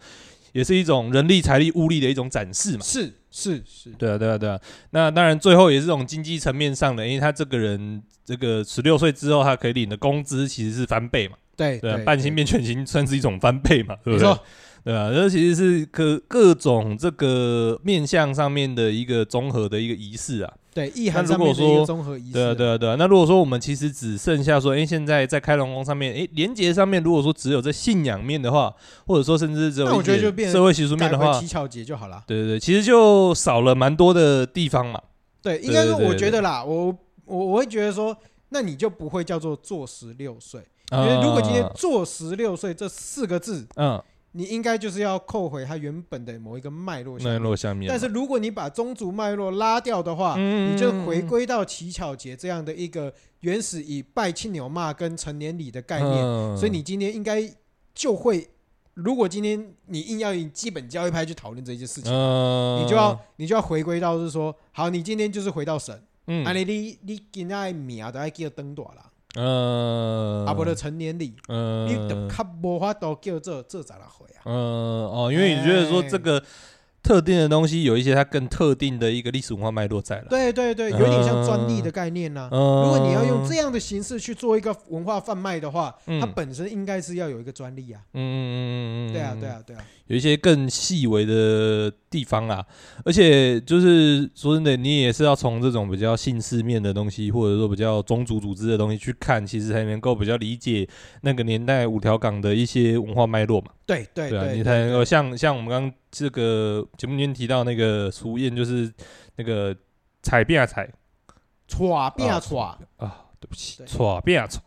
[SPEAKER 2] 也是一种人力、财力、物力的一种展示嘛。
[SPEAKER 1] 是是是，
[SPEAKER 2] 对啊，对啊，对啊。那当然，最后也是这种经济层面上的，因为他这个人，这个十六岁之后，他可以领的工资其实是翻倍嘛，
[SPEAKER 1] 对
[SPEAKER 2] 对啊，
[SPEAKER 1] 对，
[SPEAKER 2] 半薪变全薪算是一种翻倍嘛，对
[SPEAKER 1] 没
[SPEAKER 2] 不对
[SPEAKER 1] 错？，
[SPEAKER 2] 对啊，这其实是各各种这个面向上面的一个综合的一个仪式啊。
[SPEAKER 1] 对意涵
[SPEAKER 2] 那
[SPEAKER 1] 上
[SPEAKER 2] 如果
[SPEAKER 1] 面的一个
[SPEAKER 2] 说
[SPEAKER 1] 综合仪式。
[SPEAKER 2] 对啊，对啊，对啊。那如果说我们其实只剩下说，哎，现在在开龙宫上面，哎，连接上面，如果说只有在信仰面的话，或者说甚至只
[SPEAKER 1] 那
[SPEAKER 2] 有
[SPEAKER 1] 我
[SPEAKER 2] 一
[SPEAKER 1] 觉得
[SPEAKER 2] 点
[SPEAKER 1] 就变
[SPEAKER 2] 社会习俗面
[SPEAKER 1] 改
[SPEAKER 2] 的
[SPEAKER 1] 回
[SPEAKER 2] 话，
[SPEAKER 1] 乞巧节就好了。
[SPEAKER 2] 对对对，其实就少了蛮多的地方嘛。
[SPEAKER 1] 对，应该说
[SPEAKER 2] 对对
[SPEAKER 1] 我
[SPEAKER 2] 对
[SPEAKER 1] 觉得啦，我我我会觉得说，那你就不会叫做做十六岁。
[SPEAKER 2] 啊
[SPEAKER 1] 因为如果今天做十六岁这四个字，
[SPEAKER 2] 嗯，
[SPEAKER 1] 你应该就是要扣回它原本的某一个脉络下
[SPEAKER 2] 脉
[SPEAKER 1] 面。
[SPEAKER 2] 络下面，
[SPEAKER 1] 但是如果你把宗族脉络拉掉的话，
[SPEAKER 2] 嗯
[SPEAKER 1] 你就回归到乞巧节这样的一个原始以拜青牛骂跟成年礼的概念，
[SPEAKER 2] 念
[SPEAKER 1] 所以你今天应该就会，如果今天你硬要以基本教育派去讨论这件事情，
[SPEAKER 2] 嗯，
[SPEAKER 1] 你就要你就要回归到是说，好，你今天就是回到神，
[SPEAKER 2] 嗯
[SPEAKER 1] 啊你你你今仔名都要叫灯大啦，
[SPEAKER 2] 嗯
[SPEAKER 1] 啊不就成年礼，
[SPEAKER 2] 嗯，
[SPEAKER 1] 你就较无法度叫这这咋啦回啊？
[SPEAKER 2] 嗯哦，因为你觉得说这个特定的东西有一些它更特定的一个历史文化脉络在了。
[SPEAKER 1] 对对对，有点像专利的概念呐、
[SPEAKER 2] 嗯，
[SPEAKER 1] 如果你要用这样的形式去做一个文化贩卖的话，
[SPEAKER 2] 嗯
[SPEAKER 1] 它本身应该是要有一个专利啊。
[SPEAKER 2] 嗯嗯嗯嗯嗯，
[SPEAKER 1] 对啊，对，啊，对啊，
[SPEAKER 2] 有一些更细微的地方啦，而且就是说真的，你也是要从这种比较姓氏面的东西，或者说比较宗族组织的东西去看，其实才能够比较理解那个年代五条港的一些文化脉络嘛。
[SPEAKER 1] 对对
[SPEAKER 2] 对啊，
[SPEAKER 1] 对
[SPEAKER 2] 你才能够像像我们刚刚这个节目里面提到那个俗谚，就是那个彩变啊彩
[SPEAKER 1] 歘变
[SPEAKER 2] 啊
[SPEAKER 1] 歘，
[SPEAKER 2] 啊，对不起
[SPEAKER 1] 对，
[SPEAKER 2] 歘变啊歘。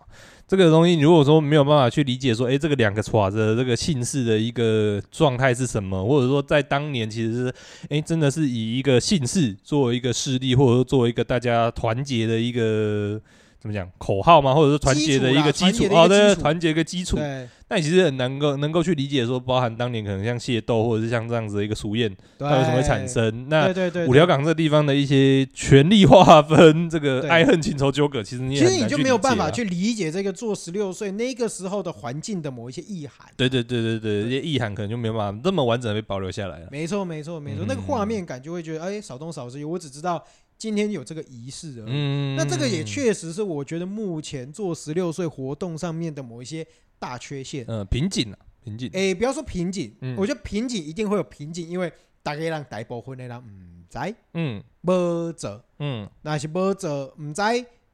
[SPEAKER 2] 这个东西，你如果说没有办法去理解说，哎、这个两个歘的这个姓氏的一个状态是什么，或者说在当年其实是，哎、真的是以一个姓氏作为一个势力，或者说作为一个大家团结的一个怎么讲口号嘛，或者是团结的一个基
[SPEAKER 1] 基础
[SPEAKER 2] 础
[SPEAKER 1] 啦，
[SPEAKER 2] 哦，
[SPEAKER 1] 团结的一个基础
[SPEAKER 2] 对，团结一个基础，
[SPEAKER 1] 对
[SPEAKER 2] 那你其实很能够能够去理解说，包含当年可能像械斗，或者是像这样子的一个俗谚，
[SPEAKER 1] 对，
[SPEAKER 2] 它为什么会产？生？啊那
[SPEAKER 1] 对对对，
[SPEAKER 2] 五条港这地方的一些权力划分，这个
[SPEAKER 1] 对
[SPEAKER 2] 爱恨情仇纠葛，其实你
[SPEAKER 1] 对。其
[SPEAKER 2] 也很
[SPEAKER 1] 实你
[SPEAKER 2] 难
[SPEAKER 1] 就没有
[SPEAKER 2] 理解啊
[SPEAKER 1] 办法。去理解这个做十六岁那个时候的环境的某一些意涵。
[SPEAKER 2] 对对对对对，这些意涵可能就没有办法那么完整的被保留下来了。
[SPEAKER 1] 没错，没错，没错，
[SPEAKER 2] 嗯
[SPEAKER 1] 那个画面感就会觉得，哎，少东少西，我只知道今天有这个仪式而已。
[SPEAKER 2] 嗯，
[SPEAKER 1] 那这个也，确实是我觉得目前做十六岁活动上面的某一些大缺陷。
[SPEAKER 2] 嗯，瓶颈啊，瓶颈。
[SPEAKER 1] 诶、不要说瓶颈，
[SPEAKER 2] 嗯
[SPEAKER 1] 我觉得瓶颈一定会有瓶颈，因为大概让大部分的人唔知
[SPEAKER 2] 嗯
[SPEAKER 1] 无做，
[SPEAKER 2] 嗯
[SPEAKER 1] 那是无做唔知，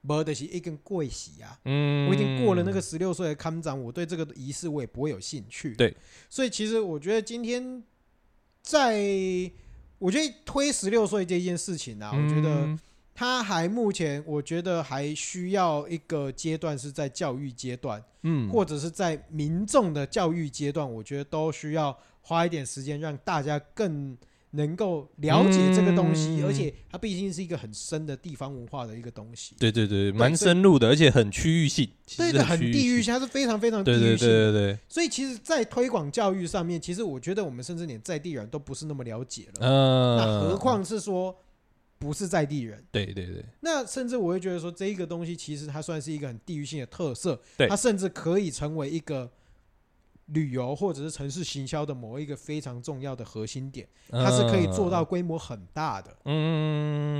[SPEAKER 1] 无就是已经过时啊。
[SPEAKER 2] 嗯，
[SPEAKER 1] 我已经过了那个十六岁的康长，我对这个仪式我也不会有兴趣。
[SPEAKER 2] 对，
[SPEAKER 1] 所以其实我觉得今天在，我觉得推十六岁这件事情啊，
[SPEAKER 2] 嗯，
[SPEAKER 1] 我觉得他还目前我觉得还需要一个阶段是在教育阶段，
[SPEAKER 2] 嗯，
[SPEAKER 1] 或者是在民众的教育阶段，我觉得都需要花一点时间让大家更能够了解这个东西，
[SPEAKER 2] 嗯
[SPEAKER 1] 而且它毕竟是一个很深的地方文化的一个东西，
[SPEAKER 2] 对对对，蛮
[SPEAKER 1] 所以
[SPEAKER 2] 深入的，而且很区域性，其
[SPEAKER 1] 对
[SPEAKER 2] 实
[SPEAKER 1] 的，很
[SPEAKER 2] 区
[SPEAKER 1] 地域
[SPEAKER 2] 性。
[SPEAKER 1] 性，它是非常非常地
[SPEAKER 2] 对对
[SPEAKER 1] 域性的。
[SPEAKER 2] 对对对，
[SPEAKER 1] 所以其实，在推广教育上面，其实我觉得我们甚至连在地人都不是那么了解了，
[SPEAKER 2] 嗯，
[SPEAKER 1] 那何况是说不是在地人。
[SPEAKER 2] 对对对，
[SPEAKER 1] 那甚至我会觉得说，这一个东西其实它算是一个很地域性的特色，
[SPEAKER 2] 对
[SPEAKER 1] 它甚至可以成为一个旅游或者是城市行销的某一个非常重要的核心点，它是可以做到规模很大的。
[SPEAKER 2] 嗯嗯，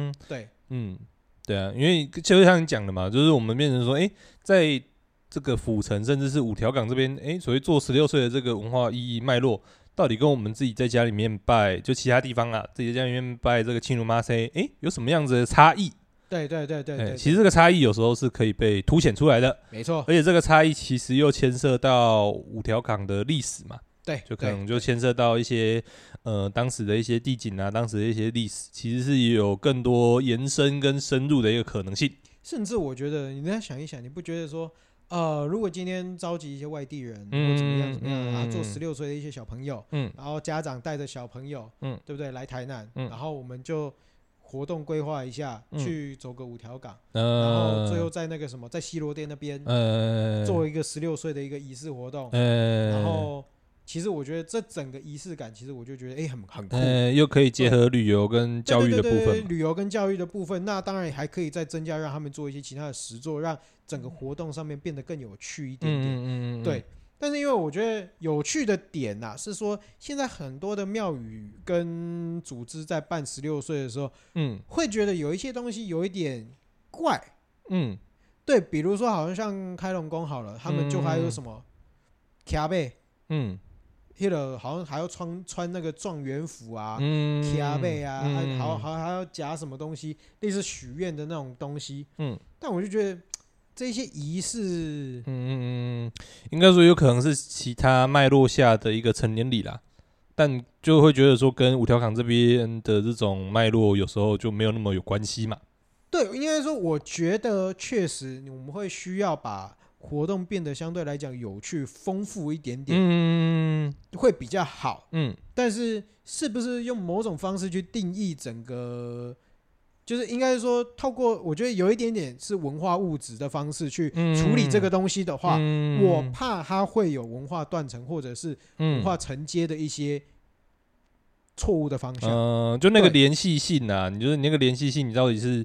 [SPEAKER 2] 嗯，
[SPEAKER 1] 对，
[SPEAKER 2] 嗯，对啊，因为就像你讲的嘛，就是我们变成说，哎、在这个府城甚至是五条港这边，哎、所谓做十六岁的这个文化意义脉络，到底跟我们自己在家里面拜，就其他地方啊，自己在家里面拜这个青龙妈 C，哎、有什么样子的差异？
[SPEAKER 1] 对对对对
[SPEAKER 2] 哎、
[SPEAKER 1] 对，对
[SPEAKER 2] 其实这个差异有时候是可以被凸显出来的，
[SPEAKER 1] 没错
[SPEAKER 2] 而，且这个差异其实又牵涉到五条港的历史嘛。
[SPEAKER 1] 对，
[SPEAKER 2] 就可
[SPEAKER 1] 对
[SPEAKER 2] 能就牵涉到一些呃当时的一些地景啊，当时的一些历史，其实是有更多延伸跟深入的一个可能性。
[SPEAKER 1] 甚至我觉得你再想一想，你不觉得说，呃，如果今天召集一些外地人，
[SPEAKER 2] 嗯
[SPEAKER 1] 或怎么样怎么样，
[SPEAKER 2] 嗯
[SPEAKER 1] 然后做
[SPEAKER 2] 嗯
[SPEAKER 1] 十六岁的一些小朋友，
[SPEAKER 2] 嗯
[SPEAKER 1] 然后家长带着小朋友，
[SPEAKER 2] 嗯
[SPEAKER 1] 对不对？来台南，
[SPEAKER 2] 嗯
[SPEAKER 1] 然后我们就活动规划一下，
[SPEAKER 2] 嗯
[SPEAKER 1] 去走个五条港。然
[SPEAKER 2] 呃，
[SPEAKER 1] 后最后在那个什么，在西罗店那边
[SPEAKER 2] 呃
[SPEAKER 1] 做一个十六岁的一个仪式活动，
[SPEAKER 2] 呃，
[SPEAKER 1] 然后其实我觉得这整个仪式感，其实我就觉得哎很很酷。
[SPEAKER 2] 呃又可以结合旅游跟
[SPEAKER 1] 对
[SPEAKER 2] 教育
[SPEAKER 1] 对
[SPEAKER 2] 的
[SPEAKER 1] 对
[SPEAKER 2] 部
[SPEAKER 1] 对
[SPEAKER 2] 分
[SPEAKER 1] 对
[SPEAKER 2] 嘛。
[SPEAKER 1] 旅游跟教育的部分，那当然还可以再增加，让他们做一些其他的实作，让整个活动上面变得更有趣一点点。
[SPEAKER 2] 嗯嗯嗯，
[SPEAKER 1] 对，但是因为我觉得有趣的点呐、是说现在很多的庙宇跟组织在办十六岁的时候，
[SPEAKER 2] 嗯
[SPEAKER 1] 会觉得有一些东西有一点怪，
[SPEAKER 2] 嗯
[SPEAKER 1] 对，比如说好像像开龙宫好了，他们就还有什么卡背，
[SPEAKER 2] 嗯
[SPEAKER 1] 迄个好像还要穿穿那个状元服啊，
[SPEAKER 2] 嗯，
[SPEAKER 1] 卡背啊，还
[SPEAKER 2] 嗯
[SPEAKER 1] 好好还要夹什么东西，类似许愿的那种东西。
[SPEAKER 2] 嗯，
[SPEAKER 1] 但我就觉得这些仪式
[SPEAKER 2] 嗯，嗯嗯，嗯，应该说有可能是其他脉络下的一个成年礼啦，但就会觉得说跟五条港这边的这种脉络有时候就没有那么有关系嘛。
[SPEAKER 1] 对，应该说，我觉得确实我们会需要把活动变得相对来讲有趣、丰富一点点，
[SPEAKER 2] 嗯
[SPEAKER 1] 会比较好。
[SPEAKER 2] 嗯
[SPEAKER 1] 但是，是不是用某种方式去定义整个，就是应该说，透过我觉得有一点点是文化物质的方式去处理这个东西的话，
[SPEAKER 2] 嗯
[SPEAKER 1] 我怕它会有文化断层或者是文化承接的一些错误的方向。
[SPEAKER 2] 嗯、呃就那个
[SPEAKER 1] 对
[SPEAKER 2] 联系性啊，你就是你那个联系性，你到底是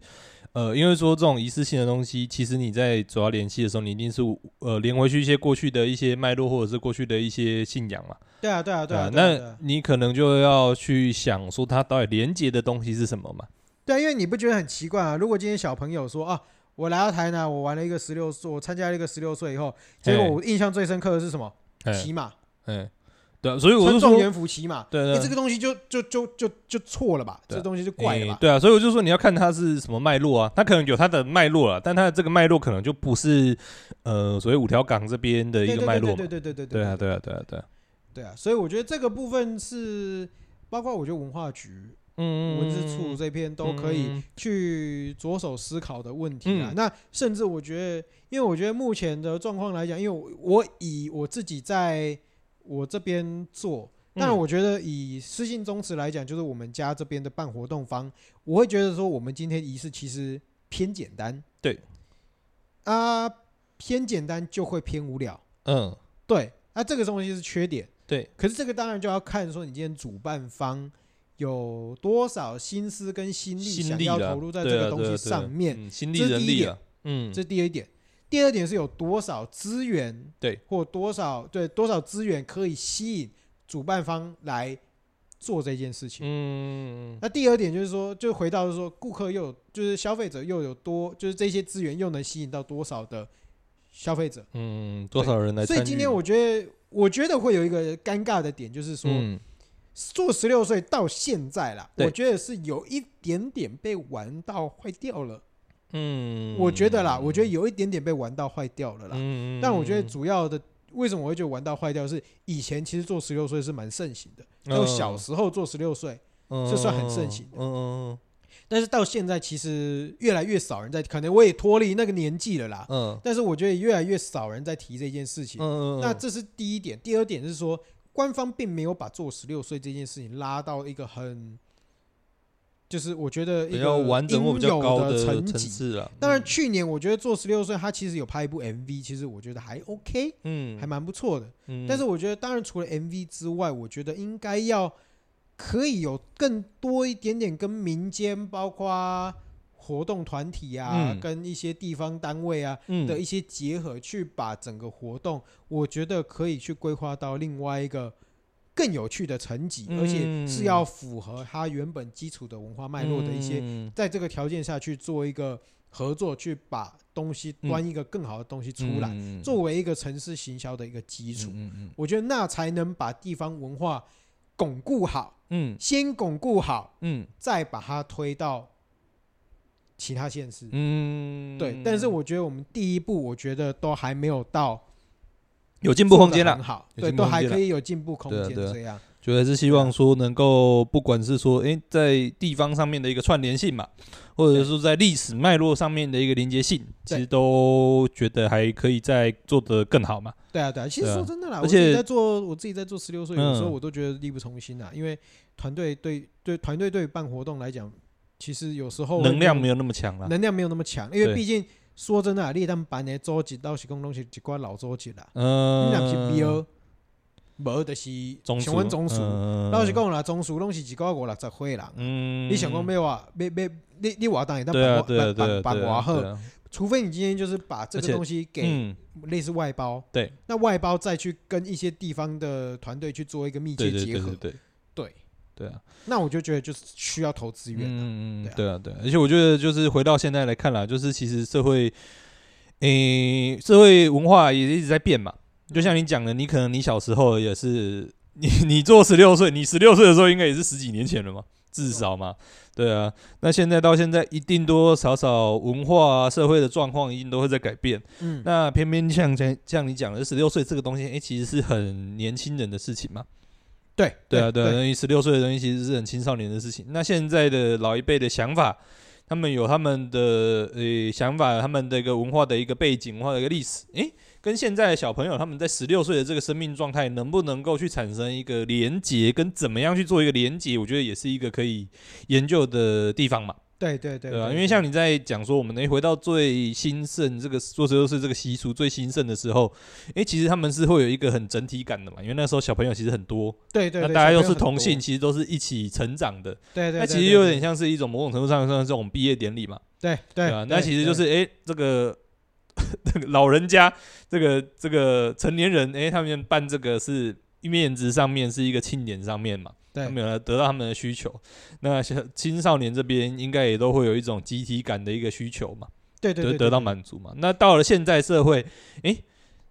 [SPEAKER 2] 呃，因为说这种一次性的东西，其实你在主要联系的时候，你一定是呃连回去一些过去的一些脉络，或者是过去的一些信仰嘛。
[SPEAKER 1] 对啊，对啊，对啊，对啊对
[SPEAKER 2] 嗯那
[SPEAKER 1] 啊，
[SPEAKER 2] 你可能就要去想说，它到底连接的东西是什么嘛？
[SPEAKER 1] 对啊，因为你不觉得很奇怪啊？如果今天小朋友说啊，我来到台南，我玩了一个十六岁，我参加了一个十六岁以后，结果
[SPEAKER 2] 嘿
[SPEAKER 1] 我印象最深刻的是什么？
[SPEAKER 2] 哎
[SPEAKER 1] 骑马，
[SPEAKER 2] 哎，对啊，所以我
[SPEAKER 1] 穿
[SPEAKER 2] 就
[SPEAKER 1] 状
[SPEAKER 2] 说，
[SPEAKER 1] 元服骑马。
[SPEAKER 2] 对
[SPEAKER 1] 你
[SPEAKER 2] 对
[SPEAKER 1] 这个东西就就就就就错了吧？
[SPEAKER 2] 对啊
[SPEAKER 1] 这东西就怪了
[SPEAKER 2] 哎
[SPEAKER 1] 吧？
[SPEAKER 2] 对啊，所以我就说你要看它是什么脉络啊，它可能有它的脉络了，但它的这个脉络可能就不是呃所谓五条港这边的一个脉络嘛
[SPEAKER 1] 对。对对对
[SPEAKER 2] 对啊，
[SPEAKER 1] 对
[SPEAKER 2] 对啊，对啊，对啊，
[SPEAKER 1] 对啊！所以我觉得这个部分是，包括我觉得文化局、
[SPEAKER 2] 嗯，
[SPEAKER 1] 文字处这边都可以
[SPEAKER 2] 嗯
[SPEAKER 1] 去着手思考的问题啊。
[SPEAKER 2] 嗯
[SPEAKER 1] 那甚至我觉得，因为我觉得目前的状况来讲，因为我我以我自己在我这边做，
[SPEAKER 2] 嗯
[SPEAKER 1] 但我觉得以私信宗祠来讲，就是我们家这边的办活动方，我会觉得说，我们今天仪式其实偏简单，
[SPEAKER 2] 对，
[SPEAKER 1] 啊，偏简单就会偏无聊，
[SPEAKER 2] 嗯，
[SPEAKER 1] 对，那、这个东西是缺点。
[SPEAKER 2] 对，
[SPEAKER 1] 可是这个当然就要看说你今天主办方有多少心思跟心力
[SPEAKER 2] 心
[SPEAKER 1] 想
[SPEAKER 2] 力
[SPEAKER 1] 要
[SPEAKER 2] 了，
[SPEAKER 1] 投入在这个东西上面，
[SPEAKER 2] 对啊对啊对啊嗯心力
[SPEAKER 1] 这是
[SPEAKER 2] 人
[SPEAKER 1] 第一
[SPEAKER 2] 力
[SPEAKER 1] 点
[SPEAKER 2] 了，嗯，
[SPEAKER 1] 这是第一点。第二点是有多少资源，
[SPEAKER 2] 对，
[SPEAKER 1] 或多少对多少资源可以吸引主办方来做这件事情。
[SPEAKER 2] 嗯，
[SPEAKER 1] 那第二点就是说，就回到就是说，顾客又有就是消费者又有多，就是这些资源又能吸引到多少的消费者。
[SPEAKER 2] 嗯，多少人来
[SPEAKER 1] 所
[SPEAKER 2] 参与？
[SPEAKER 1] 以今天我觉得，我觉得会有一个尴尬的点，就是说，
[SPEAKER 2] 嗯
[SPEAKER 1] 做十六岁到现在啦，
[SPEAKER 2] 对
[SPEAKER 1] 我觉得是有一点点被玩到坏掉了。
[SPEAKER 2] 嗯，
[SPEAKER 1] 我觉得啦，我觉得有一点点被玩到坏掉了啦。
[SPEAKER 2] 嗯，嗯
[SPEAKER 1] 但我觉得
[SPEAKER 2] 嗯
[SPEAKER 1] 主要的为什么我会觉得玩到坏掉是，以前其实做十六岁是蛮盛行的，
[SPEAKER 2] 嗯
[SPEAKER 1] 就小时候做十六岁，
[SPEAKER 2] 嗯
[SPEAKER 1] 这算很盛行的
[SPEAKER 2] 嗯嗯
[SPEAKER 1] 但是到现在其实越来越少人在，可能我也脱离那个年纪了啦。
[SPEAKER 2] 嗯
[SPEAKER 1] 但是我觉得也越来越少人在提这件事情。
[SPEAKER 2] 嗯，
[SPEAKER 1] 那这是第一点，第二点是说，官方并没有把做十六岁这件事情拉到一个很，就是我觉得一
[SPEAKER 2] 比
[SPEAKER 1] 个
[SPEAKER 2] 较完整或比较高
[SPEAKER 1] 应有的层
[SPEAKER 2] 层
[SPEAKER 1] 级。
[SPEAKER 2] 次了。
[SPEAKER 1] 当然，去年我觉得做十六岁，他其实有拍一部 MV，其实我觉得还 OK，
[SPEAKER 2] 嗯，
[SPEAKER 1] 还蛮不错的。
[SPEAKER 2] 嗯，
[SPEAKER 1] 但是我觉得，当然除了 MV 之外，我觉得应该要可以有更多一点点跟民间，包括活动团体啊，
[SPEAKER 2] 嗯
[SPEAKER 1] 跟一些地方单位啊，
[SPEAKER 2] 嗯
[SPEAKER 1] 的一些结合，去把整个活动，我觉得可以去规划到另外一个更有趣的层级，
[SPEAKER 2] 嗯
[SPEAKER 1] 而且是要符合它原本基础的文化脉络的一些，
[SPEAKER 2] 嗯
[SPEAKER 1] 在这个条件下去做一个合作，去把东西端一个更好的东西出来，
[SPEAKER 2] 嗯
[SPEAKER 1] 作为一个城市行销的一个基础，
[SPEAKER 2] 嗯嗯
[SPEAKER 1] 我觉得那才能把地方文化巩固好，
[SPEAKER 2] 嗯
[SPEAKER 1] 先巩固好，
[SPEAKER 2] 嗯
[SPEAKER 1] 再把它推到其他县市。
[SPEAKER 2] 嗯，
[SPEAKER 1] 对，但是我觉得我们第一步，我觉得都还没有到
[SPEAKER 2] 有进
[SPEAKER 1] 进
[SPEAKER 2] 步空间
[SPEAKER 1] 很
[SPEAKER 2] 了，
[SPEAKER 1] 好，
[SPEAKER 2] 有
[SPEAKER 1] 对，
[SPEAKER 2] 进
[SPEAKER 1] 都
[SPEAKER 2] 步空
[SPEAKER 1] 还
[SPEAKER 2] 间
[SPEAKER 1] 可
[SPEAKER 2] 啦
[SPEAKER 1] 以有进步空
[SPEAKER 2] 对啊
[SPEAKER 1] 间
[SPEAKER 2] 对啊
[SPEAKER 1] 这样。
[SPEAKER 2] 就还是希望说能够，不管是说诶在地方上面的一个串联性嘛，或者说在历史脉络上面的一个连接性，其实都觉得还可以再做得更好嘛。
[SPEAKER 1] 对啊，对啊，其实
[SPEAKER 2] 对啊
[SPEAKER 1] 说真的啦，
[SPEAKER 2] 而
[SPEAKER 1] 我自己
[SPEAKER 2] 且
[SPEAKER 1] 在做，我自己在做十六岁，有时候
[SPEAKER 2] 嗯
[SPEAKER 1] 我都觉得力不从心啊，因为团队对对团队对于办活动来讲，其实有时候
[SPEAKER 2] 能量
[SPEAKER 1] 没
[SPEAKER 2] 没有那么强了，
[SPEAKER 1] 能量没有那么强，因为
[SPEAKER 2] 对
[SPEAKER 1] 毕竟说真的啊，列当班的周几到是工东西几关老周几啦，你
[SPEAKER 2] 嗯，
[SPEAKER 1] 那是 B 二，无就是
[SPEAKER 2] 中
[SPEAKER 1] 请问
[SPEAKER 2] 中
[SPEAKER 1] 中暑，老实，讲啦，中暑拢是一个五六十岁的人。
[SPEAKER 2] 嗯，
[SPEAKER 1] 你想讲要啊，要要你你活当然当
[SPEAKER 2] 对啊，
[SPEAKER 1] 办
[SPEAKER 2] 对啊，
[SPEAKER 1] 办
[SPEAKER 2] 对啊，
[SPEAKER 1] 办办
[SPEAKER 2] 对
[SPEAKER 1] 活
[SPEAKER 2] 啊，
[SPEAKER 1] 好
[SPEAKER 2] 对，啊
[SPEAKER 1] 除非你今天就是把这
[SPEAKER 2] 而
[SPEAKER 1] 个
[SPEAKER 2] 且
[SPEAKER 1] 东西给
[SPEAKER 2] 嗯，
[SPEAKER 1] 类似外包，
[SPEAKER 2] 对，
[SPEAKER 1] 那外包再去跟一些地方的团队去做一个密切
[SPEAKER 2] 对对
[SPEAKER 1] 结
[SPEAKER 2] 对
[SPEAKER 1] 合
[SPEAKER 2] 对，对
[SPEAKER 1] 对，
[SPEAKER 2] 对啊，
[SPEAKER 1] 那我就觉得就是需要投资源啊，
[SPEAKER 2] 嗯嗯
[SPEAKER 1] 对啊，
[SPEAKER 2] 对啊，对啊，而且我觉得就是回到现在来看啦，就是其实社会，诶、社会文化也一直在变嘛。就像你讲的，你可能你小时候也是， 你你做十六岁，你十六岁的时候应该也是十几年前了嘛，至少嘛，对啊。那现在到现在，一定多多少少文化、啊、社会的状况一定都会在改变。
[SPEAKER 1] 嗯，
[SPEAKER 2] 那偏偏像像像你讲的，十六岁这个东西，诶、其实是很年轻人的事情嘛。
[SPEAKER 1] 对
[SPEAKER 2] 对啊，对啊，
[SPEAKER 1] 对
[SPEAKER 2] 因为十六岁的东西其实是很青少年的事情。那现在的老一辈的想法，他们有他们的呃想法，他们的一个文化的一个背景，文化的一个历史，诶，跟现在的小朋友他们在十六岁的这个生命状态，能不能够去产生一个连结，跟怎么样去做一个连结，我觉得也是一个可以研究的地方嘛。
[SPEAKER 1] 对对对
[SPEAKER 2] 对啊，因为像你在讲说，我们能回到最兴盛这个说十六岁这个习俗最兴盛的时候，诶，其实他们是会有一个很整体感的嘛，因为那时候小朋友其实很多，
[SPEAKER 1] 对对，
[SPEAKER 2] 那
[SPEAKER 1] 对
[SPEAKER 2] 大家又
[SPEAKER 1] 小朋友
[SPEAKER 2] 是
[SPEAKER 1] 很
[SPEAKER 2] 同
[SPEAKER 1] 多
[SPEAKER 2] 性，，其实都是一起成长的。
[SPEAKER 1] 对对，对
[SPEAKER 2] 那其实
[SPEAKER 1] 对
[SPEAKER 2] 有点像是一种某种程度上算是这种毕业典礼嘛，
[SPEAKER 1] 对对对
[SPEAKER 2] 吧？啊那其
[SPEAKER 1] 对
[SPEAKER 2] 实就是诶，这个这个老人家，这个这个成年人，诶，他们办这个是面子上面是一个庆典上面嘛，
[SPEAKER 1] 对
[SPEAKER 2] 他们有来得到他们的需求。那小青少年这边应该也都会有一种集体感的一个需求嘛，
[SPEAKER 1] 对对
[SPEAKER 2] 得
[SPEAKER 1] 对
[SPEAKER 2] 得到
[SPEAKER 1] 对
[SPEAKER 2] 满足嘛。那到了现在社会，诶，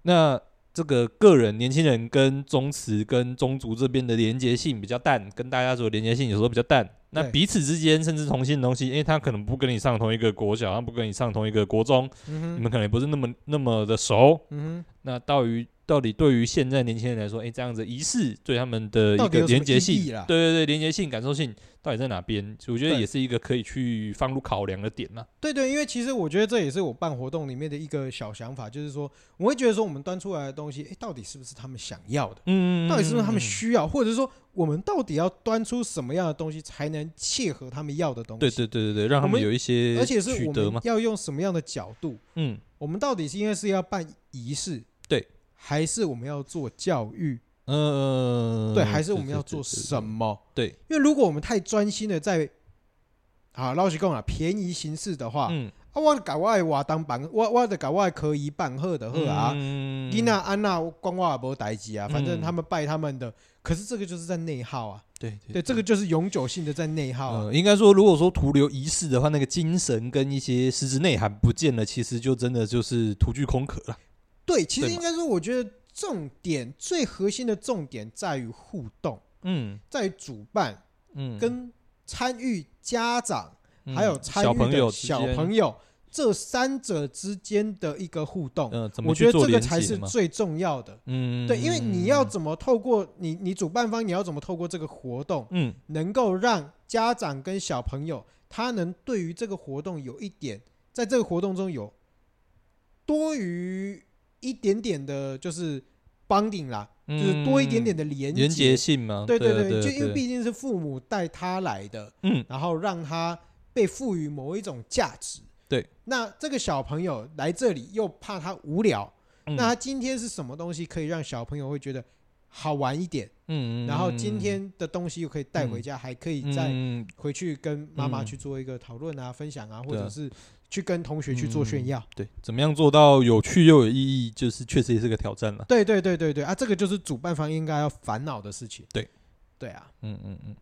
[SPEAKER 2] 那这个个人年轻人跟宗祠跟宗族这边的连结性比较淡，跟大家所连结性有时候比较淡。那
[SPEAKER 1] 对
[SPEAKER 2] 彼此之间甚至同性的东西，因为他可能不跟你上同一个国小，他不跟你上同一个国中，
[SPEAKER 1] 嗯
[SPEAKER 2] 你
[SPEAKER 1] 哼
[SPEAKER 2] 们可能也不是那么那么的熟。
[SPEAKER 1] 嗯
[SPEAKER 2] 那到于到底对于现在年轻人来说，诶，这样子仪式对他们的
[SPEAKER 1] 到
[SPEAKER 2] 一
[SPEAKER 1] 底有
[SPEAKER 2] 个
[SPEAKER 1] 什么
[SPEAKER 2] 连结
[SPEAKER 1] 意
[SPEAKER 2] 性
[SPEAKER 1] 义啦，
[SPEAKER 2] 对对对，连结性、感受性到底在哪边？所以我觉得
[SPEAKER 1] 对
[SPEAKER 2] 也是一个可以去放入考量的点呐、
[SPEAKER 1] 哼，对对，因为其实我觉得这也是我办活动里面的一个小想法，就是说我会觉得说我们端出来的东西，哎，到底是不是他们想要的？
[SPEAKER 2] 嗯，
[SPEAKER 1] 到底是不是他们需要，或者说我们到底要端出什么样的东西才能切合他们要的东
[SPEAKER 2] 对
[SPEAKER 1] 西？
[SPEAKER 2] 对对对对，让他
[SPEAKER 1] 我们
[SPEAKER 2] 们有一些
[SPEAKER 1] 而且是
[SPEAKER 2] 取
[SPEAKER 1] 我
[SPEAKER 2] 得
[SPEAKER 1] 们
[SPEAKER 2] 嘛，
[SPEAKER 1] 要用什么样的角度？
[SPEAKER 2] 嗯，
[SPEAKER 1] 我们到底是应该是要办仪式，
[SPEAKER 2] 对，
[SPEAKER 1] 还是我们要做教育，
[SPEAKER 2] 呃，
[SPEAKER 1] 对，还是我们要做
[SPEAKER 2] 什
[SPEAKER 1] 什
[SPEAKER 2] 么？
[SPEAKER 1] 么？
[SPEAKER 2] 对，
[SPEAKER 1] 因为如果我们太专心的在，啊，老实讲啊，便宜形式的话，
[SPEAKER 2] 嗯，
[SPEAKER 1] 啊，我搞我的活动办，我我的搞我的可以办好的好啊。
[SPEAKER 2] 嗯
[SPEAKER 1] 伊娜安娜光我也无代志啊，反正
[SPEAKER 2] 嗯
[SPEAKER 1] 他们拜他们的，可是这个就是在内耗啊，
[SPEAKER 2] 对
[SPEAKER 1] 对，这个就是永久性的在内耗啊。
[SPEAKER 2] 呃，应该说，如果说徒留仪式的话，那个精神跟一些实质内涵不见了，其实就真的就是徒具空壳了。
[SPEAKER 1] 对，其实
[SPEAKER 2] 对
[SPEAKER 1] 应
[SPEAKER 2] 嘛
[SPEAKER 1] 该说，我觉得重点最核心的重点在于互动，
[SPEAKER 2] 嗯
[SPEAKER 1] 在于主办
[SPEAKER 2] 嗯
[SPEAKER 1] 跟参与家长，
[SPEAKER 2] 嗯
[SPEAKER 1] 还有参
[SPEAKER 2] 小
[SPEAKER 1] 与
[SPEAKER 2] 朋
[SPEAKER 1] 的
[SPEAKER 2] 友之
[SPEAKER 1] 小
[SPEAKER 2] 间
[SPEAKER 1] 朋友这三者之间的一个互动。
[SPEAKER 2] 嗯，怎么
[SPEAKER 1] 我
[SPEAKER 2] 去
[SPEAKER 1] 觉得
[SPEAKER 2] 做
[SPEAKER 1] 这个
[SPEAKER 2] 连
[SPEAKER 1] 才
[SPEAKER 2] 结
[SPEAKER 1] 是
[SPEAKER 2] 嘛
[SPEAKER 1] 最重要的。
[SPEAKER 2] 嗯，
[SPEAKER 1] 对，因为你要怎么透过你你主办方，你要怎么透过这个活动，
[SPEAKER 2] 嗯
[SPEAKER 1] 能够让家长跟小朋友他能对于这个活动有一点，在这个活动中有多于一点点的，就是 bonding 啦，
[SPEAKER 2] 嗯
[SPEAKER 1] 就是多一点点的连
[SPEAKER 2] 连
[SPEAKER 1] 结
[SPEAKER 2] 结。性嘛，
[SPEAKER 1] 对
[SPEAKER 2] 对
[SPEAKER 1] 对，
[SPEAKER 2] 对，
[SPEAKER 1] 就因为毕竟是父母带他来的，
[SPEAKER 2] 嗯
[SPEAKER 1] 然后让他被赋予某一种价值。
[SPEAKER 2] 对，
[SPEAKER 1] 那这个小朋友来这里又怕他无聊，
[SPEAKER 2] 嗯
[SPEAKER 1] 那他今天是什么东西可以让小朋友会觉得好玩一点？
[SPEAKER 2] 嗯，
[SPEAKER 1] 然后今天的东西又可以带回家，还可以再
[SPEAKER 2] 嗯
[SPEAKER 1] 回去跟妈妈
[SPEAKER 2] 嗯
[SPEAKER 1] 去做一个讨论啊、分享啊，或
[SPEAKER 2] 对啊嗯
[SPEAKER 1] 者是去跟同学去做炫耀。
[SPEAKER 2] 对怎么样做到有趣又有意义，就是确实也是个挑战了。
[SPEAKER 1] 对对对对对啊，这个就是主办方应该要烦恼的事情。
[SPEAKER 2] 对，
[SPEAKER 1] 对啊，
[SPEAKER 2] 嗯嗯嗯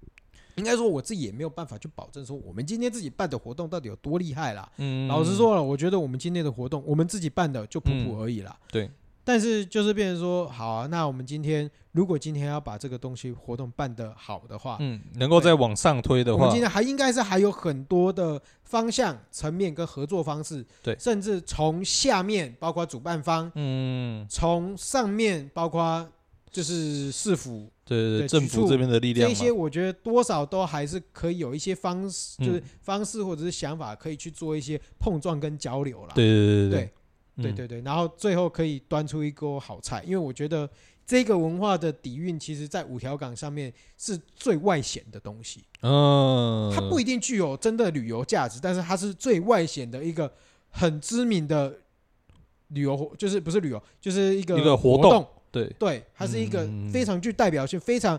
[SPEAKER 1] 应该说我自己也没有办法去保证说我们今天自己办的活动到底有多厉害啦。
[SPEAKER 2] 嗯，
[SPEAKER 1] 老实说了，我觉得我们今天的活动我们自己办的就普普而已啦。
[SPEAKER 2] 嗯对，
[SPEAKER 1] 但是就是变成说，好啊，那我们今天如果今天要把这个东西活动办得好的话，
[SPEAKER 2] 嗯，能够再往上推的
[SPEAKER 1] 我们
[SPEAKER 2] 话
[SPEAKER 1] 今，天还应该是还有很多的方向、层面跟合作方式，
[SPEAKER 2] 对
[SPEAKER 1] 甚至从下面包括主办方，
[SPEAKER 2] 嗯，
[SPEAKER 1] 从上面包括就是市府
[SPEAKER 2] 对对对，
[SPEAKER 1] 对
[SPEAKER 2] 政
[SPEAKER 1] 举
[SPEAKER 2] 府
[SPEAKER 1] 措
[SPEAKER 2] 这边的力量
[SPEAKER 1] 这
[SPEAKER 2] 嘛，
[SPEAKER 1] 些，我觉得多少都还是可以有一些方式，
[SPEAKER 2] 嗯
[SPEAKER 1] 就是方式或者是想法可以去做一些碰撞跟交流啦。
[SPEAKER 2] 对对对
[SPEAKER 1] 对对
[SPEAKER 2] 嗯
[SPEAKER 1] 对对，然后最后可以端出一锅好菜，因为我觉得这个文化的底蕴，其实在五条港上面是最外显的东西。
[SPEAKER 2] 嗯，
[SPEAKER 1] 它不一定具有真的旅游价值，但是它是最外显的一个很知名的旅游活，就是不是旅游，就是一个
[SPEAKER 2] 一个活
[SPEAKER 1] 活
[SPEAKER 2] 动对，
[SPEAKER 1] 对，它是一个
[SPEAKER 2] 嗯
[SPEAKER 1] 非常具代表性、非常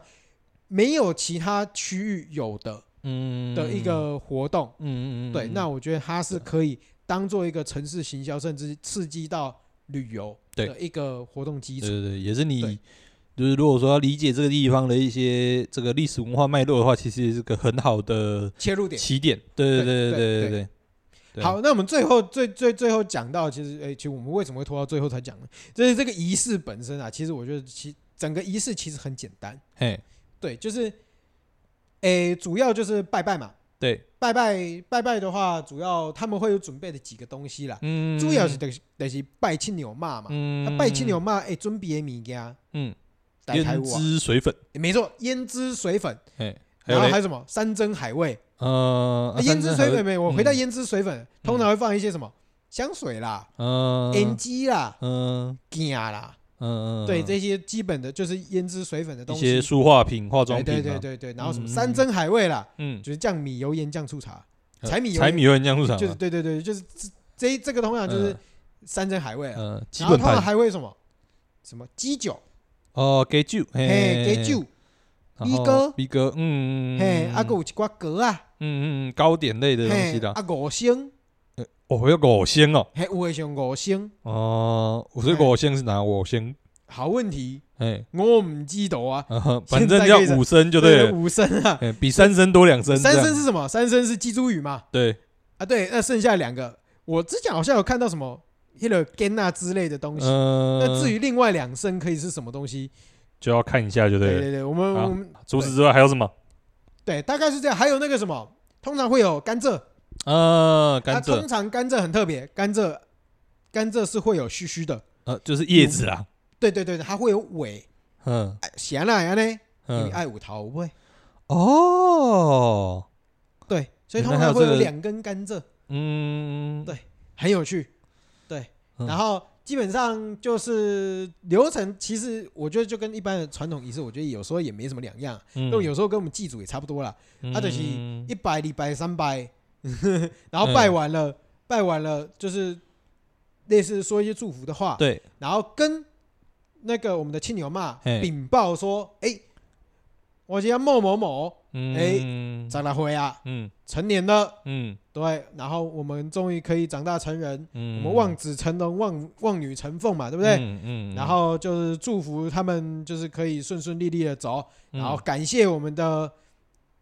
[SPEAKER 1] 没有其他区域有的
[SPEAKER 2] 嗯
[SPEAKER 1] 的一，个活动。
[SPEAKER 2] 嗯嗯嗯，
[SPEAKER 1] 对，
[SPEAKER 2] 嗯
[SPEAKER 1] 那我觉得它是
[SPEAKER 2] 对
[SPEAKER 1] 可以当做一个城市行销，甚至刺激到旅游
[SPEAKER 2] 对
[SPEAKER 1] 的一个活动基
[SPEAKER 2] 对
[SPEAKER 1] 础。
[SPEAKER 2] 对对，也是你
[SPEAKER 1] 对。
[SPEAKER 2] 就是如果说要理解这个地方的一些这个历史文化脉络的话，其实也是个很好的
[SPEAKER 1] 切入点。
[SPEAKER 2] 起点。对
[SPEAKER 1] 对
[SPEAKER 2] 对对对
[SPEAKER 1] 对
[SPEAKER 2] 对对。
[SPEAKER 1] 好，那我们最后最最最后讲到，其实诶、其实我们为什么会拖到最后才讲呢？就是这个仪式本身啊，其实我觉得其整个仪式其实很简单，
[SPEAKER 2] 嘿，
[SPEAKER 1] 对，就是诶、主要就是拜拜嘛，
[SPEAKER 2] 对，
[SPEAKER 1] 拜拜拜拜的话，主要他们会有准备的几个东西啦，
[SPEAKER 2] 嗯，
[SPEAKER 1] 主要是就是就是拜七牛妈嘛，
[SPEAKER 2] 嗯
[SPEAKER 1] 啊，拜七牛妈诶准备的物件，
[SPEAKER 2] 嗯，
[SPEAKER 1] 大概
[SPEAKER 2] 胭
[SPEAKER 1] 有啊
[SPEAKER 2] 脂水粉，
[SPEAKER 1] 没错，胭脂水粉，
[SPEAKER 2] 嘿，还
[SPEAKER 1] 然
[SPEAKER 2] 有
[SPEAKER 1] 后还
[SPEAKER 2] 嘞，
[SPEAKER 1] 有什么山珍海味，
[SPEAKER 2] 呃，啊
[SPEAKER 1] 胭脂水粉，没，我回到
[SPEAKER 2] 嗯
[SPEAKER 1] 胭脂水粉，通常会放一些什么香水啦、
[SPEAKER 2] 嗯，
[SPEAKER 1] NG 啦、
[SPEAKER 2] 嗯
[SPEAKER 1] 姜啦，
[SPEAKER 2] 嗯，
[SPEAKER 1] 对
[SPEAKER 2] 一
[SPEAKER 1] 这些基本的就是胭脂水粉的东
[SPEAKER 2] 些
[SPEAKER 1] 西。
[SPEAKER 2] 书画品、化妆
[SPEAKER 1] 对
[SPEAKER 2] 品，啊
[SPEAKER 1] 对对，对对，然后什么
[SPEAKER 2] 嗯
[SPEAKER 1] 山珍海味啦，
[SPEAKER 2] 嗯，
[SPEAKER 1] 就是酱米油盐酱醋茶，
[SPEAKER 2] 呃
[SPEAKER 1] 柴米油
[SPEAKER 2] 柴米油盐啊酱醋茶，
[SPEAKER 1] 就是对对对，就是这这这个通常啊就是山珍海味啊。
[SPEAKER 2] 嗯，基
[SPEAKER 1] 然后
[SPEAKER 2] 本
[SPEAKER 1] 通常
[SPEAKER 2] 盘
[SPEAKER 1] 还会有什么什么鸡酒，
[SPEAKER 2] 哦，给酒，
[SPEAKER 1] 嘿，
[SPEAKER 2] 嘿，
[SPEAKER 1] 鸡酒，
[SPEAKER 2] 然后
[SPEAKER 1] 米糕
[SPEAKER 2] 米哥，嗯，
[SPEAKER 1] 嘿，
[SPEAKER 2] 嗯
[SPEAKER 1] 啊，还有一寡粿啊，
[SPEAKER 2] 嗯嗯，糕点类的东
[SPEAKER 1] 嘿
[SPEAKER 2] 西，的，
[SPEAKER 1] 啊，五星，
[SPEAKER 2] 哦，要果鲜哦，
[SPEAKER 1] 嘿，有的像五星，
[SPEAKER 2] 哦，我说果鲜是哪果鲜？
[SPEAKER 1] 好问题，
[SPEAKER 2] 哎，
[SPEAKER 1] 我唔知道啊，
[SPEAKER 2] 呃呵反正要五声就对了，
[SPEAKER 1] 五声啊，
[SPEAKER 2] 哎，比三声多两声，
[SPEAKER 1] 三
[SPEAKER 2] 这样
[SPEAKER 1] 声是什么？三声是鸡猪语嘛？
[SPEAKER 2] 对，
[SPEAKER 1] 啊，对，那剩下两个，我之前好像有看到什么 hello g a n a 之类的东西，
[SPEAKER 2] 嗯，
[SPEAKER 1] 那至于另外两声可以是什么东西？
[SPEAKER 2] 就要看一下就
[SPEAKER 1] 对
[SPEAKER 2] 对了。
[SPEAKER 1] 对对，我们
[SPEAKER 2] 好
[SPEAKER 1] 我们
[SPEAKER 2] 除此之外还有什么？
[SPEAKER 1] 对，大概是这样。还有那个什么，通常会有甘蔗，
[SPEAKER 2] 呃，
[SPEAKER 1] 它
[SPEAKER 2] 甘蔗
[SPEAKER 1] 通，常啊甘蔗很特别，甘蔗甘蔗是会有须须的，
[SPEAKER 2] 呃，就是叶子啊，
[SPEAKER 1] 对对对，它会有尾。
[SPEAKER 2] 嗯
[SPEAKER 1] 哎咸啦呀呢，因为
[SPEAKER 2] 嗯，
[SPEAKER 1] 爱五桃味，
[SPEAKER 2] 哦，
[SPEAKER 1] 对，所以
[SPEAKER 2] 原
[SPEAKER 1] 通
[SPEAKER 2] 来还有
[SPEAKER 1] 常会
[SPEAKER 2] 这
[SPEAKER 1] 有
[SPEAKER 2] 个
[SPEAKER 1] 两根甘蔗，
[SPEAKER 2] 嗯，
[SPEAKER 1] 对很有趣。对，
[SPEAKER 2] 嗯
[SPEAKER 1] 然后基本上就是流程，其实我觉得就跟一般的传统仪式，我觉得有时候也没什么两样，
[SPEAKER 2] 嗯
[SPEAKER 1] 那种有时候跟我们祭祖也差不多啦，啊就是一拜、礼拜、三拜， 然后
[SPEAKER 2] 嗯
[SPEAKER 1] 拜完了，拜完了就是类似说一些祝福的话，
[SPEAKER 2] 对，
[SPEAKER 1] 然后跟那个我们的亲友嘛
[SPEAKER 2] 嘿
[SPEAKER 1] 禀报说，哎，我今天某某某哎
[SPEAKER 2] 嗯，
[SPEAKER 1] 长大回啊，
[SPEAKER 2] 嗯
[SPEAKER 1] 成年了，
[SPEAKER 2] 嗯
[SPEAKER 1] 对，然后我们终于可以长大成人，
[SPEAKER 2] 嗯，
[SPEAKER 1] 我们望子成龙，望望女成凤嘛，对
[SPEAKER 2] 对
[SPEAKER 1] 不对？
[SPEAKER 2] 嗯嗯，
[SPEAKER 1] 然后就是祝福他们，就是可以顺顺利利的走，
[SPEAKER 2] 嗯
[SPEAKER 1] 然后感谢我们的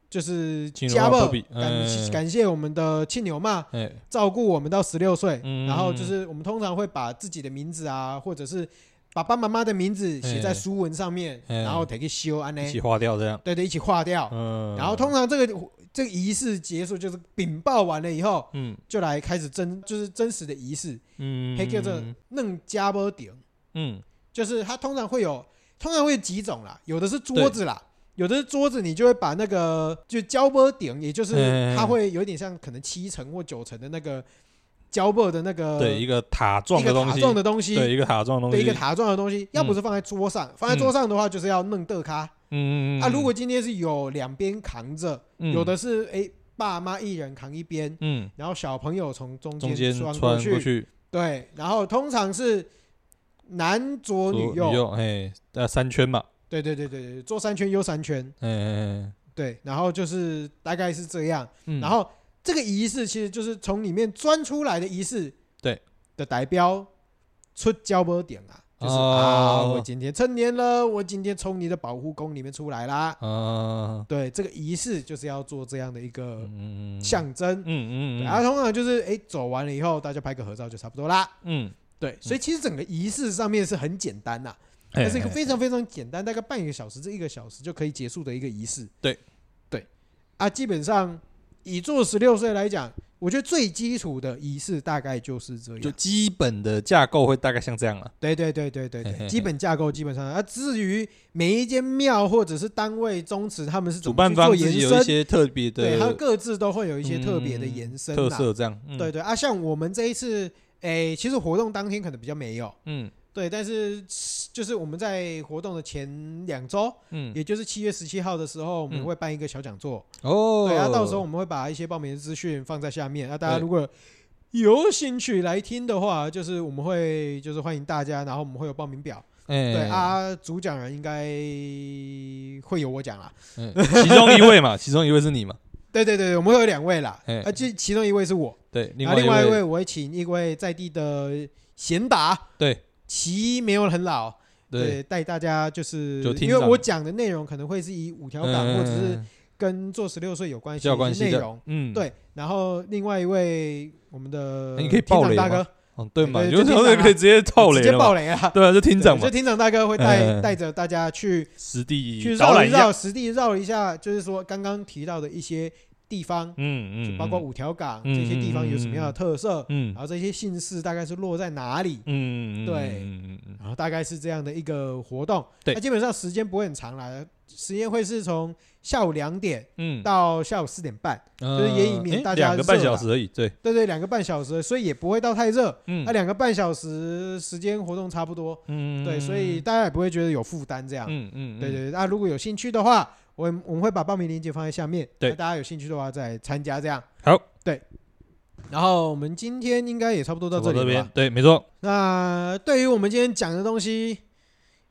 [SPEAKER 1] 就是
[SPEAKER 2] 亲
[SPEAKER 1] 家
[SPEAKER 2] 友爸
[SPEAKER 1] 伯
[SPEAKER 2] 爸比，
[SPEAKER 1] 感
[SPEAKER 2] 嗯
[SPEAKER 1] 感谢我们的亲友嘛，
[SPEAKER 2] 哎，
[SPEAKER 1] 照顾我们到十六岁，
[SPEAKER 2] 嗯
[SPEAKER 1] 然后就是我们通常会把自己的名字啊，或者是爸爸妈妈的名字写在
[SPEAKER 2] 哎
[SPEAKER 1] 书文上面，
[SPEAKER 2] 哎
[SPEAKER 1] 然后得去修安呢
[SPEAKER 2] 一，起划掉这样，
[SPEAKER 1] 对对，一起划掉。
[SPEAKER 2] 嗯，
[SPEAKER 1] 哦然后通常这个这个仪式结束，就是禀报完了以后，
[SPEAKER 2] 嗯
[SPEAKER 1] 就来开始真就是真实的仪式，
[SPEAKER 2] 嗯，
[SPEAKER 1] 黑叫做弄加波顶，
[SPEAKER 2] 嗯
[SPEAKER 1] 就是它通常会有，通常会有几种啦，有的是桌子啦，有的是桌子，你就会把那个就胶波顶，也就是
[SPEAKER 2] 嗯
[SPEAKER 1] 它会有点像可能七层或九层的那个胶波的那个
[SPEAKER 2] 对一个塔
[SPEAKER 1] 呃一
[SPEAKER 2] 状
[SPEAKER 1] 个
[SPEAKER 2] 的东
[SPEAKER 1] 塔
[SPEAKER 2] 西，
[SPEAKER 1] 状的东西，
[SPEAKER 2] 对一个塔状的东
[SPEAKER 1] 对
[SPEAKER 2] 西，嗯
[SPEAKER 1] 一个塔状的东西，要不是放在桌上，放在桌上的话就是要弄豆咖。
[SPEAKER 2] 嗯嗯嗯，
[SPEAKER 1] 啊，如果今天是有两边扛着，有的是哎、爸妈一人扛一边，
[SPEAKER 2] 嗯
[SPEAKER 1] 然后小朋友从中
[SPEAKER 2] 中
[SPEAKER 1] 间
[SPEAKER 2] 间
[SPEAKER 1] 穿
[SPEAKER 2] 穿
[SPEAKER 1] 过去，
[SPEAKER 2] 过去
[SPEAKER 1] 对，然后通常是男左女右，
[SPEAKER 2] 右，哎，呃三圈嘛，
[SPEAKER 1] 对对对对对，左三圈右三圈，
[SPEAKER 2] 哎哎
[SPEAKER 1] 对，然后就是大概是这样，
[SPEAKER 2] 嗯，
[SPEAKER 1] 然后这个仪式其实就是从里面钻出来的仪式，
[SPEAKER 2] 对
[SPEAKER 1] 的代标出交波点啊，就是、
[SPEAKER 2] 哦
[SPEAKER 1] 啊，我今天成年了，我今天从你的保护宫里面出来啦，
[SPEAKER 2] 啊，
[SPEAKER 1] 对，这个仪式就是要做这样的一个
[SPEAKER 2] 嗯嗯
[SPEAKER 1] 象征，
[SPEAKER 2] 嗯嗯
[SPEAKER 1] 对
[SPEAKER 2] 嗯，
[SPEAKER 1] 啊，通常就是哎走完了以后，大家拍个合照就差不多啦。
[SPEAKER 2] 嗯，
[SPEAKER 1] 对，所以其实整个仪式上面是很简单呐、啊它
[SPEAKER 2] 哎
[SPEAKER 1] 是一个非常非常简单，大概半个小时至一个小时就可以结束的一个仪式。
[SPEAKER 2] 对，
[SPEAKER 1] 对，啊，基本上以做十六岁来讲，我觉得最基础的仪式大概就是这
[SPEAKER 2] 就
[SPEAKER 1] 样。
[SPEAKER 2] 基本的架构会大概像这样了，
[SPEAKER 1] 对对对对对
[SPEAKER 2] 嘿嘿
[SPEAKER 1] 对，
[SPEAKER 2] 嘿
[SPEAKER 1] 基本架构基本上。啊，至于每一间庙或者是单位宗祠，他们是怎
[SPEAKER 2] 主
[SPEAKER 1] 么
[SPEAKER 2] 办
[SPEAKER 1] 去
[SPEAKER 2] 方
[SPEAKER 1] 做
[SPEAKER 2] 自己
[SPEAKER 1] 延
[SPEAKER 2] 有一
[SPEAKER 1] 伸，
[SPEAKER 2] 些特别的
[SPEAKER 1] 对，它各自都会有一些特别的
[SPEAKER 2] 嗯
[SPEAKER 1] 延伸
[SPEAKER 2] 特
[SPEAKER 1] 啦。
[SPEAKER 2] 色这样，嗯
[SPEAKER 1] 对对啊，像我们这一次，诶，其实活动当天可能比较没有。
[SPEAKER 2] 嗯
[SPEAKER 1] 对，但是就是我们在活动的前两周，
[SPEAKER 2] 嗯
[SPEAKER 1] 也就是七月十七号的时候，我们
[SPEAKER 2] 嗯
[SPEAKER 1] 会办一个小讲座。
[SPEAKER 2] 哦，
[SPEAKER 1] 对啊，到时候我们会把一些报名的资讯放在下面。那、大家
[SPEAKER 2] 对
[SPEAKER 1] 如果有兴趣来听的话，就是我们会就是欢迎大家，然后我们会有报名表。
[SPEAKER 2] 哎
[SPEAKER 1] 对，啊，主讲人应该会有我讲啦。
[SPEAKER 2] 嗯 其中一位嘛，其中一位是你嘛，
[SPEAKER 1] 对对对，我们会有两位啦，
[SPEAKER 2] 哎
[SPEAKER 1] 啊，这其中一位是我，
[SPEAKER 2] 对，另
[SPEAKER 1] 然啊
[SPEAKER 2] 外
[SPEAKER 1] 后另外
[SPEAKER 2] 一
[SPEAKER 1] 一位我会请一位在地的贤达，
[SPEAKER 2] 对，
[SPEAKER 1] 骑没有很老，
[SPEAKER 2] 对，
[SPEAKER 1] 对，带大家就是
[SPEAKER 2] 就听嗯
[SPEAKER 1] 因为
[SPEAKER 2] 长
[SPEAKER 1] 我讲的内容可能会是以五条港或者是跟做十六岁有关
[SPEAKER 2] 比
[SPEAKER 1] 系
[SPEAKER 2] 较有关
[SPEAKER 1] 的
[SPEAKER 2] 系
[SPEAKER 1] 内
[SPEAKER 2] 的
[SPEAKER 1] 容，，
[SPEAKER 2] 嗯，
[SPEAKER 1] 对。然后另外一位我们的
[SPEAKER 2] 哎你可以
[SPEAKER 1] 厅
[SPEAKER 2] 爆
[SPEAKER 1] 长
[SPEAKER 2] 雷
[SPEAKER 1] 大
[SPEAKER 2] 吗
[SPEAKER 1] 哥，
[SPEAKER 2] 哦，对嘛，
[SPEAKER 1] 对就
[SPEAKER 2] 有时
[SPEAKER 1] 厅
[SPEAKER 2] 候
[SPEAKER 1] 长啊
[SPEAKER 2] 可以直接套雷
[SPEAKER 1] 直接
[SPEAKER 2] 了嘛
[SPEAKER 1] 爆，雷啊！
[SPEAKER 2] 对啊，就 厅
[SPEAKER 1] 对
[SPEAKER 2] 长
[SPEAKER 1] 就
[SPEAKER 2] 嘛，
[SPEAKER 1] 厅长大哥会带
[SPEAKER 2] 嗯
[SPEAKER 1] 带着大家去
[SPEAKER 2] 实地
[SPEAKER 1] 去
[SPEAKER 2] 导
[SPEAKER 1] 绕
[SPEAKER 2] 览
[SPEAKER 1] 一
[SPEAKER 2] 一下
[SPEAKER 1] 绕，，实地绕一下，就是说刚刚提到的一些地方，
[SPEAKER 2] 嗯嗯，
[SPEAKER 1] 包括
[SPEAKER 2] 嗯
[SPEAKER 1] 五条港
[SPEAKER 2] 嗯
[SPEAKER 1] 这些地方有什么样的特色，
[SPEAKER 2] 嗯
[SPEAKER 1] 然后这些姓氏大概是落在哪里，
[SPEAKER 2] 嗯嗯，
[SPEAKER 1] 对
[SPEAKER 2] 嗯嗯嗯嗯
[SPEAKER 1] 然后大概是这样的一个活动。
[SPEAKER 2] 对
[SPEAKER 1] 那基本上时间不会很长啦，实验会是从下午两点
[SPEAKER 2] 嗯，
[SPEAKER 1] 到下午四点半，
[SPEAKER 2] 就是
[SPEAKER 1] 也以免大家
[SPEAKER 2] 两个半
[SPEAKER 1] 热
[SPEAKER 2] 小
[SPEAKER 1] 啦
[SPEAKER 2] 时而已，对，
[SPEAKER 1] 对对，两个半小时，所以也不会到太热。
[SPEAKER 2] 嗯
[SPEAKER 1] 那啊两个半小时时间活动差不多，
[SPEAKER 2] 嗯，
[SPEAKER 1] 对，所以大家也不会觉得有负担这样。
[SPEAKER 2] 嗯嗯，嗯
[SPEAKER 1] 对，对，那、啊、如果有兴趣的话，我们我们会把报名链接放在下面，
[SPEAKER 2] 对
[SPEAKER 1] 那大家有兴趣的话再参加这样。
[SPEAKER 2] 好，
[SPEAKER 1] 对。然后我们今天应该也差不多到这
[SPEAKER 2] 这
[SPEAKER 1] 里了
[SPEAKER 2] 边
[SPEAKER 1] 吧。
[SPEAKER 2] 对，没错，
[SPEAKER 1] 那对于我们今天讲的东西，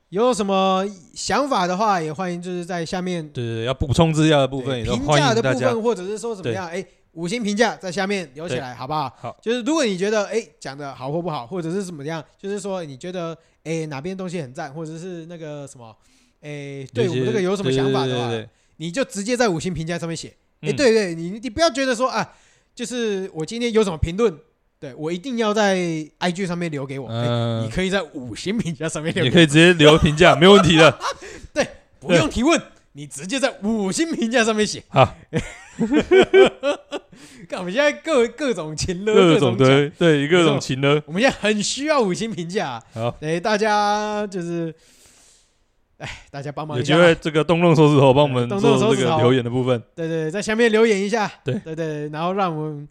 [SPEAKER 1] 有什么想法的话，也欢迎就是在下面
[SPEAKER 2] 对对，对要补充资料的部分
[SPEAKER 1] 对
[SPEAKER 2] 也都
[SPEAKER 1] 评
[SPEAKER 2] 欢
[SPEAKER 1] 价
[SPEAKER 2] 迎
[SPEAKER 1] 的
[SPEAKER 2] 大
[SPEAKER 1] 部
[SPEAKER 2] 家，
[SPEAKER 1] 分，或者是说怎么样，哎，五星评价在下面留起来，好不好？
[SPEAKER 2] 好，
[SPEAKER 1] 就是如果你觉得哎讲的好或不好，或者是怎么样，就是说你觉得哎哪边东西很赞，或者是那个什么，哎对我们这个有什么想法的话，
[SPEAKER 2] 对，嗯
[SPEAKER 1] 你就直接在五星评价上面写。哎、对
[SPEAKER 2] 对，
[SPEAKER 1] 对，你你不要觉得说啊，就是我今天有什么评论，对我一定要在 IG 上面留给我。哎你
[SPEAKER 2] 嗯，
[SPEAKER 1] 可以在五星评价上面留
[SPEAKER 2] 也
[SPEAKER 1] 给我，
[SPEAKER 2] 可以直接留评价，没问题的，
[SPEAKER 1] 不用提问，你直接在五星评价上面写。
[SPEAKER 2] 好，
[SPEAKER 1] 看我们现在各各种情乐，
[SPEAKER 2] 各
[SPEAKER 1] 种
[SPEAKER 2] 种
[SPEAKER 1] 讲
[SPEAKER 2] 的，对，各种情的，
[SPEAKER 1] 我们现在很需要五星评价、啊。
[SPEAKER 2] 好
[SPEAKER 1] 哎，大家就是，哎，大家帮忙
[SPEAKER 2] 有
[SPEAKER 1] 一
[SPEAKER 2] 机
[SPEAKER 1] 下，
[SPEAKER 2] 会这个动动手指头帮我们
[SPEAKER 1] 动动手
[SPEAKER 2] 做
[SPEAKER 1] 指
[SPEAKER 2] 这个
[SPEAKER 1] 头
[SPEAKER 2] 留言的部分，
[SPEAKER 1] 对对，在下面留言一下，
[SPEAKER 2] 对
[SPEAKER 1] 对对，然后让我们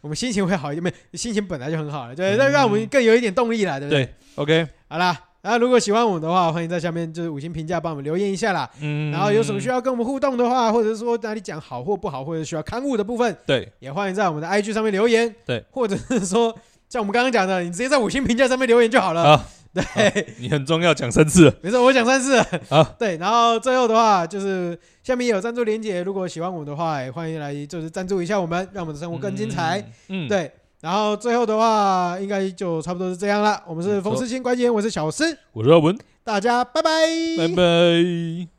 [SPEAKER 1] 我们心情会好一点，没心情本来就很好了，对，
[SPEAKER 2] 嗯
[SPEAKER 1] 那让我们更有一点动力啦，对不对？
[SPEAKER 2] 对，OK，
[SPEAKER 1] 好啦，那如果喜欢我们的话，欢迎在下面就是五星评价帮我们留言一下啦。
[SPEAKER 2] 嗯，
[SPEAKER 1] 然后有什么需要跟我们互动的话，或者是说哪里讲好或不好，或者需要刊物的部分，
[SPEAKER 2] 对，
[SPEAKER 1] 也欢迎在我们的 IG 上面留言。
[SPEAKER 2] 对，
[SPEAKER 1] 或者是说像我们刚刚讲的，你直接在五星评价上面留言就好了。
[SPEAKER 2] 好，
[SPEAKER 1] 对，
[SPEAKER 2] 啊你很重要，讲三次了，
[SPEAKER 1] 没错，我讲三次了。
[SPEAKER 2] 好，
[SPEAKER 1] 对，然后最后的话就是下面也有赞助连结，如果喜欢我们的话，也欢迎来就是赞助一下我们，让我们的生活更精彩。
[SPEAKER 2] 嗯，嗯，
[SPEAKER 1] 对，然后最后的话应该就差不多是这样了。我们是
[SPEAKER 2] 没错
[SPEAKER 1] 冯思清关键，我是小思，
[SPEAKER 2] 我是阿文，
[SPEAKER 1] 大家拜拜，
[SPEAKER 2] 拜拜。